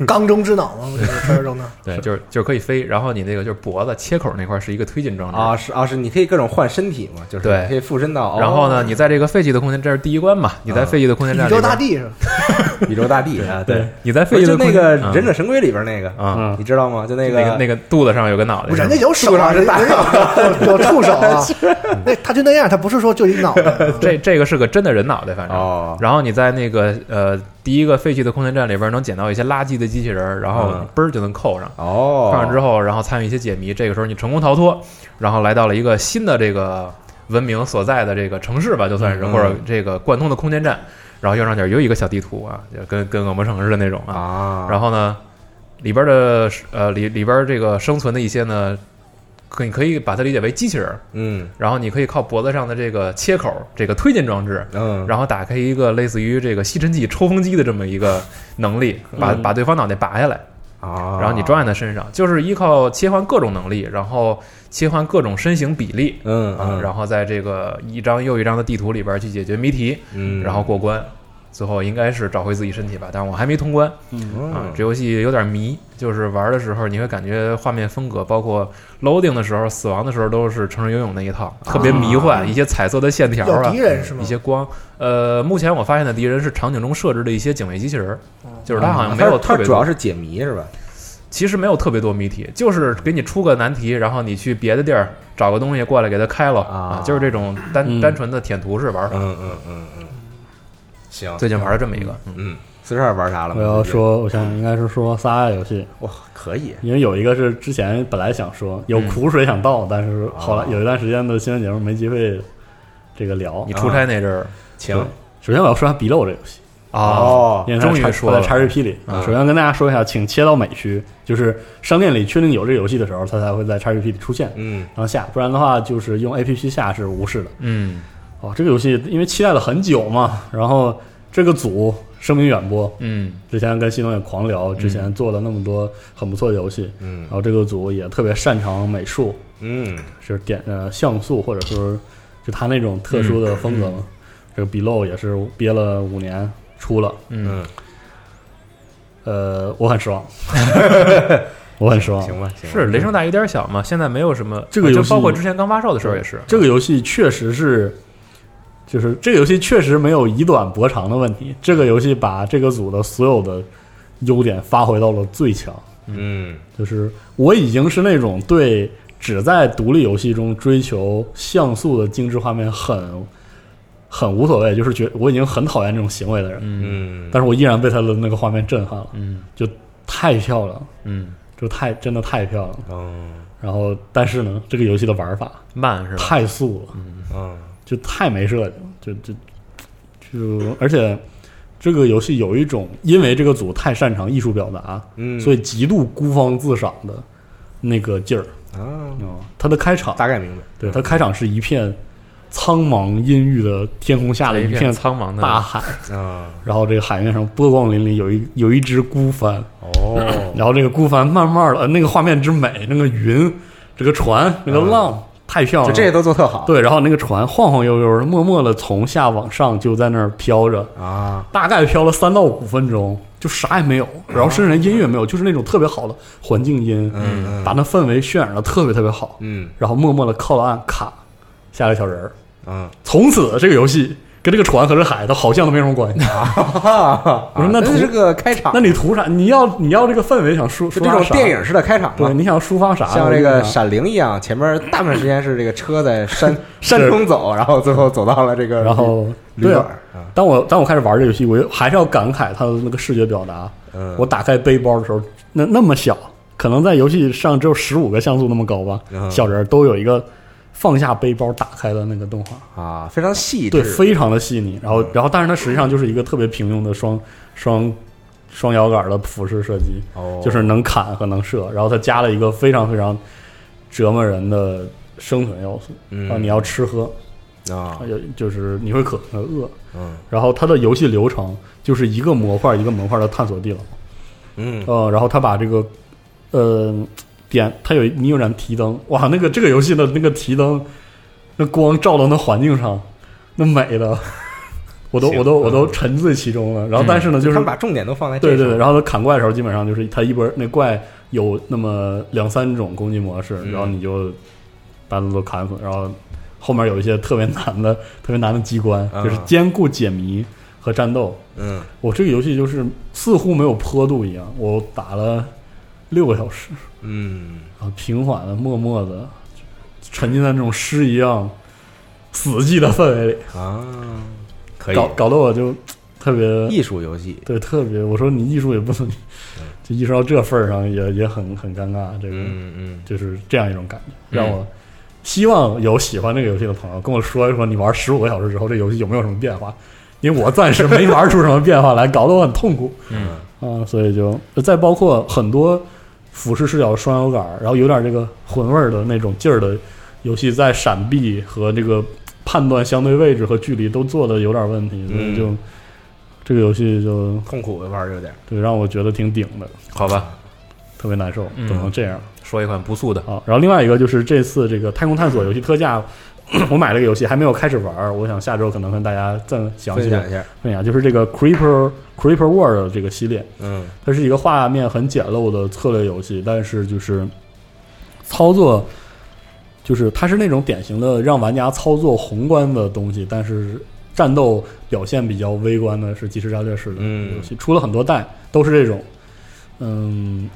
[SPEAKER 4] 缸中之脑吗？不是传说
[SPEAKER 2] [laughs]
[SPEAKER 4] 中的，
[SPEAKER 3] 对，就是就是可以飞。然后你那个就是脖子切口那块儿是一个推进装置
[SPEAKER 2] 啊是啊是，你可以各种换身体嘛，就是
[SPEAKER 3] 嗯对
[SPEAKER 2] 你可以附身到，哦嗯
[SPEAKER 3] 然后呢，你在这个废弃的空间，这是第一关嘛？你在废弃的空间站
[SPEAKER 4] 宇
[SPEAKER 3] 里边，
[SPEAKER 4] 宙大地是吧？
[SPEAKER 2] 宇宙大帝啊，对，
[SPEAKER 3] 你在
[SPEAKER 2] 不
[SPEAKER 3] 废
[SPEAKER 2] 是
[SPEAKER 3] 弃
[SPEAKER 2] 就
[SPEAKER 3] 的空
[SPEAKER 2] 那
[SPEAKER 3] 间
[SPEAKER 2] 个
[SPEAKER 3] 嗯
[SPEAKER 2] 忍者神龟里边那个，
[SPEAKER 3] 啊，
[SPEAKER 5] 嗯
[SPEAKER 2] 你知道吗？就那
[SPEAKER 3] 那个那
[SPEAKER 2] 个
[SPEAKER 3] 个肚子上有个脑袋，
[SPEAKER 4] 人家有手啊，
[SPEAKER 2] 哎树上是
[SPEAKER 4] 人
[SPEAKER 2] 大
[SPEAKER 4] 家
[SPEAKER 2] [laughs]
[SPEAKER 4] 有有有触手啊，那他就那样，他不是说就一脑袋，
[SPEAKER 3] 这这个是个真的人脑袋，反正。
[SPEAKER 2] 哦
[SPEAKER 3] 然后你在那个呃第一个废弃的空间站里边能捡到一些垃圾的机器人儿，然后
[SPEAKER 2] 嗯
[SPEAKER 3] 嘣儿就能扣上。
[SPEAKER 2] 哦，
[SPEAKER 3] 放上之后，然后参与一些解谜。这个时候你成功逃脱，然后来到了一个新的这个文明所在的这个城市吧，就算是、
[SPEAKER 2] 嗯
[SPEAKER 3] 或者这个贯通的空间站。然后右上角有一个小地图啊，就跟跟恶魔城似的那种啊。
[SPEAKER 2] 啊，
[SPEAKER 3] 然后呢，里边的呃里里边这个生存的一些呢，可你可以把它理解为机器人儿。
[SPEAKER 2] 嗯
[SPEAKER 3] 然后你可以靠脖子上的这个切口这个推进装置，
[SPEAKER 2] 嗯，
[SPEAKER 3] 然后打开一个类似于这个吸尘器抽风机的这么一个能力，把
[SPEAKER 2] 嗯
[SPEAKER 3] 把对方脑袋拔下来。
[SPEAKER 2] 啊，
[SPEAKER 3] 然后你装在他身上，就是依靠切换各种能力，然后切换各种身形比例
[SPEAKER 2] 嗯
[SPEAKER 3] 啊，
[SPEAKER 2] 嗯，
[SPEAKER 3] 然后在这个一张又一张的地图里边去解决谜题，
[SPEAKER 2] 嗯
[SPEAKER 3] 然后过关，最后应该是找回自己身体吧。但是我还没通关啊
[SPEAKER 2] 嗯，
[SPEAKER 3] 这游戏有点迷，就是玩的时候你会感觉画面风格，包括 loading 的时候、死亡的时候都是成人游泳那一套，
[SPEAKER 2] 啊
[SPEAKER 3] 特别迷
[SPEAKER 2] 嗯
[SPEAKER 3] 幻，一些彩色的线条
[SPEAKER 4] 有
[SPEAKER 3] 啊
[SPEAKER 4] 敌。人是吗
[SPEAKER 3] 一？些光，呃，目前我发现的敌人是场景中设置的一些警卫机器人儿，就是他好像没有特
[SPEAKER 2] 哦啊它
[SPEAKER 3] 别
[SPEAKER 2] 主
[SPEAKER 3] 多
[SPEAKER 2] 要是解谜是吧？
[SPEAKER 3] 其实没有特别多谜题，就是给你出个难题，然后你去别的地儿找个东西过来给它开了
[SPEAKER 2] 啊
[SPEAKER 3] 就是这种单、
[SPEAKER 5] 嗯
[SPEAKER 3] 单纯的舔图式玩法。
[SPEAKER 2] 嗯嗯嗯嗯，行，
[SPEAKER 3] 最近玩了这么一个，嗯
[SPEAKER 2] 嗯，四十二玩啥了吗？
[SPEAKER 5] 我要说，我想想应该是说仨游戏，
[SPEAKER 2] 哇，可以
[SPEAKER 5] 因为有一个是之前本来想说有苦水想倒，但是后来有一段时间的新闻节目没机会这个聊
[SPEAKER 3] 你。出差那阵儿
[SPEAKER 2] 行
[SPEAKER 5] 对首先我要说下《比漏》这游戏，
[SPEAKER 2] 哦
[SPEAKER 3] 啊
[SPEAKER 5] 因为它
[SPEAKER 3] 终于
[SPEAKER 5] 插
[SPEAKER 3] 说
[SPEAKER 5] 它
[SPEAKER 3] 了
[SPEAKER 5] 在 XGP 里。
[SPEAKER 2] 嗯
[SPEAKER 5] 首先跟大家说一下，请切到美区，就是商店里确定有这游戏的时候，它才会在 XGP 里出现，
[SPEAKER 2] 嗯
[SPEAKER 5] 然后下，不然的话就是用 APP 下是无视的。
[SPEAKER 3] 嗯
[SPEAKER 5] 哦，这个游戏因为期待了很久嘛，然后这个组声名远播，
[SPEAKER 3] 嗯
[SPEAKER 5] 之前跟西东也狂聊，之前做了那么多很不错的游戏，
[SPEAKER 2] 嗯
[SPEAKER 5] 然后这个组也特别擅长美术，
[SPEAKER 2] 嗯
[SPEAKER 5] 是点呃像素或者说就他那种特殊的风格嘛。这个 Below 也是憋了五年出了，
[SPEAKER 3] 嗯，
[SPEAKER 2] 嗯，
[SPEAKER 5] 呃，我很
[SPEAKER 3] [laughs]
[SPEAKER 5] 失望，我很失望。
[SPEAKER 2] 行吧，行吧
[SPEAKER 3] 是雷声大雨点小嘛，现在没有什么啊
[SPEAKER 5] 这个游
[SPEAKER 3] 就
[SPEAKER 5] 戏
[SPEAKER 3] 包括之前刚发售的时候也是，
[SPEAKER 5] 这个游戏确实是，就是这个游戏确实没有以短补长的问题。这个游戏把这个组的所有的优点发挥到了最强。
[SPEAKER 2] 嗯
[SPEAKER 5] 就是我已经是那种对只在独立游戏中追求像素的精致画面很很无所谓，就是觉我已经很讨厌这种行为的人，
[SPEAKER 3] 嗯
[SPEAKER 2] 嗯，
[SPEAKER 5] 但是我依然被他的那个画面震撼了，
[SPEAKER 3] 嗯
[SPEAKER 5] 就太漂亮了，
[SPEAKER 3] 嗯，
[SPEAKER 5] 就太真的太漂亮了。
[SPEAKER 2] 嗯
[SPEAKER 5] 然后，但是呢，这个游戏的玩法
[SPEAKER 3] 慢是吧？
[SPEAKER 5] 太素了，
[SPEAKER 2] 嗯
[SPEAKER 5] 就太没设计了，就就就，而且这个游戏有一种因为这个组太擅长艺术表达，
[SPEAKER 2] 嗯，
[SPEAKER 5] 所以极度孤芳自赏的那个劲儿。
[SPEAKER 2] 啊，
[SPEAKER 5] 嗯，它的开场，
[SPEAKER 2] 大概明白，
[SPEAKER 5] 对，它开场是一片苍茫阴郁的天空下的一片
[SPEAKER 3] 苍茫的
[SPEAKER 5] 大海，
[SPEAKER 2] 啊，
[SPEAKER 5] 然后这个海面上波光粼粼，有一有一只孤帆，
[SPEAKER 2] 哦，
[SPEAKER 5] 然后这个孤帆慢慢的，呃那个画面之美，那个云，这个船，那个浪，太漂亮
[SPEAKER 2] 嗯就
[SPEAKER 5] 了。
[SPEAKER 2] 这些都做特好，
[SPEAKER 5] 对，然后那个船晃晃悠悠的，默默的从下往上就在那儿飘着，
[SPEAKER 2] 啊，
[SPEAKER 5] 大概飘了三到五分钟，就啥也没有，然后甚至连音乐没有，就是那种特别好的环境音，
[SPEAKER 2] 嗯
[SPEAKER 5] 把那氛围渲染的特别特别好，
[SPEAKER 2] 嗯
[SPEAKER 5] 然后默默的靠了岸，卡下来个小人儿，
[SPEAKER 2] 嗯，
[SPEAKER 5] 从此这个游戏跟这个船和这海都好像都没什么关系。
[SPEAKER 2] 啊，
[SPEAKER 5] 我说那图
[SPEAKER 2] 这是个开场，
[SPEAKER 5] 那你图啥？你要你要这个氛围想抒
[SPEAKER 2] 就
[SPEAKER 5] 抒
[SPEAKER 2] 这
[SPEAKER 5] 发
[SPEAKER 2] 种
[SPEAKER 5] 啥
[SPEAKER 2] 电影式的开场
[SPEAKER 5] 对，
[SPEAKER 2] 嘛。
[SPEAKER 5] 你想抒发啥？
[SPEAKER 2] 像这
[SPEAKER 5] 啊我
[SPEAKER 2] 个
[SPEAKER 5] 就
[SPEAKER 2] 《
[SPEAKER 5] 想
[SPEAKER 2] 闪灵》一样，前面大部分时间是这个车在
[SPEAKER 5] [laughs]
[SPEAKER 2] 山
[SPEAKER 5] 是
[SPEAKER 2] 山中走，然后最后走到了这个
[SPEAKER 5] 然后
[SPEAKER 2] 旅
[SPEAKER 5] 对
[SPEAKER 2] 馆
[SPEAKER 5] 啊，
[SPEAKER 2] 啊，
[SPEAKER 5] 当我当我开始玩这游戏，我又还是要感慨它的那个视觉表达。
[SPEAKER 2] 嗯，
[SPEAKER 5] 我打开背包的时候，那那么小，可能在游戏上只有十五个像素那么高吧，
[SPEAKER 2] 嗯
[SPEAKER 5] 小人儿都有一个放下背包打开的那个动画，
[SPEAKER 2] 啊，非常细致，
[SPEAKER 5] 对，非常的细腻。然后
[SPEAKER 2] 嗯
[SPEAKER 5] 然后，但是它实际上就是一个特别平庸的双双双摇杆的俯视射击，
[SPEAKER 2] 哦
[SPEAKER 5] 就是能砍和能射。然后它加了一个非常非常折磨人的生存要素，
[SPEAKER 2] 嗯
[SPEAKER 5] 啊，你要吃喝，
[SPEAKER 2] 啊，
[SPEAKER 5] 有就是你会渴和饿。
[SPEAKER 2] 嗯
[SPEAKER 5] 然后它的游戏流程就是一个模块一个模块的探索地牢，
[SPEAKER 2] 嗯
[SPEAKER 5] 呃，然后它把这个呃点，它有你有盏提灯，哇， [laughs] 那个这个游戏的那个提灯，那光照到那环境上，那美的， [laughs] 我都
[SPEAKER 2] 行
[SPEAKER 5] 我都我都
[SPEAKER 2] 嗯
[SPEAKER 5] 沉醉其中了。然后但是呢，就
[SPEAKER 2] 他
[SPEAKER 5] 是
[SPEAKER 2] 们把重点都放在这
[SPEAKER 5] 对对对，
[SPEAKER 2] 上
[SPEAKER 5] 然后他砍怪的时候，基本上就是他一波那怪有那么两三种攻击模式，
[SPEAKER 2] 嗯
[SPEAKER 5] 然后你就把他都砍死，然后后面有一些特别难的、特别难的机关，
[SPEAKER 2] 啊
[SPEAKER 5] 就是兼顾解谜和战斗。
[SPEAKER 2] 嗯
[SPEAKER 5] 我这个游戏就是似乎没有坡度一样，我打了六个小时，
[SPEAKER 2] 嗯
[SPEAKER 5] 啊，平缓的、默默的，沉浸在那种诗一样死寂的氛围里，
[SPEAKER 2] 啊，可以
[SPEAKER 5] 搞搞得我就特别
[SPEAKER 2] 艺术游戏，
[SPEAKER 5] 对，特别我说你艺术也不能，就艺术到这份儿上也也很很尴尬，这个、
[SPEAKER 2] 嗯
[SPEAKER 5] 就是这样一种感
[SPEAKER 3] 嗯
[SPEAKER 5] 觉，让我希望有喜欢这个游戏的朋友跟我说一说，你玩十五个小时之后这游戏有没有什么变化？因为我暂时没玩出什么变化来，搞得我很痛苦
[SPEAKER 3] 嗯
[SPEAKER 5] 啊、所以就再包括很多俯视视角的双摇杆儿，然后有点这个混味儿的那种劲儿的游戏，在闪避和这个判断相对位置和距离都做的有点问题，所
[SPEAKER 3] 嗯
[SPEAKER 5] 以就、这个游戏就
[SPEAKER 2] 嗯，痛苦的玩儿有点儿，
[SPEAKER 5] 对，让我觉得挺顶的，
[SPEAKER 3] 好吧，
[SPEAKER 5] 特别难受，
[SPEAKER 3] 嗯
[SPEAKER 5] 怎么能这样
[SPEAKER 3] 说一款不速的，
[SPEAKER 5] 啊？然后另外一个就是这次这个太空探索游戏特价， [clears throat] 我买了个游戏还没有开始玩儿，我想下周可能跟大家再详细
[SPEAKER 2] 分享
[SPEAKER 5] 的
[SPEAKER 2] 一下，
[SPEAKER 5] 分享，就是这个 Creeper Creeper World 这个系列，
[SPEAKER 2] 嗯
[SPEAKER 5] 它是一个画面很简陋的策略游戏，但是就是操作。就是它是那种典型的让玩家操作宏观的东西，但是战斗表现比较微观的是即时战略式的，
[SPEAKER 2] 嗯
[SPEAKER 5] 游戏出了很多代，都是这种，嗯，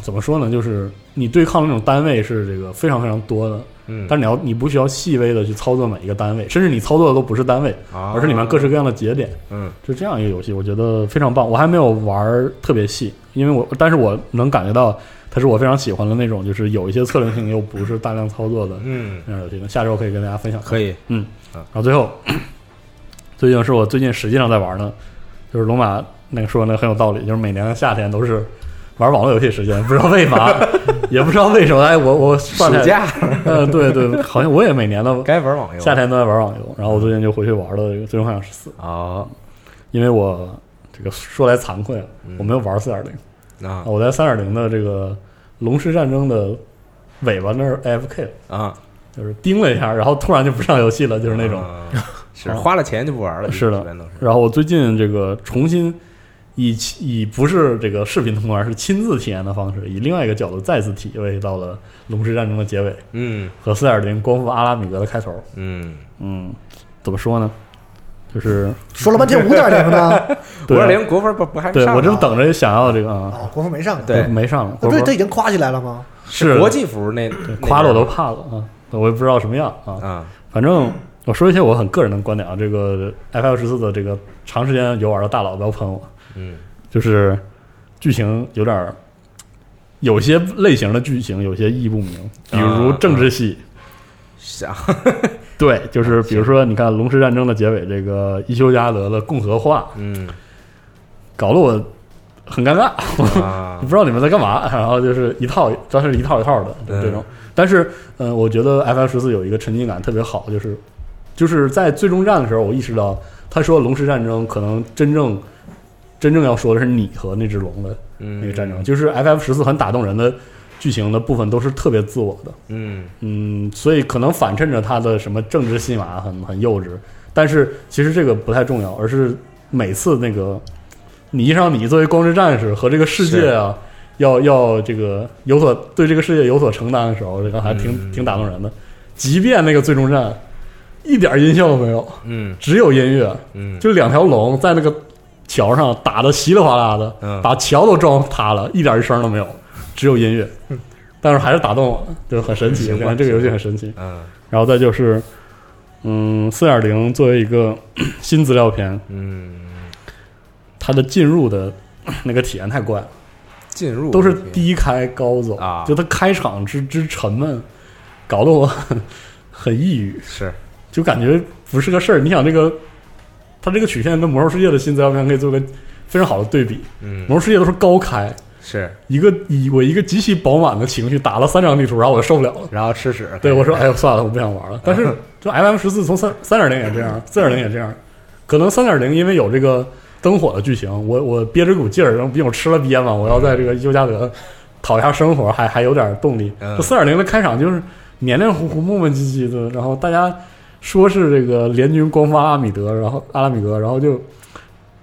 [SPEAKER 5] 怎么说呢？就是你对抗的那种单位是这个非常非常多的，
[SPEAKER 2] 嗯，
[SPEAKER 5] 但是你要你不需要细微的去操作每一个单位，甚至你操作的都不是单位，
[SPEAKER 2] 而
[SPEAKER 5] 而是里面各式各样的节点，
[SPEAKER 2] 啊嗯
[SPEAKER 5] 就这样一个游戏，我觉得非常棒。我还没有玩儿特别细，因为我但是我能感觉到它是我非常喜欢的那种，就是有一些策略性又不是大量操作的 [laughs]
[SPEAKER 2] 嗯
[SPEAKER 5] 那样的游戏。那下周可以跟大家分享。
[SPEAKER 2] 可以，
[SPEAKER 5] 然后最后，最近是我最近实际上在玩呢，就是龙马那个说的那个很有道理，就是每年的夏天都是玩网络游戏时间，不知道为啥，也不知道为什么，哎，我我
[SPEAKER 2] 暑
[SPEAKER 5] 算下来，
[SPEAKER 2] 假
[SPEAKER 5] 呃，对对，好像我也每年的
[SPEAKER 2] 该玩网游，
[SPEAKER 5] 夏天都在玩网游，然后我最近就回去玩了这个《最终幻想十四》，
[SPEAKER 2] 哦
[SPEAKER 5] 因为我这个说来惭愧啊，
[SPEAKER 2] 嗯
[SPEAKER 5] 我没有玩四点零，
[SPEAKER 2] 啊
[SPEAKER 5] 我在三点零的这个龙狮战争的尾巴那儿 AFK 了，
[SPEAKER 2] 啊，
[SPEAKER 5] 就是叮了一下，然后突然就不上游戏了，就是那种。
[SPEAKER 2] 啊是花了钱就不玩了，
[SPEAKER 5] 是的
[SPEAKER 2] 一般都是
[SPEAKER 5] 然后我最近这个重新以亲以不是这个视频通关，是亲自体验的方式，以另外一个角度再次体味到了龙之战争的结尾
[SPEAKER 2] 嗯
[SPEAKER 5] 和四点零光复阿拉米格的开头。
[SPEAKER 2] 嗯，
[SPEAKER 5] 嗯，怎么说呢？就是
[SPEAKER 4] 说了半天五点零呢，
[SPEAKER 2] 五
[SPEAKER 5] 对啊
[SPEAKER 2] 二零国分不不还没
[SPEAKER 5] 对
[SPEAKER 2] 上
[SPEAKER 5] 我
[SPEAKER 2] 呢
[SPEAKER 5] 正等着想要这个啊，
[SPEAKER 4] 啊，国服没上呢，
[SPEAKER 2] 对
[SPEAKER 5] 没上了，
[SPEAKER 4] 那不
[SPEAKER 5] 我不
[SPEAKER 4] 是他已经夸起来了吗？
[SPEAKER 5] 是
[SPEAKER 2] 国际服那那
[SPEAKER 5] 夸的我
[SPEAKER 2] 边
[SPEAKER 5] 都怕了啊，我也不知道什么样啊。
[SPEAKER 2] 啊
[SPEAKER 5] 反正我说一些我很个人的观点啊，这个 F F 十四的这个长时间游玩的大佬不要喷我，
[SPEAKER 2] 嗯，
[SPEAKER 5] 就是剧情有点儿，有些类型的剧情有些意义不明，比如
[SPEAKER 2] 啊
[SPEAKER 5] 政治系，
[SPEAKER 2] 想
[SPEAKER 5] 对，就是
[SPEAKER 2] 啊
[SPEAKER 5] 比如说你看龙石战争的结尾，这个伊修加德的共和化，
[SPEAKER 2] 嗯
[SPEAKER 5] 搞得我很尴尬，
[SPEAKER 2] 啊
[SPEAKER 5] [laughs] 不知道你们在干嘛， [laughs] 然后就是一套，但是一套一套的
[SPEAKER 2] 嗯
[SPEAKER 5] 这种。但是，嗯、我觉得 F F 十四有一个沉浸感特别好，就是就是在最终战的时候，我意识到他说龙石战争可能真正真正要说的是你和那只龙的那
[SPEAKER 2] 那
[SPEAKER 5] 个战争，就是 F F 十四很打动人的剧情的部分都是特别自我的，
[SPEAKER 2] 嗯
[SPEAKER 5] 嗯，所以可能反衬着他的什么政治戏码很很幼稚，但是其实这个不太重要，而是每次那个你一上你作为光之战士和这个世界啊，要要这个有所对这个世界有所承担的时候，这个还挺、
[SPEAKER 2] 嗯
[SPEAKER 5] 挺打动人的。即便那个最终战一点音效都没有，
[SPEAKER 2] 嗯
[SPEAKER 5] 只有音乐，
[SPEAKER 2] 嗯，
[SPEAKER 5] 就两条龙在那个桥上打的稀里哗啦的，
[SPEAKER 2] 嗯
[SPEAKER 5] 把桥都撞塌了，一点一声都没有，只有音乐，但是还是打动我，就很神奇。
[SPEAKER 2] 嗯行
[SPEAKER 5] 我
[SPEAKER 2] 吧
[SPEAKER 5] 感觉这个游戏很神奇。
[SPEAKER 2] 嗯
[SPEAKER 5] 然后再就是，嗯，四点零作为一个新资料片，
[SPEAKER 2] 嗯，
[SPEAKER 5] 它的进入的那个体验太怪了，
[SPEAKER 2] 进入
[SPEAKER 5] 都是
[SPEAKER 2] 问题
[SPEAKER 5] 低开高走
[SPEAKER 2] 啊
[SPEAKER 5] 就它开场之之沉闷，搞得我 [laughs] 很抑郁。
[SPEAKER 2] 是
[SPEAKER 5] 就感觉不是个事儿。你想这个，它这个曲线跟《魔兽世界》的新资料片可以做个非常好的对比，《
[SPEAKER 2] 嗯
[SPEAKER 5] 魔兽世界》都是高开，
[SPEAKER 2] 是，
[SPEAKER 5] 一个以我一个极其饱满的情绪打了三张地图，然后我受不了了。
[SPEAKER 2] 然后吃屎，
[SPEAKER 5] 对我说：“哎呦，算了，我不想
[SPEAKER 2] [laughs]
[SPEAKER 5] 玩了。”但是就 M M 十四从三三点零也这样，四点零也这样，可能三点零因为有这个灯火的剧情，我我憋着股劲儿，然后毕竟我吃了鳖嘛，我要在这个尤加德讨一下生活，还还有点动力。
[SPEAKER 2] 嗯
[SPEAKER 5] 这四点零的开场就是黏黏糊糊、磨磨唧唧的，然后大家说是这个联军光发阿拉米德，然后阿拉米德，然后就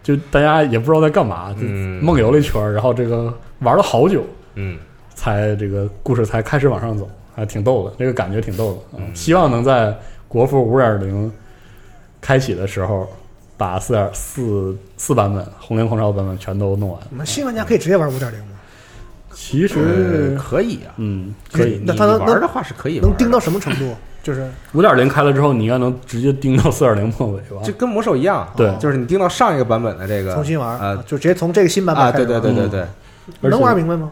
[SPEAKER 5] 就大家也不知道在干嘛，就
[SPEAKER 2] 嗯
[SPEAKER 5] 梦游了一圈儿，然后这个玩了好久，
[SPEAKER 2] 嗯
[SPEAKER 5] 才这个故事才开始往上走，还挺逗的，这个感觉挺逗的。嗯，希望能在国服五点零开启的时候，把四点四四版本、红莲狂潮版本全都弄完。
[SPEAKER 4] 我们新玩家可以直接玩五点零吗？
[SPEAKER 5] 其实
[SPEAKER 2] 呃，可以啊，
[SPEAKER 5] 嗯，可以。
[SPEAKER 4] 那
[SPEAKER 2] 你
[SPEAKER 4] 他能
[SPEAKER 2] 玩的话是可以玩
[SPEAKER 4] 能
[SPEAKER 2] 的
[SPEAKER 4] 盯到什么程度？就是
[SPEAKER 5] 五点零开了之后，你应该能直接盯到四点零末尾吧？
[SPEAKER 2] 就跟魔兽一样，
[SPEAKER 5] 啊
[SPEAKER 2] 啊
[SPEAKER 5] 对
[SPEAKER 2] 就是你盯到上一个版本的这个
[SPEAKER 4] 重新玩，
[SPEAKER 2] 啊
[SPEAKER 4] 啊就直接从这个新版本
[SPEAKER 2] 啊，
[SPEAKER 4] 开
[SPEAKER 2] 对对
[SPEAKER 4] 始玩
[SPEAKER 2] 对对对，
[SPEAKER 5] 而且
[SPEAKER 4] 能玩明白吗？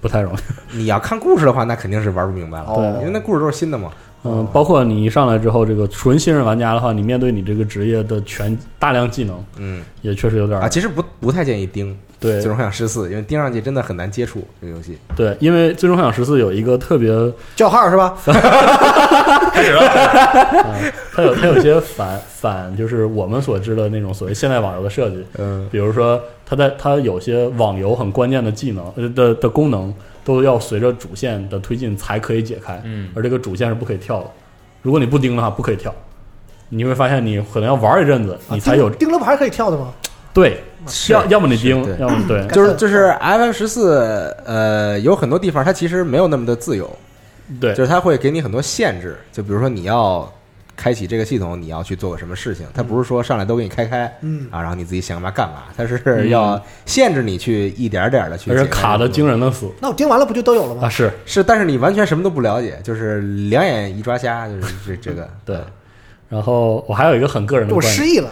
[SPEAKER 5] 不太容易。
[SPEAKER 2] 你要看故事的话，那肯定是玩不明白了，因为
[SPEAKER 4] 哦，
[SPEAKER 2] 那故事都是新的嘛，
[SPEAKER 5] 嗯，包括你一上来之后，这个纯新人玩家的话，你面对你这个职业的全大量技能，
[SPEAKER 2] 嗯
[SPEAKER 5] 也确实有点
[SPEAKER 2] 啊，其实不不太建议盯
[SPEAKER 5] 对
[SPEAKER 2] 最终幻想十四，因为盯上去真的很难接触这个游戏，
[SPEAKER 5] 对，因为《最终幻想十四》有一个特别
[SPEAKER 4] 叫号是吧？
[SPEAKER 3] 开始了，
[SPEAKER 5] 它有它有些反反，就是我们所知的那种所谓现代网游的设计，
[SPEAKER 2] 嗯
[SPEAKER 5] 比如说它在它有些网游很关键的技能呃的的功能都要随着主线的推进才可以解开，
[SPEAKER 3] 嗯
[SPEAKER 5] 而这个主线是不可以跳的，如果你不盯的话不可以跳，你会发现你可能要玩一阵子你才有、
[SPEAKER 4] 钉了不还是可以跳的吗？
[SPEAKER 5] 对，
[SPEAKER 2] 是
[SPEAKER 5] 要要么你
[SPEAKER 2] 是
[SPEAKER 5] 盯
[SPEAKER 2] 对，
[SPEAKER 5] 要么对，
[SPEAKER 2] 就是就是 F 十四，呃，有很多地方它其实没有那么的自由，
[SPEAKER 5] 对
[SPEAKER 2] 就是它会给你很多限制，就比如说你要开启这个系统，你要去做个什么事
[SPEAKER 5] 嗯
[SPEAKER 2] 情，它不是说上来都给你开开
[SPEAKER 4] 嗯，
[SPEAKER 2] 啊，然后你自己想干嘛干嘛，它是要限制你去一点点的去，
[SPEAKER 5] 嗯而且卡的惊，人的死
[SPEAKER 4] 那我钉完了不就都有了
[SPEAKER 5] 啊
[SPEAKER 4] 吗？
[SPEAKER 5] 是
[SPEAKER 2] 是，但是你完全什么都不了解，就是两眼一抓瞎，就是这这个，
[SPEAKER 5] 对。然后我还有一个很个人的
[SPEAKER 4] 我
[SPEAKER 5] 观
[SPEAKER 4] 失
[SPEAKER 5] 点，
[SPEAKER 4] 忆了，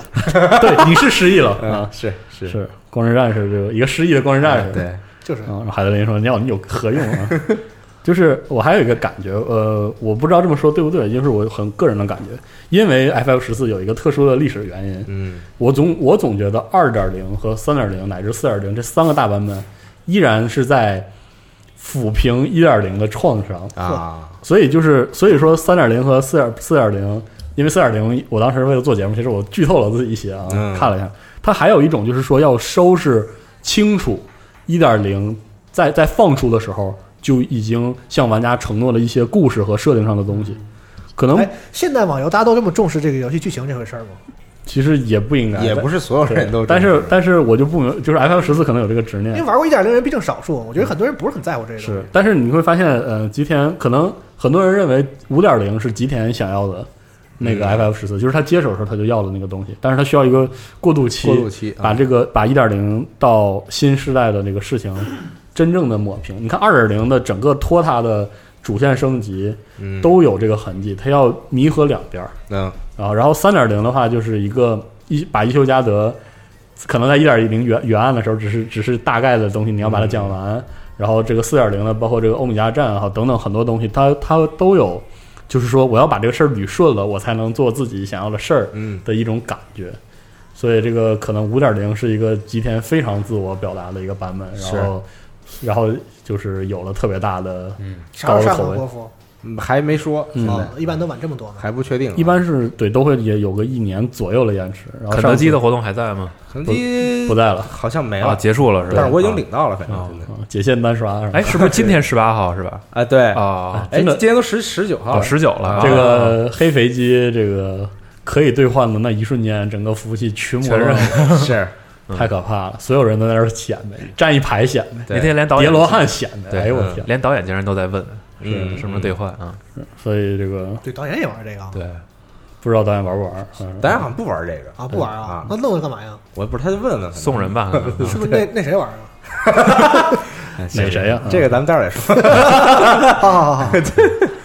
[SPEAKER 5] 对，你是失忆了
[SPEAKER 2] 嗯
[SPEAKER 5] 啊，，
[SPEAKER 2] 是是
[SPEAKER 5] 是哎光之战士这个一个失忆的光之战士，
[SPEAKER 2] 哎
[SPEAKER 5] 嗯
[SPEAKER 2] 对，
[SPEAKER 4] 就是
[SPEAKER 5] 然后海德林说：“尿你有何用啊？” [laughs] 就是我还有一个感觉，呃，我不知道这么说对不对，就是我很个人的感觉，因为 FF 十四有一个特殊的历史原因，
[SPEAKER 2] 嗯
[SPEAKER 5] 我总我总觉得二点零和三点零乃至四点零这三个大版本依然是在抚平一点零的创伤，
[SPEAKER 2] 啊，
[SPEAKER 5] 所以就是所以说三点零和四点四点零，因为四点零我当时为了做节目，其实我剧透了自己一些啊，
[SPEAKER 2] 嗯
[SPEAKER 5] 看了一下，它还有一种就是说要收拾清楚一点零在在放出的时候就已经向玩家承诺了一些故事和设定上的东西，可能
[SPEAKER 4] 哎，现代网游大家都这么重视这个游戏剧情这回事儿吗？
[SPEAKER 5] 其实也不应该，
[SPEAKER 2] 也不是所有
[SPEAKER 5] 哎但
[SPEAKER 2] 人都
[SPEAKER 5] 对但
[SPEAKER 2] 这么
[SPEAKER 5] 是但是我就不明，就是 F F 十四可能有这个执
[SPEAKER 4] 因
[SPEAKER 5] 念
[SPEAKER 4] 为，玩过一点零人毕竟少数，我觉得很多人不是很在乎这个。
[SPEAKER 5] 嗯是，但是你会发现，呃，吉田可能很多人认为五点零是吉田想要的那个
[SPEAKER 2] 嗯
[SPEAKER 5] FF 十四、就是他接手的时候他就要的那个东西，但是他需要一个过渡期，
[SPEAKER 2] 过渡期啊
[SPEAKER 5] 把这个把一点零
[SPEAKER 2] [laughs]
[SPEAKER 5] 到新时代的这个事情真正的抹平。你看二点零的整个拖沓的主线升级
[SPEAKER 2] 嗯，
[SPEAKER 5] 都有这个痕迹，它要弥合两边儿
[SPEAKER 2] 嗯
[SPEAKER 5] 啊。然后三点零的话，就是一个一把一休加德，可能在一点零原原案的时候，只是只是大概的东西，你要把它讲
[SPEAKER 3] 嗯
[SPEAKER 5] 完。然后这个四点零的，包括这个欧米茄战啊等等很多东西，它它都有，就是说我要把这个事儿捋顺了，我才能做自己想要的事儿。
[SPEAKER 2] 嗯
[SPEAKER 5] 的一种感觉。所以这个可能五点零是一个吉田非常自我表达的一个版本，然后然后就是有了特别大的，
[SPEAKER 4] 啥时候上韩国服？
[SPEAKER 2] 嗯，还没说，
[SPEAKER 5] 嗯
[SPEAKER 2] 现在
[SPEAKER 4] 哦，一般都晚这么多呢。
[SPEAKER 2] 还不确定。啊
[SPEAKER 5] 一般是对都会也有个一年左右的延迟。然后
[SPEAKER 3] 肯德基的
[SPEAKER 5] 上
[SPEAKER 3] 活动还在吗？
[SPEAKER 2] 肯德基
[SPEAKER 5] 次不在了，
[SPEAKER 2] 好像没
[SPEAKER 3] 啊，
[SPEAKER 2] 了，
[SPEAKER 3] 结束了是吧？
[SPEAKER 2] 但是我已经
[SPEAKER 3] 啊。
[SPEAKER 2] 领到了，反正
[SPEAKER 3] 哦
[SPEAKER 2] 现在
[SPEAKER 5] 啊解限单刷是吧
[SPEAKER 3] 哎，是不是今天十八号是吧？
[SPEAKER 2] 啊，对， [laughs]
[SPEAKER 3] 啊，
[SPEAKER 2] 哎，
[SPEAKER 5] 哦真的
[SPEAKER 2] 今天都十十九号
[SPEAKER 3] 哦，
[SPEAKER 2] 了，
[SPEAKER 5] [laughs]
[SPEAKER 3] 十九了，
[SPEAKER 5] 啊
[SPEAKER 3] 啊
[SPEAKER 5] 这个黑肥机这个可以兑换的那一瞬间，整个服务器群魔
[SPEAKER 3] 全是
[SPEAKER 5] 乱舞，
[SPEAKER 2] 是
[SPEAKER 5] [laughs] 太可怕了，所有人都在那儿显摆，站一排显摆，
[SPEAKER 3] 那天连导
[SPEAKER 5] 叠
[SPEAKER 3] 演
[SPEAKER 5] 罗汉显摆，
[SPEAKER 3] 对
[SPEAKER 5] 哎呦我
[SPEAKER 2] 嗯
[SPEAKER 5] 天！
[SPEAKER 3] 连导演竟然都在问，啊
[SPEAKER 2] 嗯
[SPEAKER 3] 什么时候兑换啊？
[SPEAKER 5] 所以这个
[SPEAKER 4] 对，导演也玩这个啊？
[SPEAKER 3] 对，
[SPEAKER 5] 不知道导演玩不嗯玩，反正
[SPEAKER 2] 大家好像不玩这个
[SPEAKER 4] 啊，不玩
[SPEAKER 2] 啊
[SPEAKER 4] 啊？那弄它干嘛呀？
[SPEAKER 2] 我不是，他就问问
[SPEAKER 4] 嗯
[SPEAKER 3] 送人吧，
[SPEAKER 4] [laughs]
[SPEAKER 3] 可能
[SPEAKER 4] 是不是那那谁玩啊？
[SPEAKER 5] 哪谁呀？
[SPEAKER 2] 哎
[SPEAKER 5] 啊
[SPEAKER 2] 这个咱们待会儿再说。
[SPEAKER 5] [laughs]
[SPEAKER 4] 好好好，啊
[SPEAKER 5] 反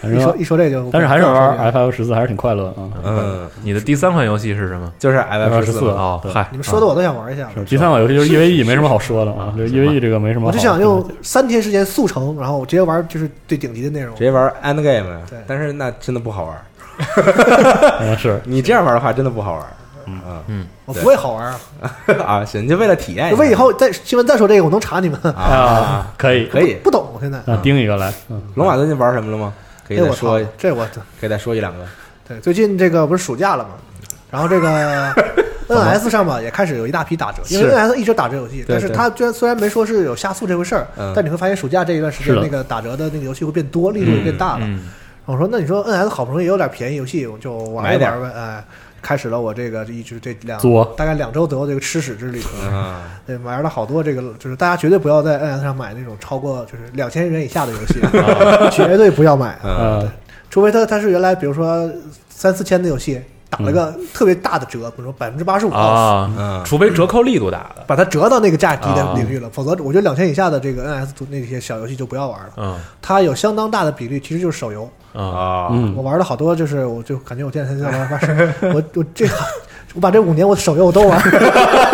[SPEAKER 4] 一
[SPEAKER 5] 正
[SPEAKER 4] 说一说这就，
[SPEAKER 5] 但是还是玩哎 F F 十四还是挺快乐的啊。
[SPEAKER 2] 嗯，
[SPEAKER 3] 你的第三款游戏是什么？
[SPEAKER 5] [laughs]
[SPEAKER 2] 就是 F
[SPEAKER 5] 14
[SPEAKER 2] 四，
[SPEAKER 3] 哦，
[SPEAKER 5] 对
[SPEAKER 3] 嗨，
[SPEAKER 4] 你们说的我都想玩一下了。
[SPEAKER 5] 是第三款游戏就是 E V E，没什么好说的啊
[SPEAKER 3] 啊，
[SPEAKER 5] 这 E V E 这个没什么。
[SPEAKER 4] 我就想用，三天时间速成，然后我直接玩就是最顶级的内容
[SPEAKER 2] 直。接玩 End Game，
[SPEAKER 4] 对
[SPEAKER 2] 但是那真的不好玩。
[SPEAKER 5] 嗯是
[SPEAKER 2] 你这样玩的话，真的不好玩。嗯
[SPEAKER 4] 我不会好玩啊，
[SPEAKER 2] [laughs] 啊，行，就为了体验
[SPEAKER 5] 哎
[SPEAKER 2] 一下。
[SPEAKER 4] 为以后再新闻再说这个，我能查你们。
[SPEAKER 2] 啊，，
[SPEAKER 5] 可以
[SPEAKER 2] 可以。
[SPEAKER 4] 不懂现在。
[SPEAKER 5] 啊，盯一个来，嗯
[SPEAKER 2] 龙马最近玩什么了吗？可以
[SPEAKER 4] 哎
[SPEAKER 2] 再
[SPEAKER 4] 我操
[SPEAKER 2] 说，，
[SPEAKER 4] 这我
[SPEAKER 2] 可以再说一两个。
[SPEAKER 4] 对最近这个不是暑假了嘛，然后
[SPEAKER 2] [laughs]
[SPEAKER 4] 这个 NS 上吧也开始有一大批打折，因为
[SPEAKER 2] 是
[SPEAKER 4] NS 一直打折游戏，但是
[SPEAKER 2] 对
[SPEAKER 4] 它居然虽然没说是有下速这回事儿
[SPEAKER 2] 嗯，
[SPEAKER 4] 但你会发现暑假这一段时
[SPEAKER 5] 是
[SPEAKER 4] 间
[SPEAKER 5] 的
[SPEAKER 4] 那个打折的那个游戏会变多，力度会变大了。
[SPEAKER 3] 嗯，
[SPEAKER 4] 我说那你说 NS 好不容易有点便宜游戏，我就玩
[SPEAKER 2] 买
[SPEAKER 4] 一
[SPEAKER 2] 点
[SPEAKER 4] 玩呗，哎。开始了，我这个一直这两
[SPEAKER 5] 作
[SPEAKER 4] 大概两周左右这个吃屎之旅，
[SPEAKER 5] [laughs]
[SPEAKER 2] 嗯，
[SPEAKER 4] [laughs] 对，玩了好多这个，就是大家绝对不要在 NS 上买那种超过就是两千元以下的游
[SPEAKER 2] [laughs]
[SPEAKER 4] 戏，绝对不要买
[SPEAKER 2] 嗯
[SPEAKER 4] 啊！
[SPEAKER 5] 呃，
[SPEAKER 4] 除非他他是原来比如说三四千的游戏打了个特别大的折，比如说百分之八十五，
[SPEAKER 3] 啊，
[SPEAKER 2] 嗯
[SPEAKER 3] 除非折扣力度大的，
[SPEAKER 4] 把它折到那个价低的领域了，否则我觉得两千以下的这个 NS 组那些小游戏就不要玩了。
[SPEAKER 3] 嗯
[SPEAKER 4] 它有相当大的比例其实就是手游，
[SPEAKER 3] 啊，
[SPEAKER 2] 啊，
[SPEAKER 4] 我
[SPEAKER 5] 嗯，玩
[SPEAKER 4] 玩了好多，就是我就感觉我这两天在玩玩儿，我我这我把这五年我手游我都玩儿，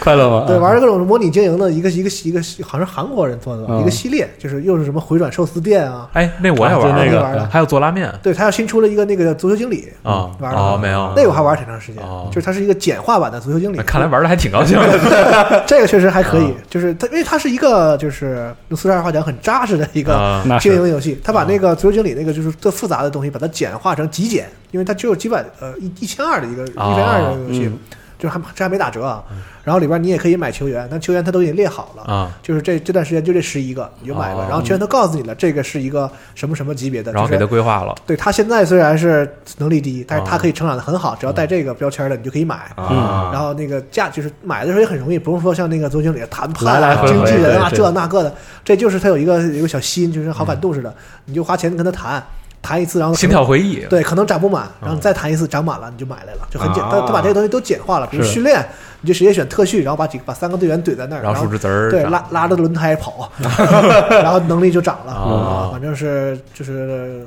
[SPEAKER 5] 快乐吗？
[SPEAKER 4] 对，
[SPEAKER 5] 啊
[SPEAKER 4] 玩了各种模拟经营的一个一个一个好像是韩国人做的吧
[SPEAKER 5] 嗯
[SPEAKER 4] 一个系列，就是又是什么回转寿司店啊，
[SPEAKER 3] 哎，那我也
[SPEAKER 5] 啊就
[SPEAKER 3] 玩
[SPEAKER 5] 那
[SPEAKER 4] 玩
[SPEAKER 5] 个
[SPEAKER 4] 了
[SPEAKER 3] 还有做拉面
[SPEAKER 4] 对，他要新出了一个那个足球经理
[SPEAKER 3] 啊，
[SPEAKER 4] 玩了
[SPEAKER 3] 哦，没有，
[SPEAKER 4] 那个我还玩挺长时间
[SPEAKER 3] 哦，
[SPEAKER 4] 就是它是一个简化版的足球经理
[SPEAKER 3] 那，看来玩的还挺高兴
[SPEAKER 4] [laughs]
[SPEAKER 3] 的，
[SPEAKER 4] 这个确实还可以
[SPEAKER 3] 啊，
[SPEAKER 4] 就是它，因为它是一个就是用四十二话讲很扎实的一个
[SPEAKER 3] 啊
[SPEAKER 5] 那
[SPEAKER 4] 经
[SPEAKER 5] 是
[SPEAKER 4] 营游戏，它把那个足球经理那个就是特复杂的东西，把它简化成极简，因为它只有几百呃一一千二的一个一
[SPEAKER 3] 啊
[SPEAKER 4] 千二的游戏
[SPEAKER 5] 嗯，
[SPEAKER 4] 就还这还没打折啊。然后里边你也可以买球员，但球员他都已经列好了。
[SPEAKER 3] 嗯啊，
[SPEAKER 4] 就是这这段时间就这十一个，你就买吧
[SPEAKER 3] 哦。
[SPEAKER 4] 然后球员都告诉你了，这个是一个什么什么级别的，
[SPEAKER 3] 然后
[SPEAKER 4] 就
[SPEAKER 3] 给
[SPEAKER 4] 是
[SPEAKER 3] 他规划了，
[SPEAKER 4] 对他现在虽然是能力低，但是他
[SPEAKER 3] 哦
[SPEAKER 4] 可以成长的很好，只要带这个标签的，你就可以买。
[SPEAKER 5] 嗯
[SPEAKER 2] 啊，
[SPEAKER 4] 然后那个价就是买的时候也很容易，不用说像那个总经理谈判
[SPEAKER 5] 来来
[SPEAKER 4] 啊、
[SPEAKER 5] 回
[SPEAKER 4] 经纪人啊
[SPEAKER 5] 回对对
[SPEAKER 4] 这那个的，这就是他有一个有一个小心，就是好感度似的，你就花钱跟他谈，谈一次，然后可能
[SPEAKER 3] 心跳回忆，
[SPEAKER 4] 对，可能涨不满，然后再谈一次涨满了，你就买来了，就很简。
[SPEAKER 2] 啊
[SPEAKER 4] 他他把这些东西都简化了，比如
[SPEAKER 5] 是
[SPEAKER 4] 训练，你就直接选特训，然后把几把三个队员怼在那儿，
[SPEAKER 3] 然
[SPEAKER 4] 然
[SPEAKER 3] 后数值子儿
[SPEAKER 4] 对
[SPEAKER 3] 长
[SPEAKER 4] 拉拉着轮胎
[SPEAKER 5] [laughs]
[SPEAKER 4] 跑， [laughs] 然后能力就涨了
[SPEAKER 3] 哦
[SPEAKER 4] 啊，反正是就是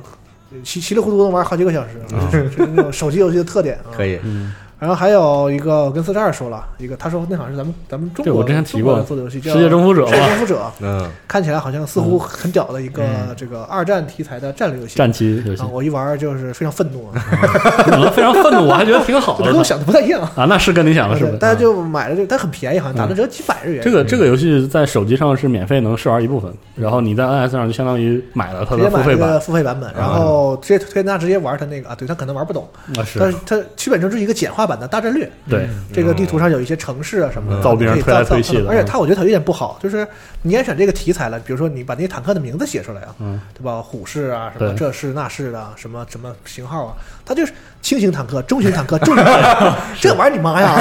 [SPEAKER 4] 稀稀里糊涂能玩好几个小时，
[SPEAKER 5] 哦
[SPEAKER 4] 就是那种手机游戏的特点啊。
[SPEAKER 2] 可以，
[SPEAKER 5] 嗯
[SPEAKER 4] 然后还有一个，我跟四十二说了一个，他说那好像是咱们咱们中
[SPEAKER 5] 对
[SPEAKER 4] 国
[SPEAKER 5] 我之前提过
[SPEAKER 4] 中国人做的游戏，叫《
[SPEAKER 5] 世界征服者嘛嗯
[SPEAKER 4] 世界征服者
[SPEAKER 5] [laughs]
[SPEAKER 2] 嗯，
[SPEAKER 4] 看起来好像似乎很屌的一个这个二战题材的战略游戏。
[SPEAKER 5] 战棋游戏哦
[SPEAKER 4] 啊，，我一玩就是非常愤怒啊，
[SPEAKER 5] 可能非常愤怒，我还觉得挺好
[SPEAKER 4] 就
[SPEAKER 5] [laughs] 的
[SPEAKER 4] 跟我
[SPEAKER 5] 呢。
[SPEAKER 4] 想的不太一样。
[SPEAKER 5] 啊，那是跟你想的是不是？
[SPEAKER 4] 大家就买了这个，但很便宜，好像打个折几百日元。
[SPEAKER 5] 这个这个游戏在手机上是免费能试玩一部分，然后你在 NS 上就相当于买了它
[SPEAKER 4] 直
[SPEAKER 5] 的
[SPEAKER 4] 接
[SPEAKER 5] 付
[SPEAKER 4] 买
[SPEAKER 5] 费
[SPEAKER 4] 这
[SPEAKER 5] 版
[SPEAKER 4] 个付费版本，然后直接推荐大家直接玩他那个啊，对他可能玩不懂，
[SPEAKER 5] 啊，
[SPEAKER 4] 但
[SPEAKER 5] 是
[SPEAKER 4] 是它基本上就是一个简化版的大战略。嗯
[SPEAKER 5] 对，嗯
[SPEAKER 4] 这个地图上有一些城市啊什么的，
[SPEAKER 5] 造兵
[SPEAKER 4] 可以
[SPEAKER 5] 推来
[SPEAKER 4] 造
[SPEAKER 5] 推去的嗯
[SPEAKER 4] 而且它我觉得它有点不好，就是你也选这个题材了，比如说你把那些坦克的名字写出来啊，
[SPEAKER 5] 嗯
[SPEAKER 4] 对吧？虎式啊，什么
[SPEAKER 5] 对
[SPEAKER 4] 这式那式的，什么什么型号啊，它就是轻型坦克、中型坦克、重型坦
[SPEAKER 5] [laughs]
[SPEAKER 4] 克，这玩意儿你妈呀，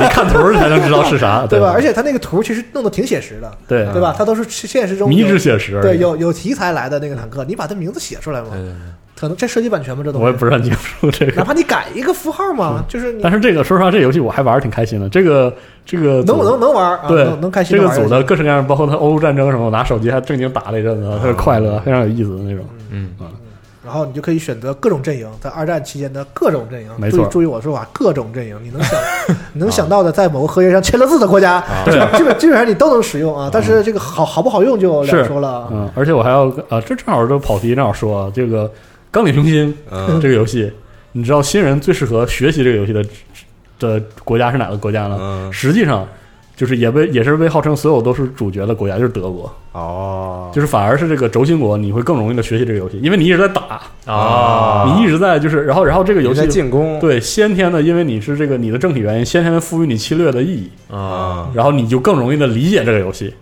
[SPEAKER 5] 你看图儿才能知道是啥，
[SPEAKER 4] 对
[SPEAKER 5] 吧
[SPEAKER 4] 吧？？而且它那个图其实弄得挺写实的，
[SPEAKER 5] 对
[SPEAKER 4] 对吧？它都是现实中
[SPEAKER 5] 嗯迷之
[SPEAKER 4] 有
[SPEAKER 5] 写实而已，
[SPEAKER 4] 对有有题材来的那个坦克，你把它名字写出来嘛，
[SPEAKER 3] 对对对
[SPEAKER 4] 可能这涉及版权吗？这东西
[SPEAKER 5] 我也不是很清楚这
[SPEAKER 4] 哪
[SPEAKER 5] 个。
[SPEAKER 4] 怕你改一个符号嘛，就是你
[SPEAKER 5] 但是这个说实话，这游戏我还玩的挺开心的。这个这个
[SPEAKER 4] 能
[SPEAKER 5] 组
[SPEAKER 4] 能能玩儿啊，
[SPEAKER 5] 对
[SPEAKER 4] 能能开心
[SPEAKER 5] 这
[SPEAKER 4] 地
[SPEAKER 5] 个
[SPEAKER 4] 玩儿
[SPEAKER 5] 组
[SPEAKER 4] 下
[SPEAKER 5] 的
[SPEAKER 4] 去
[SPEAKER 5] 各式各样，包括他欧洲战争什么，我拿手机还正经打了一阵子，特别快乐，非常有意思的那种。
[SPEAKER 3] 嗯，
[SPEAKER 4] 然后你就可以选择各种阵营，在二战期间的各种阵营。
[SPEAKER 5] 没错
[SPEAKER 4] 注意注意我说法，各种阵营，你
[SPEAKER 5] [laughs]
[SPEAKER 4] 能想你能想到的，在某个合约上签了字的国家，
[SPEAKER 3] 对啊
[SPEAKER 4] 基本基本上你都能使用啊。但是这个好好不好用就是两说了啊。
[SPEAKER 5] 嗯，而且我还要啊，这正好就跑题，正好说啊，这个《钢铁雄心》
[SPEAKER 2] 嗯
[SPEAKER 5] [laughs] 这个游戏，你知道新人最适合学习这个游戏的的国家是哪个国家呢？
[SPEAKER 2] 嗯
[SPEAKER 5] 实际上。就是也被也是被号称所有都是主角的国家，就是德国，
[SPEAKER 2] 哦，
[SPEAKER 5] 就是反而是这个轴心国，你会更容易的学习这个游戏，因为你一直在打，
[SPEAKER 4] 啊
[SPEAKER 3] 哦，
[SPEAKER 5] 你一直在就是，然后然后这个游
[SPEAKER 2] 有
[SPEAKER 5] 戏
[SPEAKER 2] 啊在进攻
[SPEAKER 5] 对先天的，因为你是这个你的政体原因，先天的赋予你侵略的意义，
[SPEAKER 3] 啊，
[SPEAKER 2] 啊，
[SPEAKER 5] 然后你就更容易的理解这个游戏。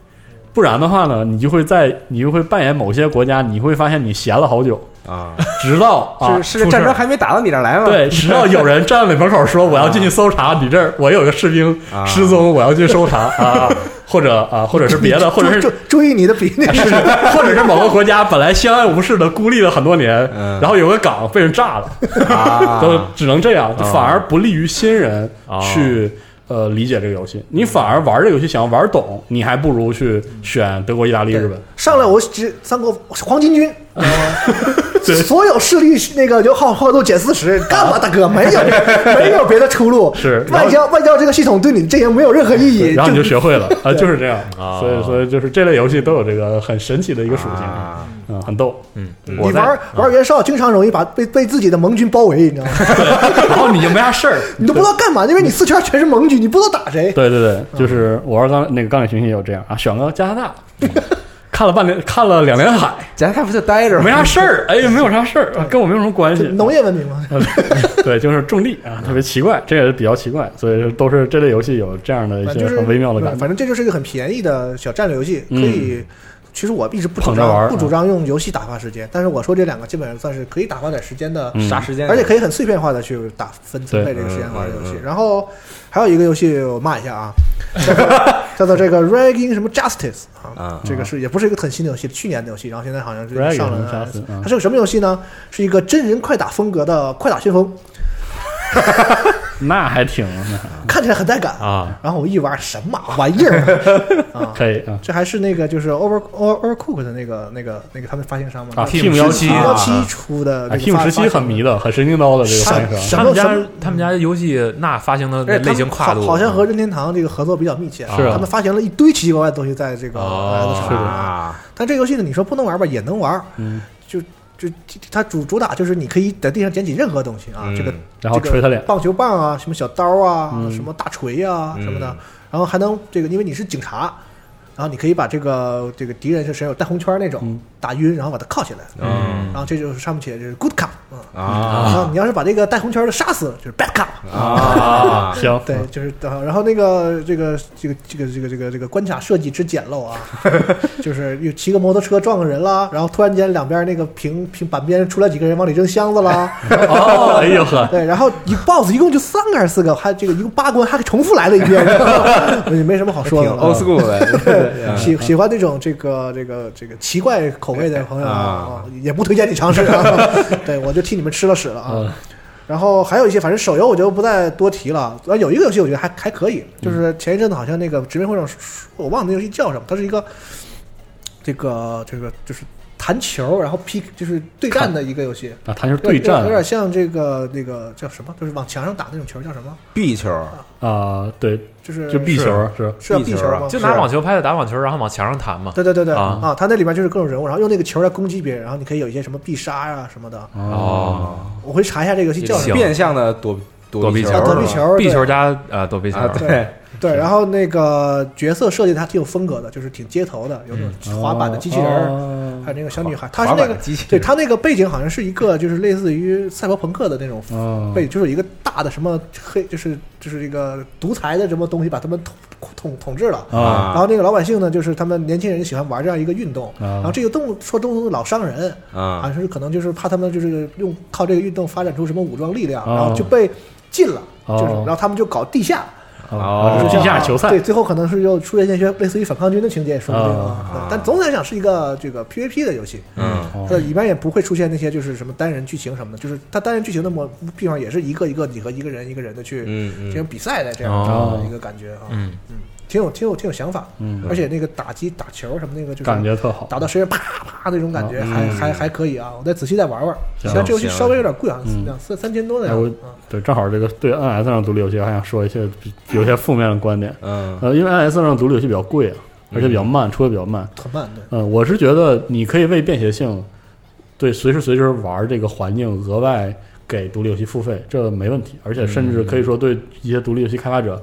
[SPEAKER 5] 不然的话呢，你就会在你就会扮演某些国家，你会发现你闲了好久，
[SPEAKER 2] 啊，
[SPEAKER 5] 直到啊
[SPEAKER 2] 是是这战争还没打到你这儿来吗？
[SPEAKER 5] [laughs] 对，直到有人站在门口说我要进去搜查你这儿，我有个士兵
[SPEAKER 2] 啊
[SPEAKER 5] 失踪，我要去搜查啊，或者啊，或者是别的，或者是
[SPEAKER 4] [laughs] 注注注意你的比那
[SPEAKER 5] [laughs]
[SPEAKER 4] 个
[SPEAKER 5] 是，或者是某个国家本来相安无事的孤立了很多年，
[SPEAKER 2] 嗯
[SPEAKER 5] 然后有个港被人炸了，
[SPEAKER 2] 啊，
[SPEAKER 5] [laughs] 都只能这样，反而不利于新人
[SPEAKER 3] 哦
[SPEAKER 5] 去、呃理解这个游戏。你反而玩这个游戏想要玩懂，你还不如去选德国、意大利、日本。
[SPEAKER 4] 上来我只三国黄巾军，知道
[SPEAKER 5] 啊对啊
[SPEAKER 4] 吗所有势力那个就耗耗都减四十，干吧大哥，没有没有别的出路。
[SPEAKER 5] 是然后
[SPEAKER 4] 外交外交这个系统对你的阵营没有任何意义。
[SPEAKER 5] 然后你就
[SPEAKER 4] 就
[SPEAKER 2] [laughs]
[SPEAKER 5] 学会了啊、呃就是这样。
[SPEAKER 3] 哦
[SPEAKER 5] 所以，所以就是这类游戏都有这个很神奇的一个属性，
[SPEAKER 2] 啊
[SPEAKER 5] 嗯，很逗。
[SPEAKER 3] 嗯，
[SPEAKER 4] 你
[SPEAKER 3] 我在
[SPEAKER 5] 啊
[SPEAKER 4] 玩玩袁绍，经常容易把被被自己的盟军包围，你知道吗？ [laughs]
[SPEAKER 5] 然后你就没啥事儿，
[SPEAKER 4] 你都不知道干嘛，因为你四圈全是盟军，你不知道打谁。
[SPEAKER 5] [laughs] 对对对，就是我玩钢那个钢铁雄心也有这样啊，选个加拿大， [laughs] 看了半年，看了两年海，
[SPEAKER 2] 咱还不就待着吗
[SPEAKER 5] 没啥事儿，哎，没有啥事儿，跟我没有什么关系
[SPEAKER 4] 就。农业文明嘛，
[SPEAKER 5] 对，就是种地啊，特别奇怪，这也比较奇怪，所以都是这类游戏有这样的一
[SPEAKER 4] 反正
[SPEAKER 5] 些
[SPEAKER 4] 就是
[SPEAKER 5] 很微妙的感
[SPEAKER 4] 对
[SPEAKER 5] 觉。
[SPEAKER 4] 反正这就是一个很便宜的小战略游戏，可
[SPEAKER 5] 嗯
[SPEAKER 4] 以。其实我一直不主
[SPEAKER 5] 捧着玩
[SPEAKER 4] 张
[SPEAKER 5] 儿嗯
[SPEAKER 4] 不主张用游戏打发时间，但是我说这两个基本上算是可以打发点时间的
[SPEAKER 5] 嗯
[SPEAKER 2] 啥时间？
[SPEAKER 4] 而且可以很碎片化的去打分分配
[SPEAKER 5] 对
[SPEAKER 4] 这个时间玩的游戏
[SPEAKER 2] 嗯嗯。嗯
[SPEAKER 4] 然后还有一个游戏我骂一下啊，叫
[SPEAKER 5] [laughs]
[SPEAKER 4] 做叫做这个 Ragging 什么 Justice
[SPEAKER 2] 啊
[SPEAKER 4] 啊，这个是也不是一个很新的游戏，去年的游戏，然后现在好像是
[SPEAKER 5] Ragging
[SPEAKER 4] 上
[SPEAKER 5] 什么
[SPEAKER 4] 了
[SPEAKER 5] Justice，嗯
[SPEAKER 4] 它是个什么游戏呢？是一个真人快打风格的快打旋风，
[SPEAKER 5] 那还挺
[SPEAKER 4] 看起来很带感。
[SPEAKER 3] 啊，
[SPEAKER 4] 然后我一玩，神马玩意儿啊啊！
[SPEAKER 5] 可以啊
[SPEAKER 4] 这还是那个就是 Over Over Overcook 的那个那个那个他们发行商嘛
[SPEAKER 5] 啊
[SPEAKER 3] Team
[SPEAKER 5] ，Team 幺七
[SPEAKER 3] 17
[SPEAKER 4] 幺
[SPEAKER 3] 啊
[SPEAKER 4] 七出的这个
[SPEAKER 5] ，Team
[SPEAKER 4] 发
[SPEAKER 5] 十七很迷的，很神经刀的这个
[SPEAKER 4] 发
[SPEAKER 5] 翻
[SPEAKER 4] 行商
[SPEAKER 5] 译商。
[SPEAKER 4] 什
[SPEAKER 3] 他
[SPEAKER 4] 么
[SPEAKER 3] 们
[SPEAKER 4] 什么
[SPEAKER 3] 家他们家游戏那发行的
[SPEAKER 2] 而且他
[SPEAKER 3] 类
[SPEAKER 2] 们
[SPEAKER 3] 型跨度，嗯啊
[SPEAKER 4] 好好像和任天堂这个合作比较密切，
[SPEAKER 5] 是啊
[SPEAKER 4] 他们发行了一堆奇奇怪怪的东西在这个
[SPEAKER 3] 哦
[SPEAKER 4] iOS
[SPEAKER 5] 是
[SPEAKER 4] 上
[SPEAKER 5] 的
[SPEAKER 4] 啊。
[SPEAKER 2] 啊，
[SPEAKER 4] 但这个游戏呢，你说不能玩吧，也能玩，
[SPEAKER 5] 嗯，
[SPEAKER 4] 就就它主主打就是你可以在地上捡起任何东西啊，
[SPEAKER 2] 嗯
[SPEAKER 4] 这个
[SPEAKER 5] 然后捶他脸
[SPEAKER 4] 这个棒球棒啊，什么小刀啊，
[SPEAKER 5] 嗯
[SPEAKER 4] 什么大锤啊
[SPEAKER 2] 嗯
[SPEAKER 4] 什么的，然后还能这个，因为你是警察。然后你可以把这个这个敌人是身上有带红圈那种、
[SPEAKER 5] 嗯
[SPEAKER 4] 打晕，然后把他铐起来，
[SPEAKER 3] 嗯
[SPEAKER 4] 然后这就是上面写的就是 good cop 啊、
[SPEAKER 5] 嗯
[SPEAKER 2] 啊
[SPEAKER 4] 然后你要是把这个带红圈的杀死，就是 bad cop
[SPEAKER 5] 嗯
[SPEAKER 2] 啊，
[SPEAKER 5] 行，
[SPEAKER 4] 对，就是呃然后那个这个这个这个这个这个这个关卡设计之简
[SPEAKER 2] [laughs]
[SPEAKER 4] 陋啊，就是又骑个摩托车撞个人啦，然后突然间两边那个平平板边出来几个人往里扔箱子啦，
[SPEAKER 2] [laughs]
[SPEAKER 5] 哦，哎呦呵，
[SPEAKER 4] 对，然后一 BOSS 一共就三个还是四个，还这个一共八关还重复来了一遍，
[SPEAKER 2] [laughs]
[SPEAKER 4] 也没什么好说
[SPEAKER 2] 挺
[SPEAKER 5] 嗯
[SPEAKER 4] 的
[SPEAKER 2] old
[SPEAKER 4] 啊。
[SPEAKER 2] school 的，
[SPEAKER 4] 喜喜欢那种这个这个这个奇怪口味的朋友
[SPEAKER 2] 啊
[SPEAKER 4] 啊，也不推荐你尝试啊。
[SPEAKER 2] [laughs]
[SPEAKER 4] 对，我就替你们吃了屎了啊。
[SPEAKER 5] 嗯
[SPEAKER 4] 然后还有一些，反正手游我就不再多提了。啊，有一个游戏我觉得还还可以，
[SPEAKER 5] 嗯
[SPEAKER 4] 就是前一阵子好像那个《殖民会上》，我忘了那游戏叫什么，它是一个这个这个就是弹球，然后 P 就是对战的一个游戏，
[SPEAKER 5] 啊，他就是
[SPEAKER 4] 有
[SPEAKER 5] 对
[SPEAKER 4] 点
[SPEAKER 5] 战
[SPEAKER 4] 有点像这个那个叫什么，就是往墙上打那种球叫什么？
[SPEAKER 2] 壁球
[SPEAKER 5] 啊，对，
[SPEAKER 4] 就是
[SPEAKER 5] 就壁球是
[SPEAKER 4] 是叫壁球吗？
[SPEAKER 3] 就拿网球拍子打网球，然后往墙上弹嘛。
[SPEAKER 4] 对对对对
[SPEAKER 3] 啊
[SPEAKER 4] 啊，它那里边就是各种人物，然后用那个球来攻击别人，然后你可以有一些什么必杀呀、什么的。
[SPEAKER 3] 哦，
[SPEAKER 4] 我会查一下这个游戏叫什么。
[SPEAKER 2] 变相的躲躲
[SPEAKER 3] 避
[SPEAKER 2] 球，
[SPEAKER 4] 啊，躲避
[SPEAKER 2] 是
[SPEAKER 4] 球
[SPEAKER 2] 吧
[SPEAKER 4] 儿，
[SPEAKER 3] 壁
[SPEAKER 4] 对
[SPEAKER 3] 球加呃躲避球
[SPEAKER 2] 啊，， [laughs] 对，
[SPEAKER 4] 对，然后那个角色设计它挺有风格的，就是挺街头的，有那
[SPEAKER 5] 嗯
[SPEAKER 4] 种滑
[SPEAKER 5] 哦
[SPEAKER 4] 板的机器人儿，
[SPEAKER 5] 儿
[SPEAKER 4] 还有那个小
[SPEAKER 2] 小
[SPEAKER 4] 女孩，她是那个，
[SPEAKER 2] 机器人，
[SPEAKER 4] 对她那个背景好像是一个就是类似于赛博朋克的那种
[SPEAKER 5] 哦，
[SPEAKER 4] 背，就是有一个大的什么黑，就是就是一个独裁的什么东西把他们统统统治了。
[SPEAKER 5] 啊
[SPEAKER 4] 然后那个老百姓呢，就是他们年轻人喜欢玩这样一个运动，然后这个动说动物老伤人，
[SPEAKER 2] 啊
[SPEAKER 4] 啊，是可能就是怕他们就是用靠这个运动发展出什么武装力量，
[SPEAKER 5] 哦
[SPEAKER 4] 然后就被禁了，就是
[SPEAKER 5] 哦
[SPEAKER 4] 然后他们就搞地下，
[SPEAKER 5] 啊
[SPEAKER 2] 哦
[SPEAKER 5] 这是地下球赛
[SPEAKER 4] 对，最后可能是又出现一些类似于反抗军的情节，也说不定
[SPEAKER 2] 啊
[SPEAKER 4] 啊。但总体来讲是一个这个 PVP 的游戏，
[SPEAKER 2] 嗯
[SPEAKER 5] 哦
[SPEAKER 4] 它里边也不会出现那些就是什么单人剧情什么的，就是它单人剧情的模地方也是一个一个你和一个人一个人的去
[SPEAKER 2] 嗯
[SPEAKER 4] 进
[SPEAKER 2] 嗯
[SPEAKER 4] 行比赛的这样
[SPEAKER 3] 哦
[SPEAKER 4] 的一个感觉啊，
[SPEAKER 3] 嗯
[SPEAKER 4] 挺有挺有挺有想法，
[SPEAKER 5] 嗯，
[SPEAKER 4] 而且那个打击打球什么那个就是
[SPEAKER 5] 感觉特好，
[SPEAKER 4] 打到身上啪啪那种感觉
[SPEAKER 2] 嗯
[SPEAKER 4] 还还还可以啊，我再仔细再玩玩。
[SPEAKER 5] 行
[SPEAKER 4] 虽然这游戏
[SPEAKER 2] 行
[SPEAKER 4] 稍微有点贵啊
[SPEAKER 5] 嗯，
[SPEAKER 4] 两三三千多的
[SPEAKER 5] 哎
[SPEAKER 4] 样
[SPEAKER 5] 我
[SPEAKER 4] 子啊。
[SPEAKER 5] 对，正好这个对 NS 上独立游戏，我还想说一些比有些负面的观点。
[SPEAKER 2] 嗯
[SPEAKER 5] 呃，因为 NS 上独立游戏比较贵啊，而且比较慢，出的比较慢。
[SPEAKER 4] 很慢对，
[SPEAKER 5] 嗯，我是觉得你可以为便携性，对随时随地玩这个环境额外给独立游戏付费，这没问题，而且甚至可以说对一些独立游戏开发者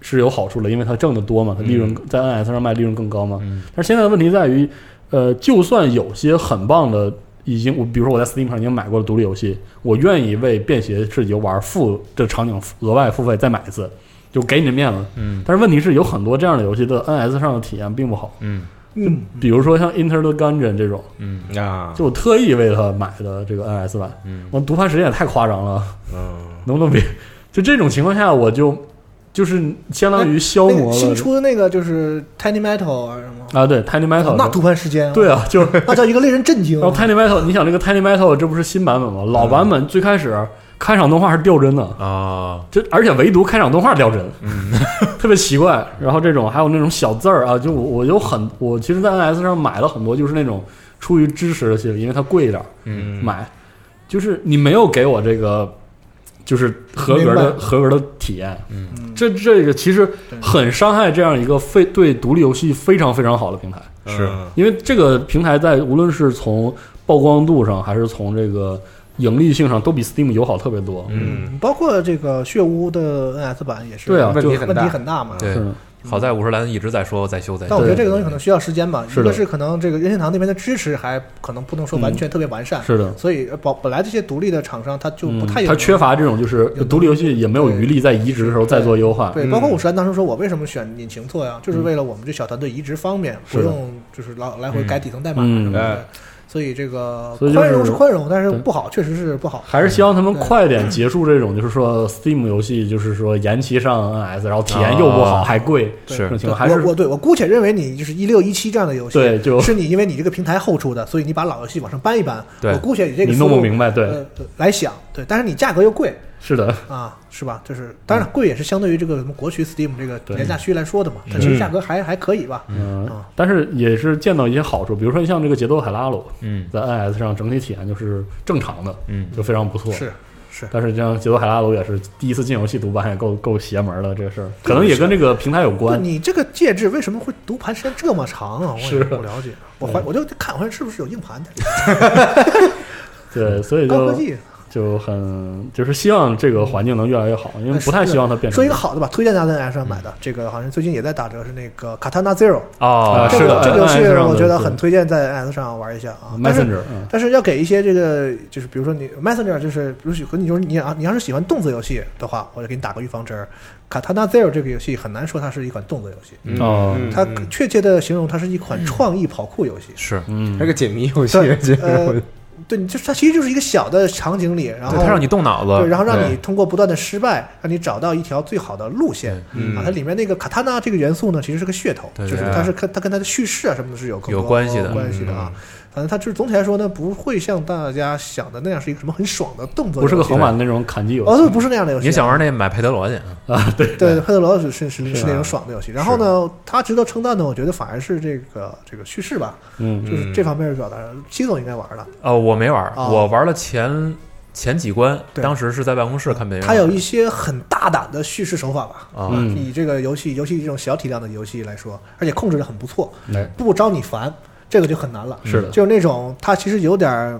[SPEAKER 5] 是有好处的，因为它挣得多嘛，它利润在 NS 上卖利润更高嘛。
[SPEAKER 3] 嗯
[SPEAKER 5] 但是现在的问题在于，呃，就算有些很棒的。已经，我比如说我在 Steam 上已经买过了独立游戏，我愿意为便携式游玩付这场景额外付费再买一次，就给你的面子。
[SPEAKER 3] 嗯
[SPEAKER 5] 但是问题是有很多这样的游戏的 NS 上的体验并不好，
[SPEAKER 3] 嗯
[SPEAKER 4] 嗯，
[SPEAKER 5] 比如说像 Inter the Gungeon 这种，
[SPEAKER 3] 嗯
[SPEAKER 2] 啊
[SPEAKER 5] 就我特意为它买的这个 NS 版，
[SPEAKER 3] 嗯
[SPEAKER 5] 我读盘时间也太夸张了，
[SPEAKER 2] 嗯
[SPEAKER 5] 能不能别？就这种情况下，我就就是相当于消
[SPEAKER 4] 那个
[SPEAKER 5] 磨
[SPEAKER 4] 哎新
[SPEAKER 5] 了
[SPEAKER 4] 出的那个就是 Tiny Metal 啊什么，
[SPEAKER 5] 啊，对 Tiny Metal，
[SPEAKER 4] 那读盘时间啊
[SPEAKER 5] 对，哦啊，就是
[SPEAKER 4] 那叫一个令人震惊啊
[SPEAKER 5] 然后 Tiny Metal，你想这个 Tiny Metal 这不是新版本吗？老版本最开始开场动画是掉帧的，
[SPEAKER 3] 啊
[SPEAKER 5] 这而且唯独开场动画掉帧，
[SPEAKER 3] 嗯
[SPEAKER 5] 特别奇怪。然后这种还有那种小字儿啊，就我我有很我其实，在 NS 上买了很多，就是那种出于支持的心理，因为它贵一点儿。
[SPEAKER 3] 嗯
[SPEAKER 5] 买，就是你没有给我这个就是合格
[SPEAKER 4] 明
[SPEAKER 5] 的
[SPEAKER 4] 白
[SPEAKER 5] 合格的体验，
[SPEAKER 3] 嗯
[SPEAKER 4] 嗯
[SPEAKER 5] 这这个其实很伤害这样一个非对独立游戏非常非常好的平台，
[SPEAKER 3] 是
[SPEAKER 2] 嗯
[SPEAKER 5] 因为这个平台在无论是从曝光度上还是从这个盈利性上，都比 Steam 友好特别多。
[SPEAKER 2] 嗯，
[SPEAKER 4] 包括这个血污的 NS 版也是，
[SPEAKER 5] 对啊
[SPEAKER 2] 问
[SPEAKER 5] 就
[SPEAKER 2] 题
[SPEAKER 4] 问
[SPEAKER 2] 很
[SPEAKER 4] 题
[SPEAKER 2] 大，
[SPEAKER 4] 很大嘛。
[SPEAKER 3] 对
[SPEAKER 5] 是，
[SPEAKER 3] 好在五十岚一直在说再修再
[SPEAKER 4] 但
[SPEAKER 3] 修
[SPEAKER 4] 我觉得这
[SPEAKER 5] 对
[SPEAKER 4] 个东西可能需要时间吧，
[SPEAKER 5] 是的
[SPEAKER 4] 一个是可能这个任天堂那边的支持还可能不能说完全特别完善，
[SPEAKER 5] 是的，
[SPEAKER 4] 所以保本来这些独立的厂商他就不太
[SPEAKER 5] 嗯
[SPEAKER 4] 有
[SPEAKER 5] 它缺乏这种就是
[SPEAKER 4] 有
[SPEAKER 5] 独立游戏也没有余力在移植的时候再做优化。
[SPEAKER 4] 对，
[SPEAKER 2] 嗯
[SPEAKER 4] 包括五十岚当时说，我为什么选引擎做呀？就是为了我们这小团队移植方便，
[SPEAKER 5] 嗯是
[SPEAKER 4] 不
[SPEAKER 5] 的
[SPEAKER 4] 用就是老来回改底层代码啊什
[SPEAKER 5] 嗯
[SPEAKER 4] 么
[SPEAKER 2] 哎
[SPEAKER 4] 的。所以这个
[SPEAKER 5] 所以就是
[SPEAKER 4] 宽容是宽容，但是
[SPEAKER 5] 对
[SPEAKER 4] 不好，确实是不好。
[SPEAKER 5] 还是希望他们
[SPEAKER 4] 对
[SPEAKER 5] 快点结束这种，就是说 Steam 游戏，就是说延期上 NS，然后体验又不好
[SPEAKER 3] 哦
[SPEAKER 5] 还贵，这
[SPEAKER 3] 是
[SPEAKER 5] 种情
[SPEAKER 4] 对
[SPEAKER 5] 况还是
[SPEAKER 4] 我我对我姑且认为你就是一六一七这样的游戏，
[SPEAKER 5] 对就是
[SPEAKER 4] 你因为你这个平台后出的，所以你把老游戏往上搬一搬。
[SPEAKER 3] 对
[SPEAKER 4] 我姑且以这个
[SPEAKER 5] 你
[SPEAKER 4] 思路
[SPEAKER 5] 弄不明白，对，
[SPEAKER 4] 呃来想，对，但是你价格又贵
[SPEAKER 5] 是的，
[SPEAKER 4] 啊，是吧？就是当然贵也是相对于这个什么国区 Steam 这个
[SPEAKER 5] 嗯对
[SPEAKER 4] 廉价区来说的嘛，但其实价格还还可以吧。
[SPEAKER 5] 嗯
[SPEAKER 4] 啊，
[SPEAKER 5] 但是也是见到一些好处，比如说像这个节奏海拉鲁，
[SPEAKER 3] 嗯
[SPEAKER 5] 在 NS 上整体体验就是正常的，
[SPEAKER 3] 嗯
[SPEAKER 5] 就非常不错。
[SPEAKER 4] 是是，
[SPEAKER 5] 但是像节奏海拉鲁也是第一次进游戏读版，也够够邪门了，这个事儿可能也跟这个平台有
[SPEAKER 4] 不，
[SPEAKER 5] 关。
[SPEAKER 4] 你这个介质为什么会读盘时间这么长啊？我
[SPEAKER 5] 是
[SPEAKER 4] 也不了解。我怀我就看怀是不是有硬盘的
[SPEAKER 5] 对，所以
[SPEAKER 4] 高科
[SPEAKER 5] 就
[SPEAKER 4] 技。啊
[SPEAKER 5] 就很就是希望这个环境能越来越好，因为
[SPEAKER 4] 哎
[SPEAKER 5] 不太
[SPEAKER 4] 是
[SPEAKER 5] 希望它变成嗯
[SPEAKER 4] 说一个好的吧，推荐大家在 S 上买的这个，好像最近也在打折，是那个 Katana Zero。
[SPEAKER 3] 哦
[SPEAKER 5] 啊
[SPEAKER 4] 这
[SPEAKER 5] 是
[SPEAKER 4] 个
[SPEAKER 5] 的
[SPEAKER 4] 这个游
[SPEAKER 5] NS
[SPEAKER 4] 戏
[SPEAKER 5] 上的
[SPEAKER 4] 我觉得
[SPEAKER 5] 对
[SPEAKER 4] 很推荐在 S 上玩一下啊。但是
[SPEAKER 5] Messenger，嗯
[SPEAKER 4] 但是要给一些这个，就是比如说你 Messenger，就是比如说你就是你啊，你要是喜欢动作游戏的话，我就给你打个预防针儿。Katana Zero 这个游戏很难说它是一款动作游戏，
[SPEAKER 2] 嗯
[SPEAKER 5] 哦
[SPEAKER 2] 嗯
[SPEAKER 4] 它
[SPEAKER 2] 嗯
[SPEAKER 4] 确切的形容它是一款创意跑酷游戏。
[SPEAKER 3] 是
[SPEAKER 5] 嗯
[SPEAKER 2] 那个解谜游戏，
[SPEAKER 4] 对
[SPEAKER 2] 其实
[SPEAKER 4] 呃
[SPEAKER 2] 我
[SPEAKER 4] 对，你就是它其实就是一个小的场景里，然后
[SPEAKER 3] 对他让你动脑
[SPEAKER 4] 对，
[SPEAKER 3] 子
[SPEAKER 4] 然后让
[SPEAKER 2] 对
[SPEAKER 4] 你通过不断的失败，让你找到一条最好的路线
[SPEAKER 2] 嗯
[SPEAKER 4] 啊。它里面那个卡塔纳这个元素呢，其实是个噱头，
[SPEAKER 3] 对
[SPEAKER 4] 就是
[SPEAKER 3] 对
[SPEAKER 4] 它是跟它跟它的叙事啊什么的是有更
[SPEAKER 3] 有
[SPEAKER 4] 多
[SPEAKER 3] 关系的嗯
[SPEAKER 4] 关系的啊。反正它就是总体来说呢，不会像大家想的那样是一个什么很爽的动作游
[SPEAKER 5] 不
[SPEAKER 4] 戏，
[SPEAKER 5] 是个横版那种砍击游
[SPEAKER 4] 哦，
[SPEAKER 5] 戏
[SPEAKER 4] 对，不是那样的游戏啊。
[SPEAKER 3] 你想玩那买佩德罗去啊
[SPEAKER 4] 啊对，佩德罗是是是
[SPEAKER 5] 是
[SPEAKER 4] 是那种爽的游戏。然后呢，它值得称赞的，我觉得反而是这个这个叙事吧，
[SPEAKER 5] 嗯
[SPEAKER 4] 就
[SPEAKER 2] 嗯
[SPEAKER 4] 是这方面的表达。七总应该玩了，
[SPEAKER 3] 哦，我没玩，
[SPEAKER 4] 哦
[SPEAKER 3] 我玩了前前几关，
[SPEAKER 4] 对
[SPEAKER 3] 当时是在办公室看别人玩。
[SPEAKER 4] 它有一些很大胆的叙事手法吧。
[SPEAKER 3] 啊，
[SPEAKER 5] 嗯
[SPEAKER 4] 以这个游戏，尤其这种小体量的游戏来说，而且控制的很不错，
[SPEAKER 5] 哎
[SPEAKER 4] 不招你烦，这个就很难了。
[SPEAKER 5] 是的，
[SPEAKER 4] 就是那种它其实有点儿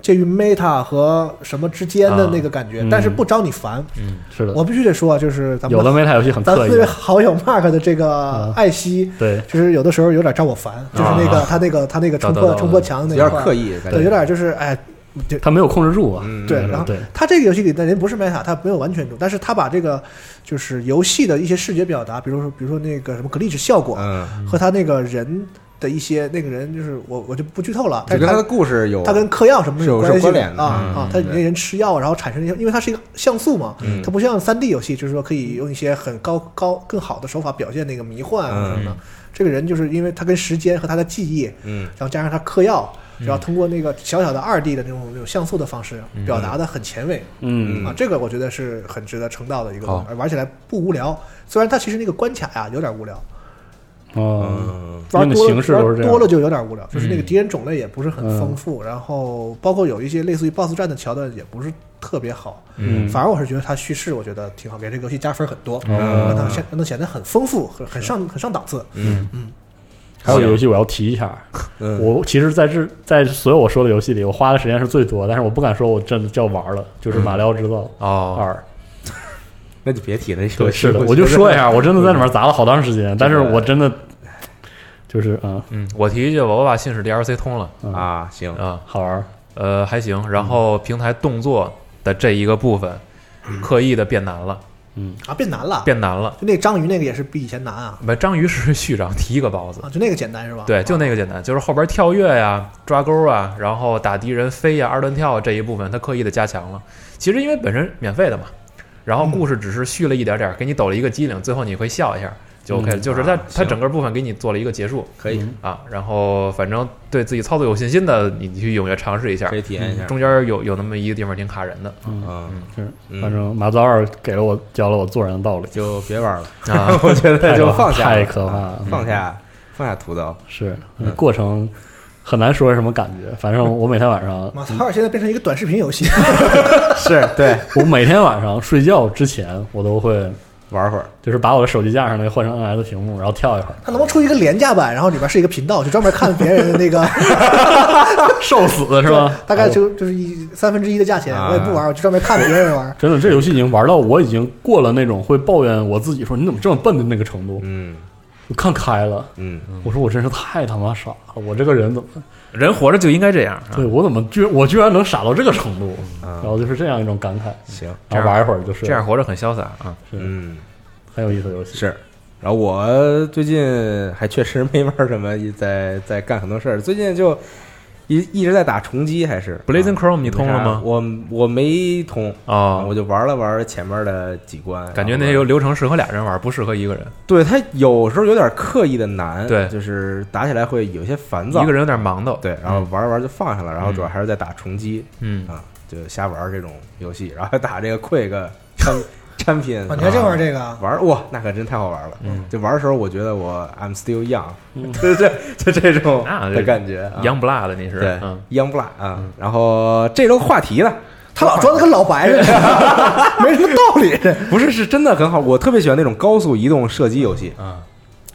[SPEAKER 4] 介于 meta 和什么之间的那个感觉，
[SPEAKER 5] 啊嗯
[SPEAKER 4] 但是不招你烦。
[SPEAKER 3] 嗯
[SPEAKER 5] 是的，
[SPEAKER 4] 我必须得说啊，就是咱
[SPEAKER 5] 有
[SPEAKER 4] 们
[SPEAKER 5] 的 meta 游戏很
[SPEAKER 4] 咱
[SPEAKER 5] 刻
[SPEAKER 4] 四位 [laughs]
[SPEAKER 5] 意，
[SPEAKER 4] 好友 Mark 的这个
[SPEAKER 5] 啊
[SPEAKER 4] 艾希，
[SPEAKER 5] 对，
[SPEAKER 4] 就是有的时候有点招我烦，就是那个
[SPEAKER 3] 啊
[SPEAKER 4] 他那个他那个冲
[SPEAKER 3] 懂懂
[SPEAKER 4] 破
[SPEAKER 3] 懂
[SPEAKER 4] 冲破墙那
[SPEAKER 2] 有
[SPEAKER 4] 一块
[SPEAKER 2] 点
[SPEAKER 4] 儿，
[SPEAKER 2] 刻意，感觉
[SPEAKER 4] 对，有点就是哎，就
[SPEAKER 5] 他没有控制住啊，
[SPEAKER 2] 嗯
[SPEAKER 4] 对，
[SPEAKER 5] 嗯
[SPEAKER 4] 然后
[SPEAKER 5] 对
[SPEAKER 4] 他这个游戏里的人不是 Meta，他没有完全中，但是他把这个就是游戏的一些视觉表达，比如说比如说那个什么 glitch 效果
[SPEAKER 2] 嗯
[SPEAKER 4] 和他那个人的一些那个人，就是我我就不剧透了，
[SPEAKER 2] 就
[SPEAKER 4] 但是
[SPEAKER 2] 跟他
[SPEAKER 4] 他
[SPEAKER 2] 的故事有
[SPEAKER 4] 他跟嗑药什么
[SPEAKER 2] 是有
[SPEAKER 4] 关系
[SPEAKER 2] 是有关联的
[SPEAKER 4] 啊
[SPEAKER 2] 嗯
[SPEAKER 4] 啊！他那人吃药，然后产生一些，因为它是一个像素嘛，
[SPEAKER 2] 嗯
[SPEAKER 4] 它不像三 D 游戏，就是说可以用一些很高高更好的手法表现那个迷幻啊什么的。这个人就是因为他跟时间和他的记忆，
[SPEAKER 2] 嗯
[SPEAKER 4] 然后加上他嗑药，然后通过那个小小的二 D 的那种那种像素的方式表达的很前卫。
[SPEAKER 5] 嗯，
[SPEAKER 4] 啊，这个我觉得是很值得称道的一个东西
[SPEAKER 2] 好，
[SPEAKER 4] 而玩起来不无聊。虽然它其实那个关卡呀有点无聊，
[SPEAKER 5] 哦，
[SPEAKER 2] 嗯
[SPEAKER 4] 玩
[SPEAKER 5] 那个
[SPEAKER 4] 多了
[SPEAKER 5] 形式都是
[SPEAKER 4] 玩
[SPEAKER 5] 这样嗯
[SPEAKER 4] 多了就有点无聊，就是那个
[SPEAKER 3] 嗯
[SPEAKER 4] 敌人种类也不是很丰富，然后包括有一些类似于 BOSS 战的桥段也不是特别好。
[SPEAKER 5] 嗯，
[SPEAKER 4] 反而我是觉得它叙事我觉得挺好，给这个游戏加分很多，
[SPEAKER 5] 哦
[SPEAKER 4] 让它显让它显得很丰富，很很上很上档次。
[SPEAKER 2] 嗯
[SPEAKER 5] 还有一个游戏我要提一下，
[SPEAKER 2] 嗯，
[SPEAKER 5] 我其实在这在所有我说的游戏里，我花的时间是最多，但是我不敢说我真的叫玩了，
[SPEAKER 4] 嗯
[SPEAKER 5] 就是《马里奥制造
[SPEAKER 3] 哦，
[SPEAKER 5] 二》。
[SPEAKER 2] 那就别提了，这
[SPEAKER 5] 对，
[SPEAKER 2] 游戏
[SPEAKER 5] 是的，我就说一下，我真的在里面砸了好长时间，但是我真的就是啊，
[SPEAKER 3] 嗯，我提一句吧，我把信使 DLC 通了
[SPEAKER 5] 嗯
[SPEAKER 2] 啊，行，
[SPEAKER 3] 啊，
[SPEAKER 5] 好玩儿。
[SPEAKER 3] 呃，还行。然后平台动作的这一个部分，刻意的变难了，
[SPEAKER 4] 啊，变难了，
[SPEAKER 3] 变难了。
[SPEAKER 4] 就那个章鱼那个也是比以前难啊，
[SPEAKER 3] 不，章鱼是 [laughs] 续章，提一个包子
[SPEAKER 4] 啊，。就那个简单是吧？啊
[SPEAKER 3] 对，就那个简单，就是后边跳跃呀、抓钩啊，然后打敌人飞呀、二段跳啊这一部分，它刻意的加强了。其实因为本身免费的嘛，然后故事只是续了一点点，给你抖了一个机灵，最后你会笑一下就 OK 了。
[SPEAKER 5] 嗯
[SPEAKER 3] 就是它、
[SPEAKER 2] 啊
[SPEAKER 3] 它
[SPEAKER 2] 行
[SPEAKER 3] 整个部分给你做了一个结束
[SPEAKER 2] 可以
[SPEAKER 5] 嗯
[SPEAKER 3] 啊，然后反正对自己操作有信心的，你去踊跃尝试一下
[SPEAKER 2] 可。以体验一下，
[SPEAKER 3] 中间有有那么一个地方挺卡人
[SPEAKER 2] [laughs]
[SPEAKER 3] 的
[SPEAKER 5] 嗯，
[SPEAKER 2] 嗯，
[SPEAKER 5] 是，
[SPEAKER 2] 嗯
[SPEAKER 5] 反正《马里奥二》给了我教了我做人的道理，
[SPEAKER 2] 就别玩了，
[SPEAKER 3] 啊，
[SPEAKER 2] 我觉
[SPEAKER 5] 嗯太
[SPEAKER 2] 得就
[SPEAKER 5] 可
[SPEAKER 2] 放下，
[SPEAKER 5] 太可怕了嗯
[SPEAKER 2] 啊放下放下屠刀，
[SPEAKER 5] 是嗯过程很难说是什么感觉，反正我每天晚上
[SPEAKER 4] 马塔尔现在变成一个短视频游戏， [laughs]
[SPEAKER 2] 是对，
[SPEAKER 5] [laughs] 我每天晚上睡觉之前，我都会
[SPEAKER 2] 玩会儿，
[SPEAKER 5] 就是把我的手机架上那个换成 NS 屏幕，然后跳一会儿，
[SPEAKER 4] 它能不能出一个廉价版，然后里边是一个频道，就专门看别人的那个，
[SPEAKER 5] 受死 [laughs] 是
[SPEAKER 4] [laughs]
[SPEAKER 5] 吧？哦
[SPEAKER 4] 大概就就是一三分之一的价钱，
[SPEAKER 2] 啊
[SPEAKER 4] 我也不玩，我就专门看别人
[SPEAKER 5] [laughs]。
[SPEAKER 4] 玩
[SPEAKER 5] 真的，这游戏已经玩到我已经过了那种会抱怨我自己说你怎么这么笨的那个程度，
[SPEAKER 2] 嗯
[SPEAKER 5] 我看开了。
[SPEAKER 2] 嗯，
[SPEAKER 5] 我说我真是太他妈傻了，我这个人怎么
[SPEAKER 3] 人活着就应该这样啊。
[SPEAKER 5] 对我怎么居我居然能傻到这个程度？
[SPEAKER 2] 啊
[SPEAKER 5] 然后就是这样一种感慨，
[SPEAKER 2] 行，
[SPEAKER 3] 这样
[SPEAKER 5] 然后玩一会儿就睡
[SPEAKER 3] 这
[SPEAKER 5] 了，
[SPEAKER 3] 样活着很潇洒啊。
[SPEAKER 2] 嗯。
[SPEAKER 5] 很有意思的游戏。
[SPEAKER 2] 是，然后我最近还确实没玩儿什么，也在在干很多事儿。最近就一一直在打重击，还是
[SPEAKER 3] Blazing
[SPEAKER 2] 啊
[SPEAKER 3] Chrome 你通了
[SPEAKER 2] 没啥
[SPEAKER 3] 吗？
[SPEAKER 2] 我我没通
[SPEAKER 3] 哦
[SPEAKER 2] 我就玩了玩前面的几关，
[SPEAKER 3] 感觉
[SPEAKER 2] 然后
[SPEAKER 3] 那流流程适合俩人玩，不适合一个人。
[SPEAKER 2] 对它有时候有点刻意的难，
[SPEAKER 3] 对
[SPEAKER 2] 就是打起来会有些烦躁。
[SPEAKER 3] 一个人有点忙的。
[SPEAKER 2] 对，然后玩着玩着就放下了，然后主要
[SPEAKER 3] 嗯
[SPEAKER 2] 还是在打重击
[SPEAKER 3] 嗯，
[SPEAKER 2] 啊，就瞎玩儿这种游戏，然后还打这个 Quick 掺掺拼，
[SPEAKER 4] 啊，你还真玩这个啊？
[SPEAKER 2] 玩儿哇，那可真太好玩了。
[SPEAKER 3] 嗯
[SPEAKER 2] 就玩的时候，我觉得我 I'm still young，
[SPEAKER 5] 嗯
[SPEAKER 2] [laughs] 对对，就这种
[SPEAKER 3] 那
[SPEAKER 2] 的感觉。啊
[SPEAKER 3] 杨不辣的你是，
[SPEAKER 2] 对
[SPEAKER 3] 嗯，
[SPEAKER 2] young 不辣啊。然后这周话题呢，
[SPEAKER 4] 他老装的跟老白似的，
[SPEAKER 2] [laughs]
[SPEAKER 4] 没什么道理。
[SPEAKER 2] 不是是真的很好，我特别喜欢那种高速移动射击游戏。
[SPEAKER 3] 啊，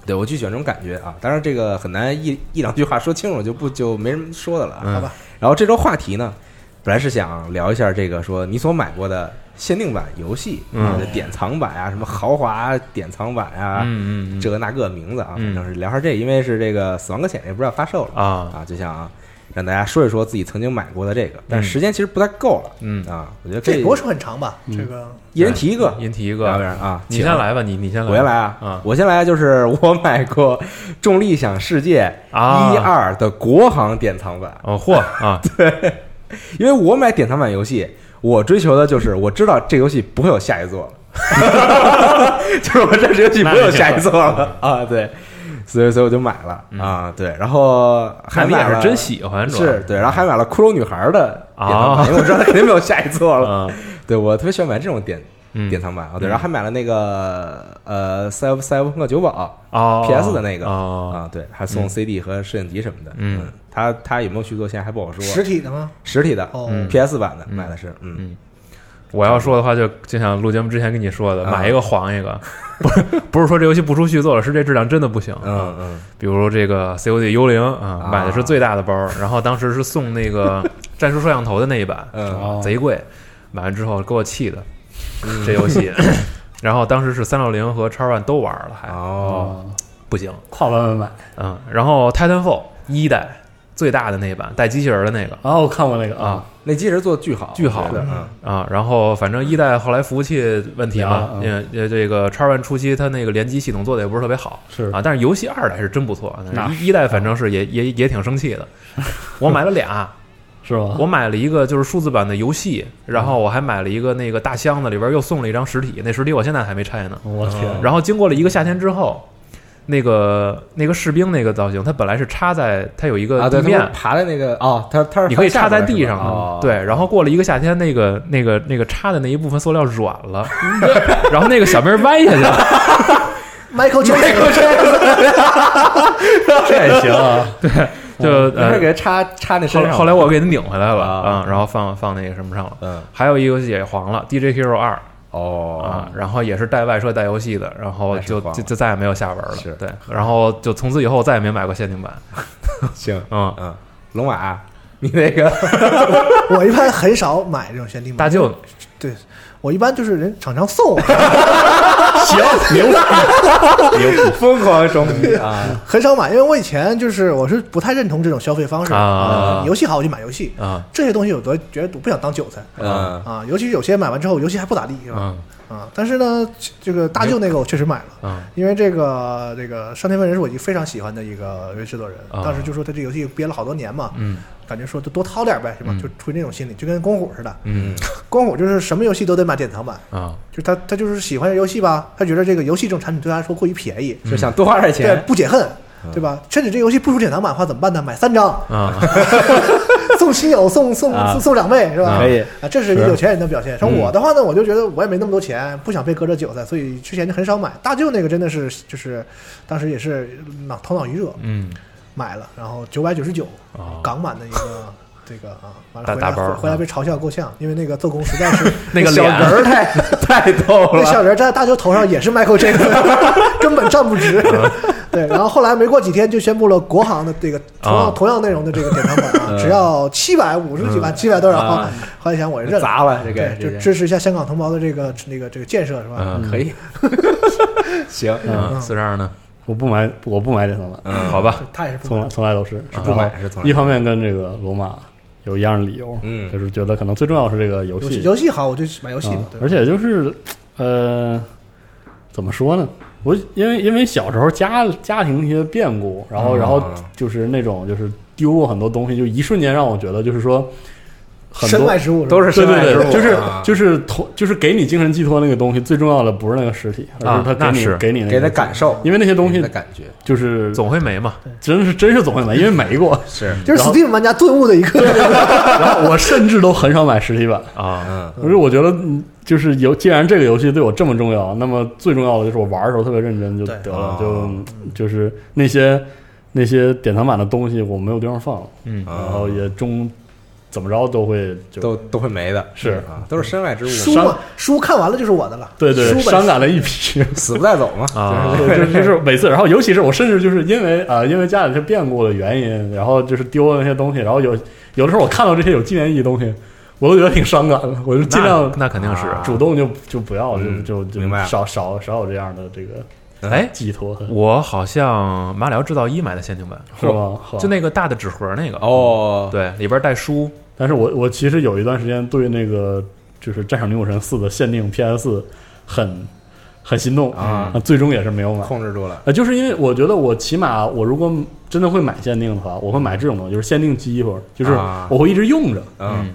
[SPEAKER 2] 对我就喜欢这种感觉啊。当然这个很难一一两句话说清楚，就不就没什么说的了啊。
[SPEAKER 3] 嗯
[SPEAKER 4] 好吧，
[SPEAKER 2] 然后这周话题呢，本来是想聊一下这个说你所买过的限定版游戏，
[SPEAKER 3] 嗯，
[SPEAKER 2] 典藏版啊，什么豪华典藏版啊，
[SPEAKER 3] 嗯嗯嗯，
[SPEAKER 2] 这个那个名字啊，
[SPEAKER 3] 嗯
[SPEAKER 2] 反正是聊下这，因为是这个《死亡搁浅》也不知道发售了
[SPEAKER 3] 啊，
[SPEAKER 2] 啊，就想啊让大家说一说自己曾经买过的这个，但是时间其实不太够了，
[SPEAKER 3] 嗯
[SPEAKER 2] 啊，我觉得可
[SPEAKER 4] 这
[SPEAKER 2] 以
[SPEAKER 4] 也不是很长吧？这个
[SPEAKER 2] 一人提一个，
[SPEAKER 3] 人提一
[SPEAKER 2] 要不
[SPEAKER 3] 个，
[SPEAKER 2] 然啊，
[SPEAKER 3] 你
[SPEAKER 2] 请
[SPEAKER 3] 先，来吧，你你先来，
[SPEAKER 2] 我先来啊，
[SPEAKER 3] 啊
[SPEAKER 2] 我先来就是我买过《重力想世界》
[SPEAKER 3] 啊
[SPEAKER 2] 一二的国行典藏版，
[SPEAKER 3] 哦，嚯
[SPEAKER 2] [laughs]
[SPEAKER 3] 啊，
[SPEAKER 2] 因为我买典藏版游戏，我追求的就是我知道这游戏不会有下
[SPEAKER 3] [laughs]
[SPEAKER 2] 一座了，就是我这游戏不会有下一座了啊，对，所以所以我就买了啊，对，然后还
[SPEAKER 3] 嗯你
[SPEAKER 2] 买
[SPEAKER 3] 也
[SPEAKER 2] 了
[SPEAKER 3] 是真喜欢，主要
[SPEAKER 2] 是对，然后还买了《骷髅女孩》的典藏版，
[SPEAKER 3] 啊
[SPEAKER 2] 因为我知道它肯定没有下一座了，
[SPEAKER 3] 啊，
[SPEAKER 2] 对我特别喜欢买这种典
[SPEAKER 3] 嗯
[SPEAKER 2] 典藏版啊，对，
[SPEAKER 3] 嗯
[SPEAKER 2] 然后还买了那个呃《赛博赛博朋克九堡》
[SPEAKER 3] 哦
[SPEAKER 2] PS 的那个
[SPEAKER 3] 哦，
[SPEAKER 2] 啊，对，还送 CD 和摄影集什么的，
[SPEAKER 3] 嗯，
[SPEAKER 2] 它它有没有续作现在还不好说，
[SPEAKER 4] 实体的吗？
[SPEAKER 2] 实体的
[SPEAKER 4] 哦，
[SPEAKER 3] 嗯
[SPEAKER 2] PS 版的
[SPEAKER 3] 嗯
[SPEAKER 2] 买的是，嗯，
[SPEAKER 3] 嗯。我要说的话就，就像录节目之前跟你说的，
[SPEAKER 2] 啊
[SPEAKER 3] 买一个黄一个， [laughs] 不不是说这游戏不出续作了，是这质量真的不行。
[SPEAKER 2] 嗯嗯，
[SPEAKER 3] 比如这个 COD 幽灵啊
[SPEAKER 2] 啊，
[SPEAKER 3] 买的是最大的包，然后当时是送那个战术摄像头的那一版，
[SPEAKER 2] [laughs] 嗯
[SPEAKER 5] 哦嗯
[SPEAKER 3] 贼贵，买完之后给我气的，这游戏。 [clears throat] 然后当时是三六零和叉 One 都玩了，还
[SPEAKER 2] 哦，
[SPEAKER 5] 哦，
[SPEAKER 3] 不行，
[SPEAKER 5] 跨版本买，
[SPEAKER 3] 嗯。然后 Titanfall 一代最大的那版带机器人儿的那个
[SPEAKER 5] 啊，我看过那个
[SPEAKER 3] 啊
[SPEAKER 5] 啊，
[SPEAKER 2] 那机器人做的巨好，
[SPEAKER 3] 巨好
[SPEAKER 2] 对嗯，
[SPEAKER 3] 啊，然后反正一代后来服务器问题嘛
[SPEAKER 5] 啊，
[SPEAKER 3] 因为因为这个叉 One 初期它那个联机系统做的也不是特别好
[SPEAKER 5] 是
[SPEAKER 3] 啊，但是游戏二代是真不错，
[SPEAKER 5] 那
[SPEAKER 3] 一一代反正是也也也挺生气的，我买了
[SPEAKER 5] [laughs]
[SPEAKER 3] 俩，
[SPEAKER 5] 啊是吧？
[SPEAKER 3] 我买了一个就是数字版的游戏，然后我还买了一个那个大箱子，里边又送了一张实体，那实体我现在还没拆呢。
[SPEAKER 5] 我天，
[SPEAKER 3] 然后经过了一个夏天之后，那个那个士兵那个造型，它本来是插在它有一个
[SPEAKER 2] 啊，
[SPEAKER 3] 地
[SPEAKER 2] 对，
[SPEAKER 3] 面
[SPEAKER 2] 它不，是爬在那个哦，它它是
[SPEAKER 3] 你可以插在
[SPEAKER 2] 翻下边
[SPEAKER 3] 地
[SPEAKER 2] 儿是
[SPEAKER 3] 上
[SPEAKER 2] 吧
[SPEAKER 3] 的。
[SPEAKER 2] 哦， [laughs]
[SPEAKER 3] 对，然后过了一个夏天，那个那个那个插的那一部分塑料软了， [laughs] 然后那个小兵歪下去
[SPEAKER 2] [laughs]
[SPEAKER 3] 了。
[SPEAKER 4] Michael Jackson，
[SPEAKER 5] 这也行啊，
[SPEAKER 3] 就
[SPEAKER 2] 你
[SPEAKER 3] 呃
[SPEAKER 2] 是给它插插嗯那身
[SPEAKER 3] 后来
[SPEAKER 2] 上，
[SPEAKER 3] 后来我给它拧回来了啊
[SPEAKER 2] 啊，
[SPEAKER 3] 然后放放那个什么上了。
[SPEAKER 2] 嗯
[SPEAKER 3] 还有一个游戏也黄了，DJ Hero 二。啊
[SPEAKER 2] 哦，，
[SPEAKER 3] 然后也是带外设带游戏的，然后
[SPEAKER 2] 太
[SPEAKER 3] 就
[SPEAKER 2] 神话了
[SPEAKER 3] 就就再也没有下文了。
[SPEAKER 2] 是
[SPEAKER 3] 对，然后就从此以后再也没买过限定版。
[SPEAKER 2] 行，
[SPEAKER 3] 嗯，
[SPEAKER 2] 嗯，龙马， [laughs] 你那个
[SPEAKER 4] 我一般很少买这种限
[SPEAKER 3] [laughs]
[SPEAKER 4] 定版
[SPEAKER 3] 大，舅呢，
[SPEAKER 4] 对我一般就是人厂商送，
[SPEAKER 5] 行，牛逼，
[SPEAKER 2] 疯狂装逼啊，
[SPEAKER 4] 很少买，因为我以前就是我是不太认同这种消费方式的
[SPEAKER 3] 啊
[SPEAKER 4] 嗯游戏好我就买游戏，
[SPEAKER 3] 啊
[SPEAKER 4] 这些东西我都觉得我不想当韭菜
[SPEAKER 2] 嗯，
[SPEAKER 4] 啊，尤其是有些买完之后游戏还不咋地，是吧？
[SPEAKER 3] 嗯
[SPEAKER 4] 啊，但是呢，这个大舅那个我确实买了，
[SPEAKER 3] 嗯
[SPEAKER 4] 因为这个这个上天文人是我已经非常喜欢的一个制作人，
[SPEAKER 3] 啊
[SPEAKER 4] 当时就说他这游戏憋了好多年嘛，
[SPEAKER 3] 嗯
[SPEAKER 4] 感觉说就多掏点呗，是吧？
[SPEAKER 3] 嗯
[SPEAKER 4] 就出于那种心理，就跟光虎似的，
[SPEAKER 3] 嗯
[SPEAKER 4] 光虎就是什么游戏都得买典藏版，
[SPEAKER 3] 啊，
[SPEAKER 4] 就他他就是喜欢游戏吧，他觉得这个游戏这种产品对他来说过于便宜，
[SPEAKER 2] 就想多花点
[SPEAKER 4] 对
[SPEAKER 2] 钱，
[SPEAKER 4] 不解恨。对吧？甚至这游戏不出典藏版的话怎么办呢？买三张
[SPEAKER 3] 啊
[SPEAKER 4] [laughs] 送亲友，送送
[SPEAKER 2] 啊
[SPEAKER 4] 送送长辈，是吧？
[SPEAKER 2] 可以，嗯
[SPEAKER 4] 啊，这是一个有钱人的表现。像我的话呢，我就觉得我也没那么多钱，不想被割着韭菜，所以之前就很少买。大舅那个真的是就是，当时也是脑头脑一热
[SPEAKER 3] 嗯
[SPEAKER 4] 买了，然后九百九十九
[SPEAKER 3] 哦，
[SPEAKER 4] 港版的一个 [laughs] 这个啊，完
[SPEAKER 3] 大
[SPEAKER 4] 了回
[SPEAKER 3] 大
[SPEAKER 4] 来
[SPEAKER 3] 包儿
[SPEAKER 4] 回回来被嘲笑够呛，因为那个做工实在是
[SPEAKER 3] 那个
[SPEAKER 2] 小
[SPEAKER 3] 脸
[SPEAKER 2] 人儿太太逗
[SPEAKER 4] 那小
[SPEAKER 2] 了，
[SPEAKER 4] 人在大舅头上也是 Michael Jackson，根 [laughs] 本站不直。 [laughs] 对，然后后来没过几天就宣布了国行的这个同
[SPEAKER 3] 啊
[SPEAKER 4] 样同样内容的这个典藏版啊
[SPEAKER 2] 嗯，
[SPEAKER 4] 只要七百五十几万，七百多少
[SPEAKER 2] 啊？
[SPEAKER 4] 后来想我也认了。
[SPEAKER 2] 砸了这个
[SPEAKER 4] 对，
[SPEAKER 2] 这
[SPEAKER 4] 就
[SPEAKER 2] 个
[SPEAKER 4] 支持一下香港同胞的这个那个这个建设是吧？
[SPEAKER 3] 嗯
[SPEAKER 2] 可以， [laughs] 行，
[SPEAKER 3] 嗯，四十二呢？
[SPEAKER 5] 我不买，我不买这套了，
[SPEAKER 3] 好吧，
[SPEAKER 4] 他也是不
[SPEAKER 5] 从
[SPEAKER 4] 买
[SPEAKER 5] 来从来都是是
[SPEAKER 2] 啊
[SPEAKER 5] 不买，
[SPEAKER 2] 是从来
[SPEAKER 5] 一方面跟这个罗马有一样的理由，
[SPEAKER 2] 嗯
[SPEAKER 5] 就是觉得可能最重要的是这个游
[SPEAKER 4] 游
[SPEAKER 5] 戏
[SPEAKER 4] 戏，游戏好，我就买游戏
[SPEAKER 5] 啊
[SPEAKER 4] 嘛。对吧
[SPEAKER 5] 而且就是呃，怎么说呢？我因为因为小时候家家庭一些变故，然后然后
[SPEAKER 2] 嗯
[SPEAKER 5] 就是那种就是丢过很多东西，就一瞬间让我觉得就是说很
[SPEAKER 4] 身
[SPEAKER 5] 多
[SPEAKER 4] 外。之物
[SPEAKER 2] 都
[SPEAKER 4] 是吧
[SPEAKER 2] 是
[SPEAKER 5] 对
[SPEAKER 2] 身外
[SPEAKER 5] 对
[SPEAKER 2] 之
[SPEAKER 5] 对，
[SPEAKER 2] 物，
[SPEAKER 5] 就是
[SPEAKER 2] 啊
[SPEAKER 5] 就是同就是给你精神寄托那个东西，最重要的不是那个实体，而
[SPEAKER 3] 啊
[SPEAKER 5] 是他
[SPEAKER 3] 那
[SPEAKER 5] 给你
[SPEAKER 3] 是
[SPEAKER 5] 给你那
[SPEAKER 2] 给他
[SPEAKER 5] 个，
[SPEAKER 2] 感受，
[SPEAKER 5] 因为那些东
[SPEAKER 2] 给
[SPEAKER 5] 西
[SPEAKER 2] 他感觉
[SPEAKER 5] 就是
[SPEAKER 3] 总会没嘛。
[SPEAKER 5] 真是真是总会买，因为没过。
[SPEAKER 2] 是，
[SPEAKER 4] 就是 Steam 玩家顿悟的一个。
[SPEAKER 5] [laughs] 然后我甚至都很少买实体版，
[SPEAKER 3] 啊
[SPEAKER 2] 嗯，
[SPEAKER 5] 可是我觉得，嗯就是游，既然这个游戏对我这么重要，那么最重要的就是我玩儿的时候特别认真就
[SPEAKER 4] 对
[SPEAKER 5] 得
[SPEAKER 2] 哦
[SPEAKER 5] 了，就就是那些那些典藏版的东西我没有地方放，
[SPEAKER 3] 嗯
[SPEAKER 5] 然后也终怎么着都会就
[SPEAKER 2] 都都会没的，
[SPEAKER 5] 是
[SPEAKER 2] 啊，都是身外之物嘛，
[SPEAKER 4] 书嘛，书看完了就是我的了。
[SPEAKER 5] 对对
[SPEAKER 4] 书本
[SPEAKER 5] 伤感了一批。
[SPEAKER 2] 死不带走嘛，
[SPEAKER 3] 啊
[SPEAKER 5] 对，就是就是每次，然后尤其是我，甚至就是因为啊、呃因为家里这变故的原因，然后就是丢了那些东西，然后有有的时候我看到这些有纪念意义的东西，我都觉得挺伤感的，我就尽量
[SPEAKER 3] 那那肯定是。
[SPEAKER 2] 啊
[SPEAKER 5] 主动就就不要，就
[SPEAKER 2] 嗯
[SPEAKER 5] 就就
[SPEAKER 2] 明白了
[SPEAKER 5] 少少少有这样的这个
[SPEAKER 3] 哎，
[SPEAKER 5] 寄托，是
[SPEAKER 3] 我好像马里奥制造一买的限定版，
[SPEAKER 5] 吧？好
[SPEAKER 3] 就那个大的纸盒那个，
[SPEAKER 2] 哦，
[SPEAKER 3] 对，里边带书
[SPEAKER 5] 但是我我其实有一段时间对那个就是《战场女武神四》的限定 PS 很很心动
[SPEAKER 2] 啊，
[SPEAKER 5] 最终也是没有买。
[SPEAKER 2] 控制住了，
[SPEAKER 5] 呃，就是因为我觉得我起码我如果真的会买限定的话，我会买这种东西，就是限定机或者就是
[SPEAKER 2] 啊
[SPEAKER 5] 我会一直用着，
[SPEAKER 3] 嗯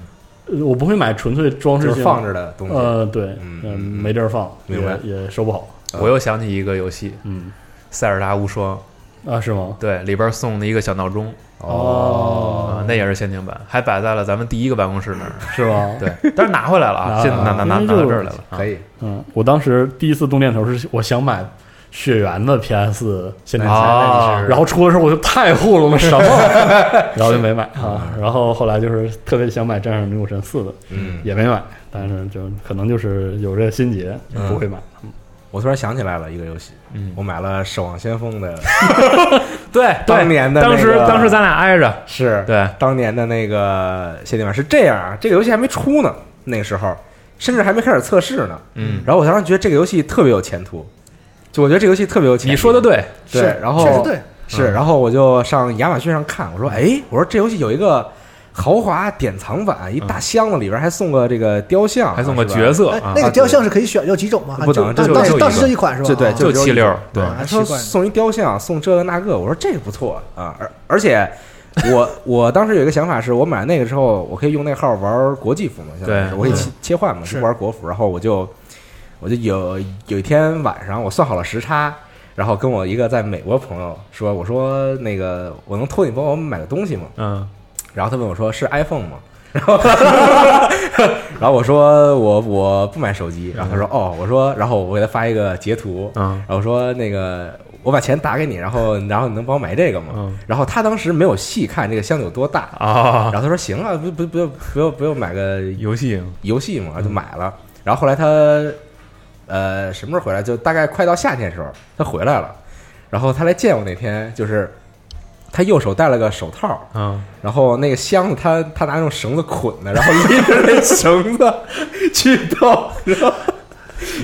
[SPEAKER 2] 嗯，
[SPEAKER 5] 呃我不会买纯粹装饰
[SPEAKER 2] 就
[SPEAKER 5] 性
[SPEAKER 2] 是放。着的东西，
[SPEAKER 5] 呃，对，
[SPEAKER 2] 嗯
[SPEAKER 5] 嗯，
[SPEAKER 2] 嗯
[SPEAKER 5] 没地儿放，
[SPEAKER 2] 明白
[SPEAKER 5] 也也收不好，
[SPEAKER 2] 嗯
[SPEAKER 3] 我又想起一个游戏《
[SPEAKER 5] 嗯，
[SPEAKER 3] 塞尔达无双》，
[SPEAKER 5] 啊，是吗？
[SPEAKER 3] 对，里边送了一个小闹钟，啊
[SPEAKER 5] 哦，
[SPEAKER 3] 那也是限定版，还摆在了咱们第一个办公室那儿。
[SPEAKER 5] 是吧？
[SPEAKER 3] 对，但是拿回来了啊，
[SPEAKER 5] 拿
[SPEAKER 3] 现在拿拿拿拿到
[SPEAKER 5] 因为就
[SPEAKER 3] 这儿来了，
[SPEAKER 2] 可
[SPEAKER 3] 以。
[SPEAKER 2] 以，
[SPEAKER 5] 嗯，我当时第一次动念头是我想买雪原的 PS 限定
[SPEAKER 2] 那
[SPEAKER 5] 版，
[SPEAKER 3] 啊
[SPEAKER 2] 那你是
[SPEAKER 5] 然后出的时候我就太糊弄了，什么玩意 [laughs] 儿，然后就没买啊。然后后来就是特别想买《战士女武神四》的，
[SPEAKER 2] 嗯，
[SPEAKER 5] 也没买，但是就可能就是有这个心结，
[SPEAKER 2] 嗯
[SPEAKER 5] 不会买。
[SPEAKER 2] 我突然想起来了一个游戏，
[SPEAKER 3] 嗯
[SPEAKER 2] 我买了《守望先
[SPEAKER 3] [laughs]
[SPEAKER 2] 锋》的，
[SPEAKER 3] 对，对
[SPEAKER 2] 当年的那个
[SPEAKER 3] 当时当时咱俩挨着，
[SPEAKER 2] 是
[SPEAKER 3] 对，
[SPEAKER 2] 当年的那个限定版是这样啊，这个游戏还没出呢，那时候甚至还没开始测试呢。
[SPEAKER 3] 嗯，
[SPEAKER 2] 然后我当时觉得这个游戏特别有前途，就我觉得这个游戏特别有前途。
[SPEAKER 3] 你说的对，
[SPEAKER 2] 对
[SPEAKER 4] 是
[SPEAKER 2] 然后
[SPEAKER 4] 确实对，
[SPEAKER 2] 是，然后我就上亚马逊上看，我说，哎，我说这游戏有一个豪华典藏版，一大箱子里边还送个这个雕像，
[SPEAKER 3] 嗯还送个
[SPEAKER 2] 啊是吧
[SPEAKER 3] 角，色
[SPEAKER 4] 哎
[SPEAKER 3] 啊，，
[SPEAKER 4] 那
[SPEAKER 2] 啊
[SPEAKER 4] 个雕像是可以选有几种吗？还
[SPEAKER 2] 不
[SPEAKER 4] 就
[SPEAKER 2] 能
[SPEAKER 4] 当
[SPEAKER 2] 就
[SPEAKER 4] 当
[SPEAKER 3] 就
[SPEAKER 4] 时
[SPEAKER 3] 一
[SPEAKER 4] 当时
[SPEAKER 3] 个
[SPEAKER 4] 就一款是吧？
[SPEAKER 2] 对对，
[SPEAKER 4] 啊
[SPEAKER 3] 就
[SPEAKER 2] 只有
[SPEAKER 3] 七六
[SPEAKER 2] 一个对，
[SPEAKER 4] 啊
[SPEAKER 2] 还说
[SPEAKER 4] 奇怪呢
[SPEAKER 2] 送一雕像，送这个那个，我说这个不错啊，而而且。我我当时有一个想法，是我买那个之后，我可以用那号玩国际服嘛，相当于是
[SPEAKER 3] 对
[SPEAKER 2] 我可以
[SPEAKER 4] 嗯
[SPEAKER 2] 切切换嘛，
[SPEAKER 4] 是
[SPEAKER 2] 就玩国服。然后我就我就有有一天晚上，我算好了时差，然后跟我一个在美国朋友说，我说那个我能托你帮我买个东西吗？
[SPEAKER 3] 嗯，
[SPEAKER 2] 然后他问我说：“是 iPhone 吗？” [laughs] 然后，然后我说我我不买手机。然后他说：“哦。”我说，然后我给他发一个截图，
[SPEAKER 3] 嗯
[SPEAKER 2] 然后我说那个我把钱打给你，然后然后你能帮我买这个吗？
[SPEAKER 3] 嗯
[SPEAKER 2] 然后他当时没有细看这个箱子有多大，
[SPEAKER 3] 啊
[SPEAKER 2] 然，后他说：“行啊，不不不用不用不用买个
[SPEAKER 3] 游戏
[SPEAKER 2] 游戏
[SPEAKER 3] 嗯
[SPEAKER 2] 嘛，就买了。然后后来他呃什么时候回来？就大概快到夏天的时候，他回来了。然后他来见我那天，就是他右手戴了个手套。
[SPEAKER 3] 啊，
[SPEAKER 2] 然后那个箱子他他拿那种绳子捆的，然后拎着 [laughs] 那绳子去倒，然后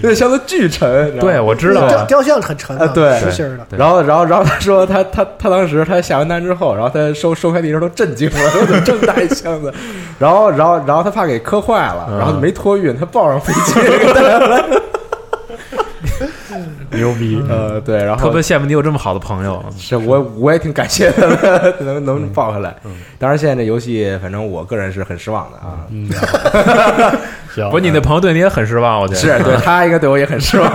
[SPEAKER 2] 那箱子巨沉。
[SPEAKER 3] 对我知道
[SPEAKER 4] 那个雕
[SPEAKER 3] 啊，
[SPEAKER 4] 雕像很沉的
[SPEAKER 2] 啊对
[SPEAKER 4] 实心儿的。
[SPEAKER 3] 对
[SPEAKER 2] 然后然后然后然后他说他他他当时他下完单之后，然后他收收快递的时候都震惊了，说怎么这么大一箱子？然后然后然后他怕给磕坏了，
[SPEAKER 3] 嗯
[SPEAKER 2] 然后没托运，他抱上飞机给带
[SPEAKER 3] [laughs]
[SPEAKER 2] 回来。
[SPEAKER 5] 牛逼！
[SPEAKER 2] 呃，对，然后
[SPEAKER 3] 啊特别羡慕你有这么好的朋友，
[SPEAKER 2] 是啊我我也挺感谢他们能
[SPEAKER 3] 嗯
[SPEAKER 2] 能抱回来。当然现在这游戏，反正我个人是很失望的啊。
[SPEAKER 5] 嗯，行， [laughs]
[SPEAKER 3] 不，你那朋友对你也很失望，我觉得
[SPEAKER 2] 是 [laughs] 对他应该对我也很失望。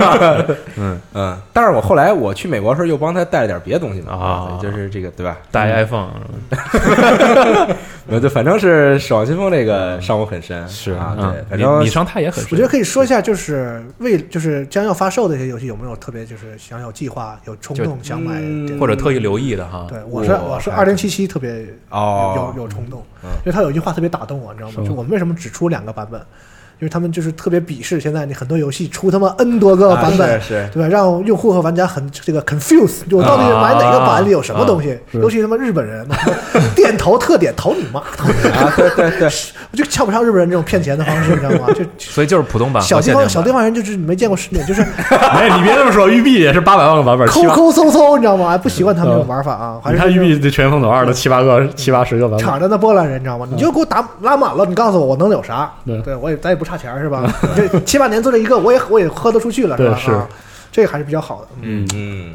[SPEAKER 3] 嗯
[SPEAKER 2] [laughs] 嗯，但是我后来我去美国的时候又帮他带了点别的东西嘛，
[SPEAKER 3] 啊
[SPEAKER 2] 对就是这个对吧？
[SPEAKER 3] 大 iPhone，
[SPEAKER 2] 呃，对，反正是《守望先锋》这个伤我很深，啊，对
[SPEAKER 3] 嗯，
[SPEAKER 2] 反
[SPEAKER 3] 你
[SPEAKER 2] 正
[SPEAKER 3] 你伤他也很
[SPEAKER 4] 我
[SPEAKER 3] 深
[SPEAKER 4] 觉得，可以说一下，就是为就是将要发售的一些游戏，有没有特别就是想有计划、有冲动想买
[SPEAKER 2] 嗯
[SPEAKER 4] 这个？
[SPEAKER 3] 或者特意留意的哈，
[SPEAKER 4] 对，我是
[SPEAKER 2] 我
[SPEAKER 4] 我是二零七七特别
[SPEAKER 2] 哦
[SPEAKER 4] 有有有冲动，
[SPEAKER 2] 嗯
[SPEAKER 4] 因为他有一句话特别打动我，你知道
[SPEAKER 5] 是
[SPEAKER 4] 吗？
[SPEAKER 5] 吗
[SPEAKER 4] 就我们为什么只出两个版本？因为他们就是特别鄙视现在你很多游戏出他妈 N 多个版本，
[SPEAKER 2] 啊是是
[SPEAKER 4] 对吧？让用户和玩家很这个 confuse，就我到底买哪个版里有什么东西？
[SPEAKER 5] 是
[SPEAKER 4] 尤其他妈日本人，电头特点投你妈！投你妈！对对对，我 [laughs] 就瞧不上日本人这种骗钱的方式，你知道吗？就
[SPEAKER 3] 所以就是普通版
[SPEAKER 4] [laughs] 小
[SPEAKER 3] 和
[SPEAKER 4] 地
[SPEAKER 3] 限
[SPEAKER 4] 方
[SPEAKER 3] 定
[SPEAKER 4] 小地
[SPEAKER 3] 版。
[SPEAKER 4] 方人就是没见过世面，就是
[SPEAKER 5] 哎，你别这么说，育碧也是八百万个版本，
[SPEAKER 4] 抠
[SPEAKER 5] 七八
[SPEAKER 4] 抠搜搜，你知道吗？还不习惯他们这种玩法啊，还
[SPEAKER 5] 你
[SPEAKER 4] 是
[SPEAKER 5] 看育碧这《全员风走二》的七八个、七八十个版
[SPEAKER 4] 敞
[SPEAKER 5] 本，
[SPEAKER 4] 着那波兰人，你知道吗？你就给我打拉满了，你告诉我我能有啥？
[SPEAKER 5] 嗯对
[SPEAKER 4] 对
[SPEAKER 5] 嗯
[SPEAKER 4] 我也咱也不差钱儿是吧？ [laughs] 这七八年做这一个，我也我也喝得出去了是吧？
[SPEAKER 5] 对是
[SPEAKER 4] 啊，这个还是比较好的。
[SPEAKER 3] 嗯，
[SPEAKER 2] 嗯，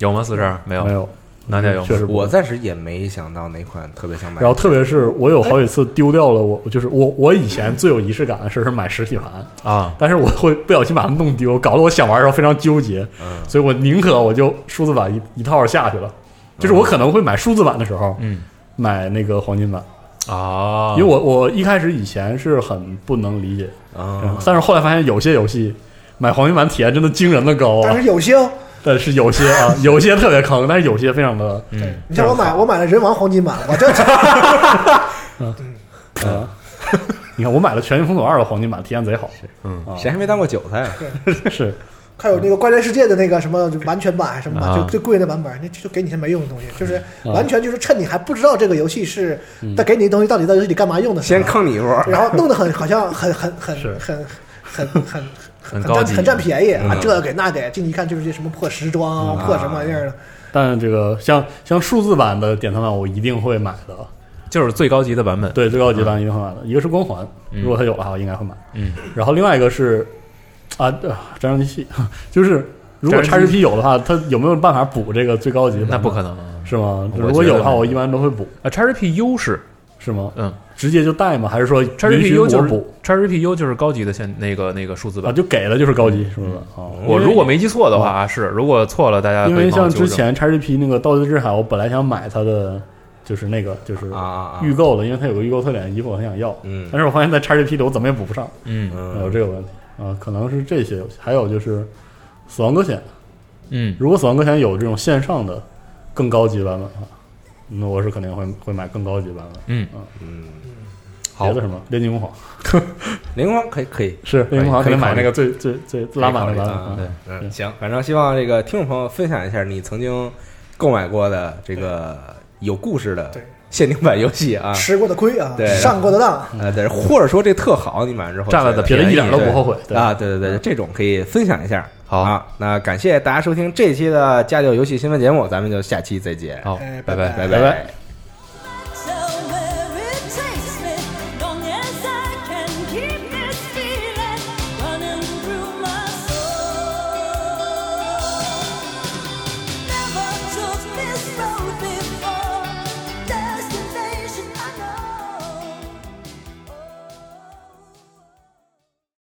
[SPEAKER 3] 有吗？四十二没有
[SPEAKER 5] 没，有，
[SPEAKER 3] 南家有吗
[SPEAKER 5] 确实不
[SPEAKER 2] 我暂时也没想到哪款特别想买。
[SPEAKER 5] 然后特别是我有好几次丢掉了我，就是我我以前最有仪式感的事是买实体盘，
[SPEAKER 3] 啊，
[SPEAKER 5] 但是我会不小心把它弄丢，搞得我想玩的时候非常纠结，
[SPEAKER 2] 嗯
[SPEAKER 5] 所以我宁可我就数字版一一套下去了。就是我可能会买数字版的时候
[SPEAKER 3] 嗯
[SPEAKER 5] 买那个黄金版，
[SPEAKER 3] 啊，
[SPEAKER 2] 哦
[SPEAKER 5] 因为我我一开始以前是很不能理解，嗯
[SPEAKER 2] 啊，
[SPEAKER 5] 但是后来发现有些游戏买黄金版体验真的惊人的高
[SPEAKER 4] 但
[SPEAKER 5] 啊，
[SPEAKER 4] 是有些，
[SPEAKER 5] 但是有些啊有些特别坑，但是有些非常的
[SPEAKER 3] 嗯
[SPEAKER 4] 你像我买我买了人王黄金版，我
[SPEAKER 5] [laughs]
[SPEAKER 4] 这
[SPEAKER 5] 啊。 [laughs] 你看，我买了《全军封锁二》的黄金版，体验贼好。
[SPEAKER 3] 嗯
[SPEAKER 5] 啊
[SPEAKER 2] 哦谁还没当过韭菜？
[SPEAKER 5] 是，
[SPEAKER 4] 还有那个《怪战世界》的那个什么完全版还是什么版，
[SPEAKER 3] 啊
[SPEAKER 4] 就最贵的版本，那就给你些没用的东西，就是
[SPEAKER 5] 啊
[SPEAKER 4] 完全就是趁你还不知道这个游戏是
[SPEAKER 5] 嗯
[SPEAKER 4] 他给你的东西到底在游戏里干嘛用的时候，
[SPEAKER 2] 先坑你一波。
[SPEAKER 4] [laughs] 然后弄得很好像很很很
[SPEAKER 5] 是
[SPEAKER 4] 很很很很很
[SPEAKER 3] 很高
[SPEAKER 4] 占
[SPEAKER 3] 级
[SPEAKER 4] 很占便宜啊
[SPEAKER 2] 嗯，
[SPEAKER 4] 这给那给，进去一看就是些什么破时装啊，破什么玩意儿的。
[SPEAKER 5] 但这个像像数字版的典藏版，我一定会买的。
[SPEAKER 3] 就是最高级的版本，
[SPEAKER 5] 对，最高级版一定会买的。一个是光环，如果它有的话，我应该会买。
[SPEAKER 3] 啊嗯，
[SPEAKER 5] 然后另外一个是啊，呃战争机器， [laughs] 就是如果叉 GP 有的话，它有没有办法补这个最高级版
[SPEAKER 3] 那
[SPEAKER 5] 本？
[SPEAKER 3] 不可能啊。
[SPEAKER 5] 是吗？
[SPEAKER 3] 我觉得
[SPEAKER 5] 如果有的话，
[SPEAKER 3] 没有
[SPEAKER 5] 我一般都会补，
[SPEAKER 3] 啊，XGP U 是，
[SPEAKER 5] 是吗？
[SPEAKER 3] 嗯
[SPEAKER 5] 直接就带吗？还是说允
[SPEAKER 3] ，XGP
[SPEAKER 5] 许
[SPEAKER 3] U
[SPEAKER 5] 我
[SPEAKER 3] 就是
[SPEAKER 5] 补
[SPEAKER 3] XGP U 就是高级的现那个那个数字
[SPEAKER 5] 啊？
[SPEAKER 3] 版。
[SPEAKER 5] 就给了就是高级，是不是？啊，
[SPEAKER 3] 嗯我如果没记错的话啊，是，如果错了大家可以
[SPEAKER 5] 因为
[SPEAKER 3] 帮我
[SPEAKER 5] 像
[SPEAKER 3] 纠正
[SPEAKER 5] 之前 XGP 那个《盗贼之海》，我本来想买它的，就是那个就是
[SPEAKER 2] 啊啊啊
[SPEAKER 5] 预购的，因为它有个预购特点的衣服，我很想要。
[SPEAKER 2] 嗯
[SPEAKER 5] 但是我发现在 XGP 里我怎么也补不上，
[SPEAKER 3] 嗯
[SPEAKER 5] 有
[SPEAKER 2] 嗯，
[SPEAKER 5] 这个问题啊，可能是这些游戏，还有就是《死亡搁浅》，
[SPEAKER 3] 嗯
[SPEAKER 5] 如果《死亡搁浅》有这种线上的更高级版本啊，那我是肯定会会买更高级版本。
[SPEAKER 3] 嗯
[SPEAKER 5] 别的什么《炼金工坊》
[SPEAKER 2] 灵光可以可以。
[SPEAKER 5] 是《炼金工坊》，
[SPEAKER 2] 可
[SPEAKER 5] 肯
[SPEAKER 2] 以
[SPEAKER 5] 定
[SPEAKER 2] 考
[SPEAKER 5] 买
[SPEAKER 2] 虑
[SPEAKER 5] 那个最最最拉满的版本
[SPEAKER 2] 啊
[SPEAKER 5] 啊。
[SPEAKER 3] 对，
[SPEAKER 2] 嗯，
[SPEAKER 5] 对
[SPEAKER 2] 行，反正希望这个听众朋友分享一下你曾经购买过的这个有故事的
[SPEAKER 4] 对
[SPEAKER 2] 限定版游戏啊，
[SPEAKER 4] 吃过的亏啊
[SPEAKER 2] 对，
[SPEAKER 4] 上过的当，
[SPEAKER 2] 呃，对，或者说这特好，你买完之后
[SPEAKER 3] 占了
[SPEAKER 2] 觉得哎
[SPEAKER 3] 的
[SPEAKER 5] 别的一点都
[SPEAKER 2] 对
[SPEAKER 5] 不后悔对
[SPEAKER 2] 啊，对对对，这种可以分享一下。
[SPEAKER 3] 好，
[SPEAKER 2] 啊，那感谢大家收听这一期的家教游戏新闻节目，咱们就下期再见，
[SPEAKER 3] 好，
[SPEAKER 4] 哎拜
[SPEAKER 3] 拜。
[SPEAKER 2] 拜
[SPEAKER 4] 拜
[SPEAKER 5] 拜
[SPEAKER 2] 拜
[SPEAKER 1] Oh.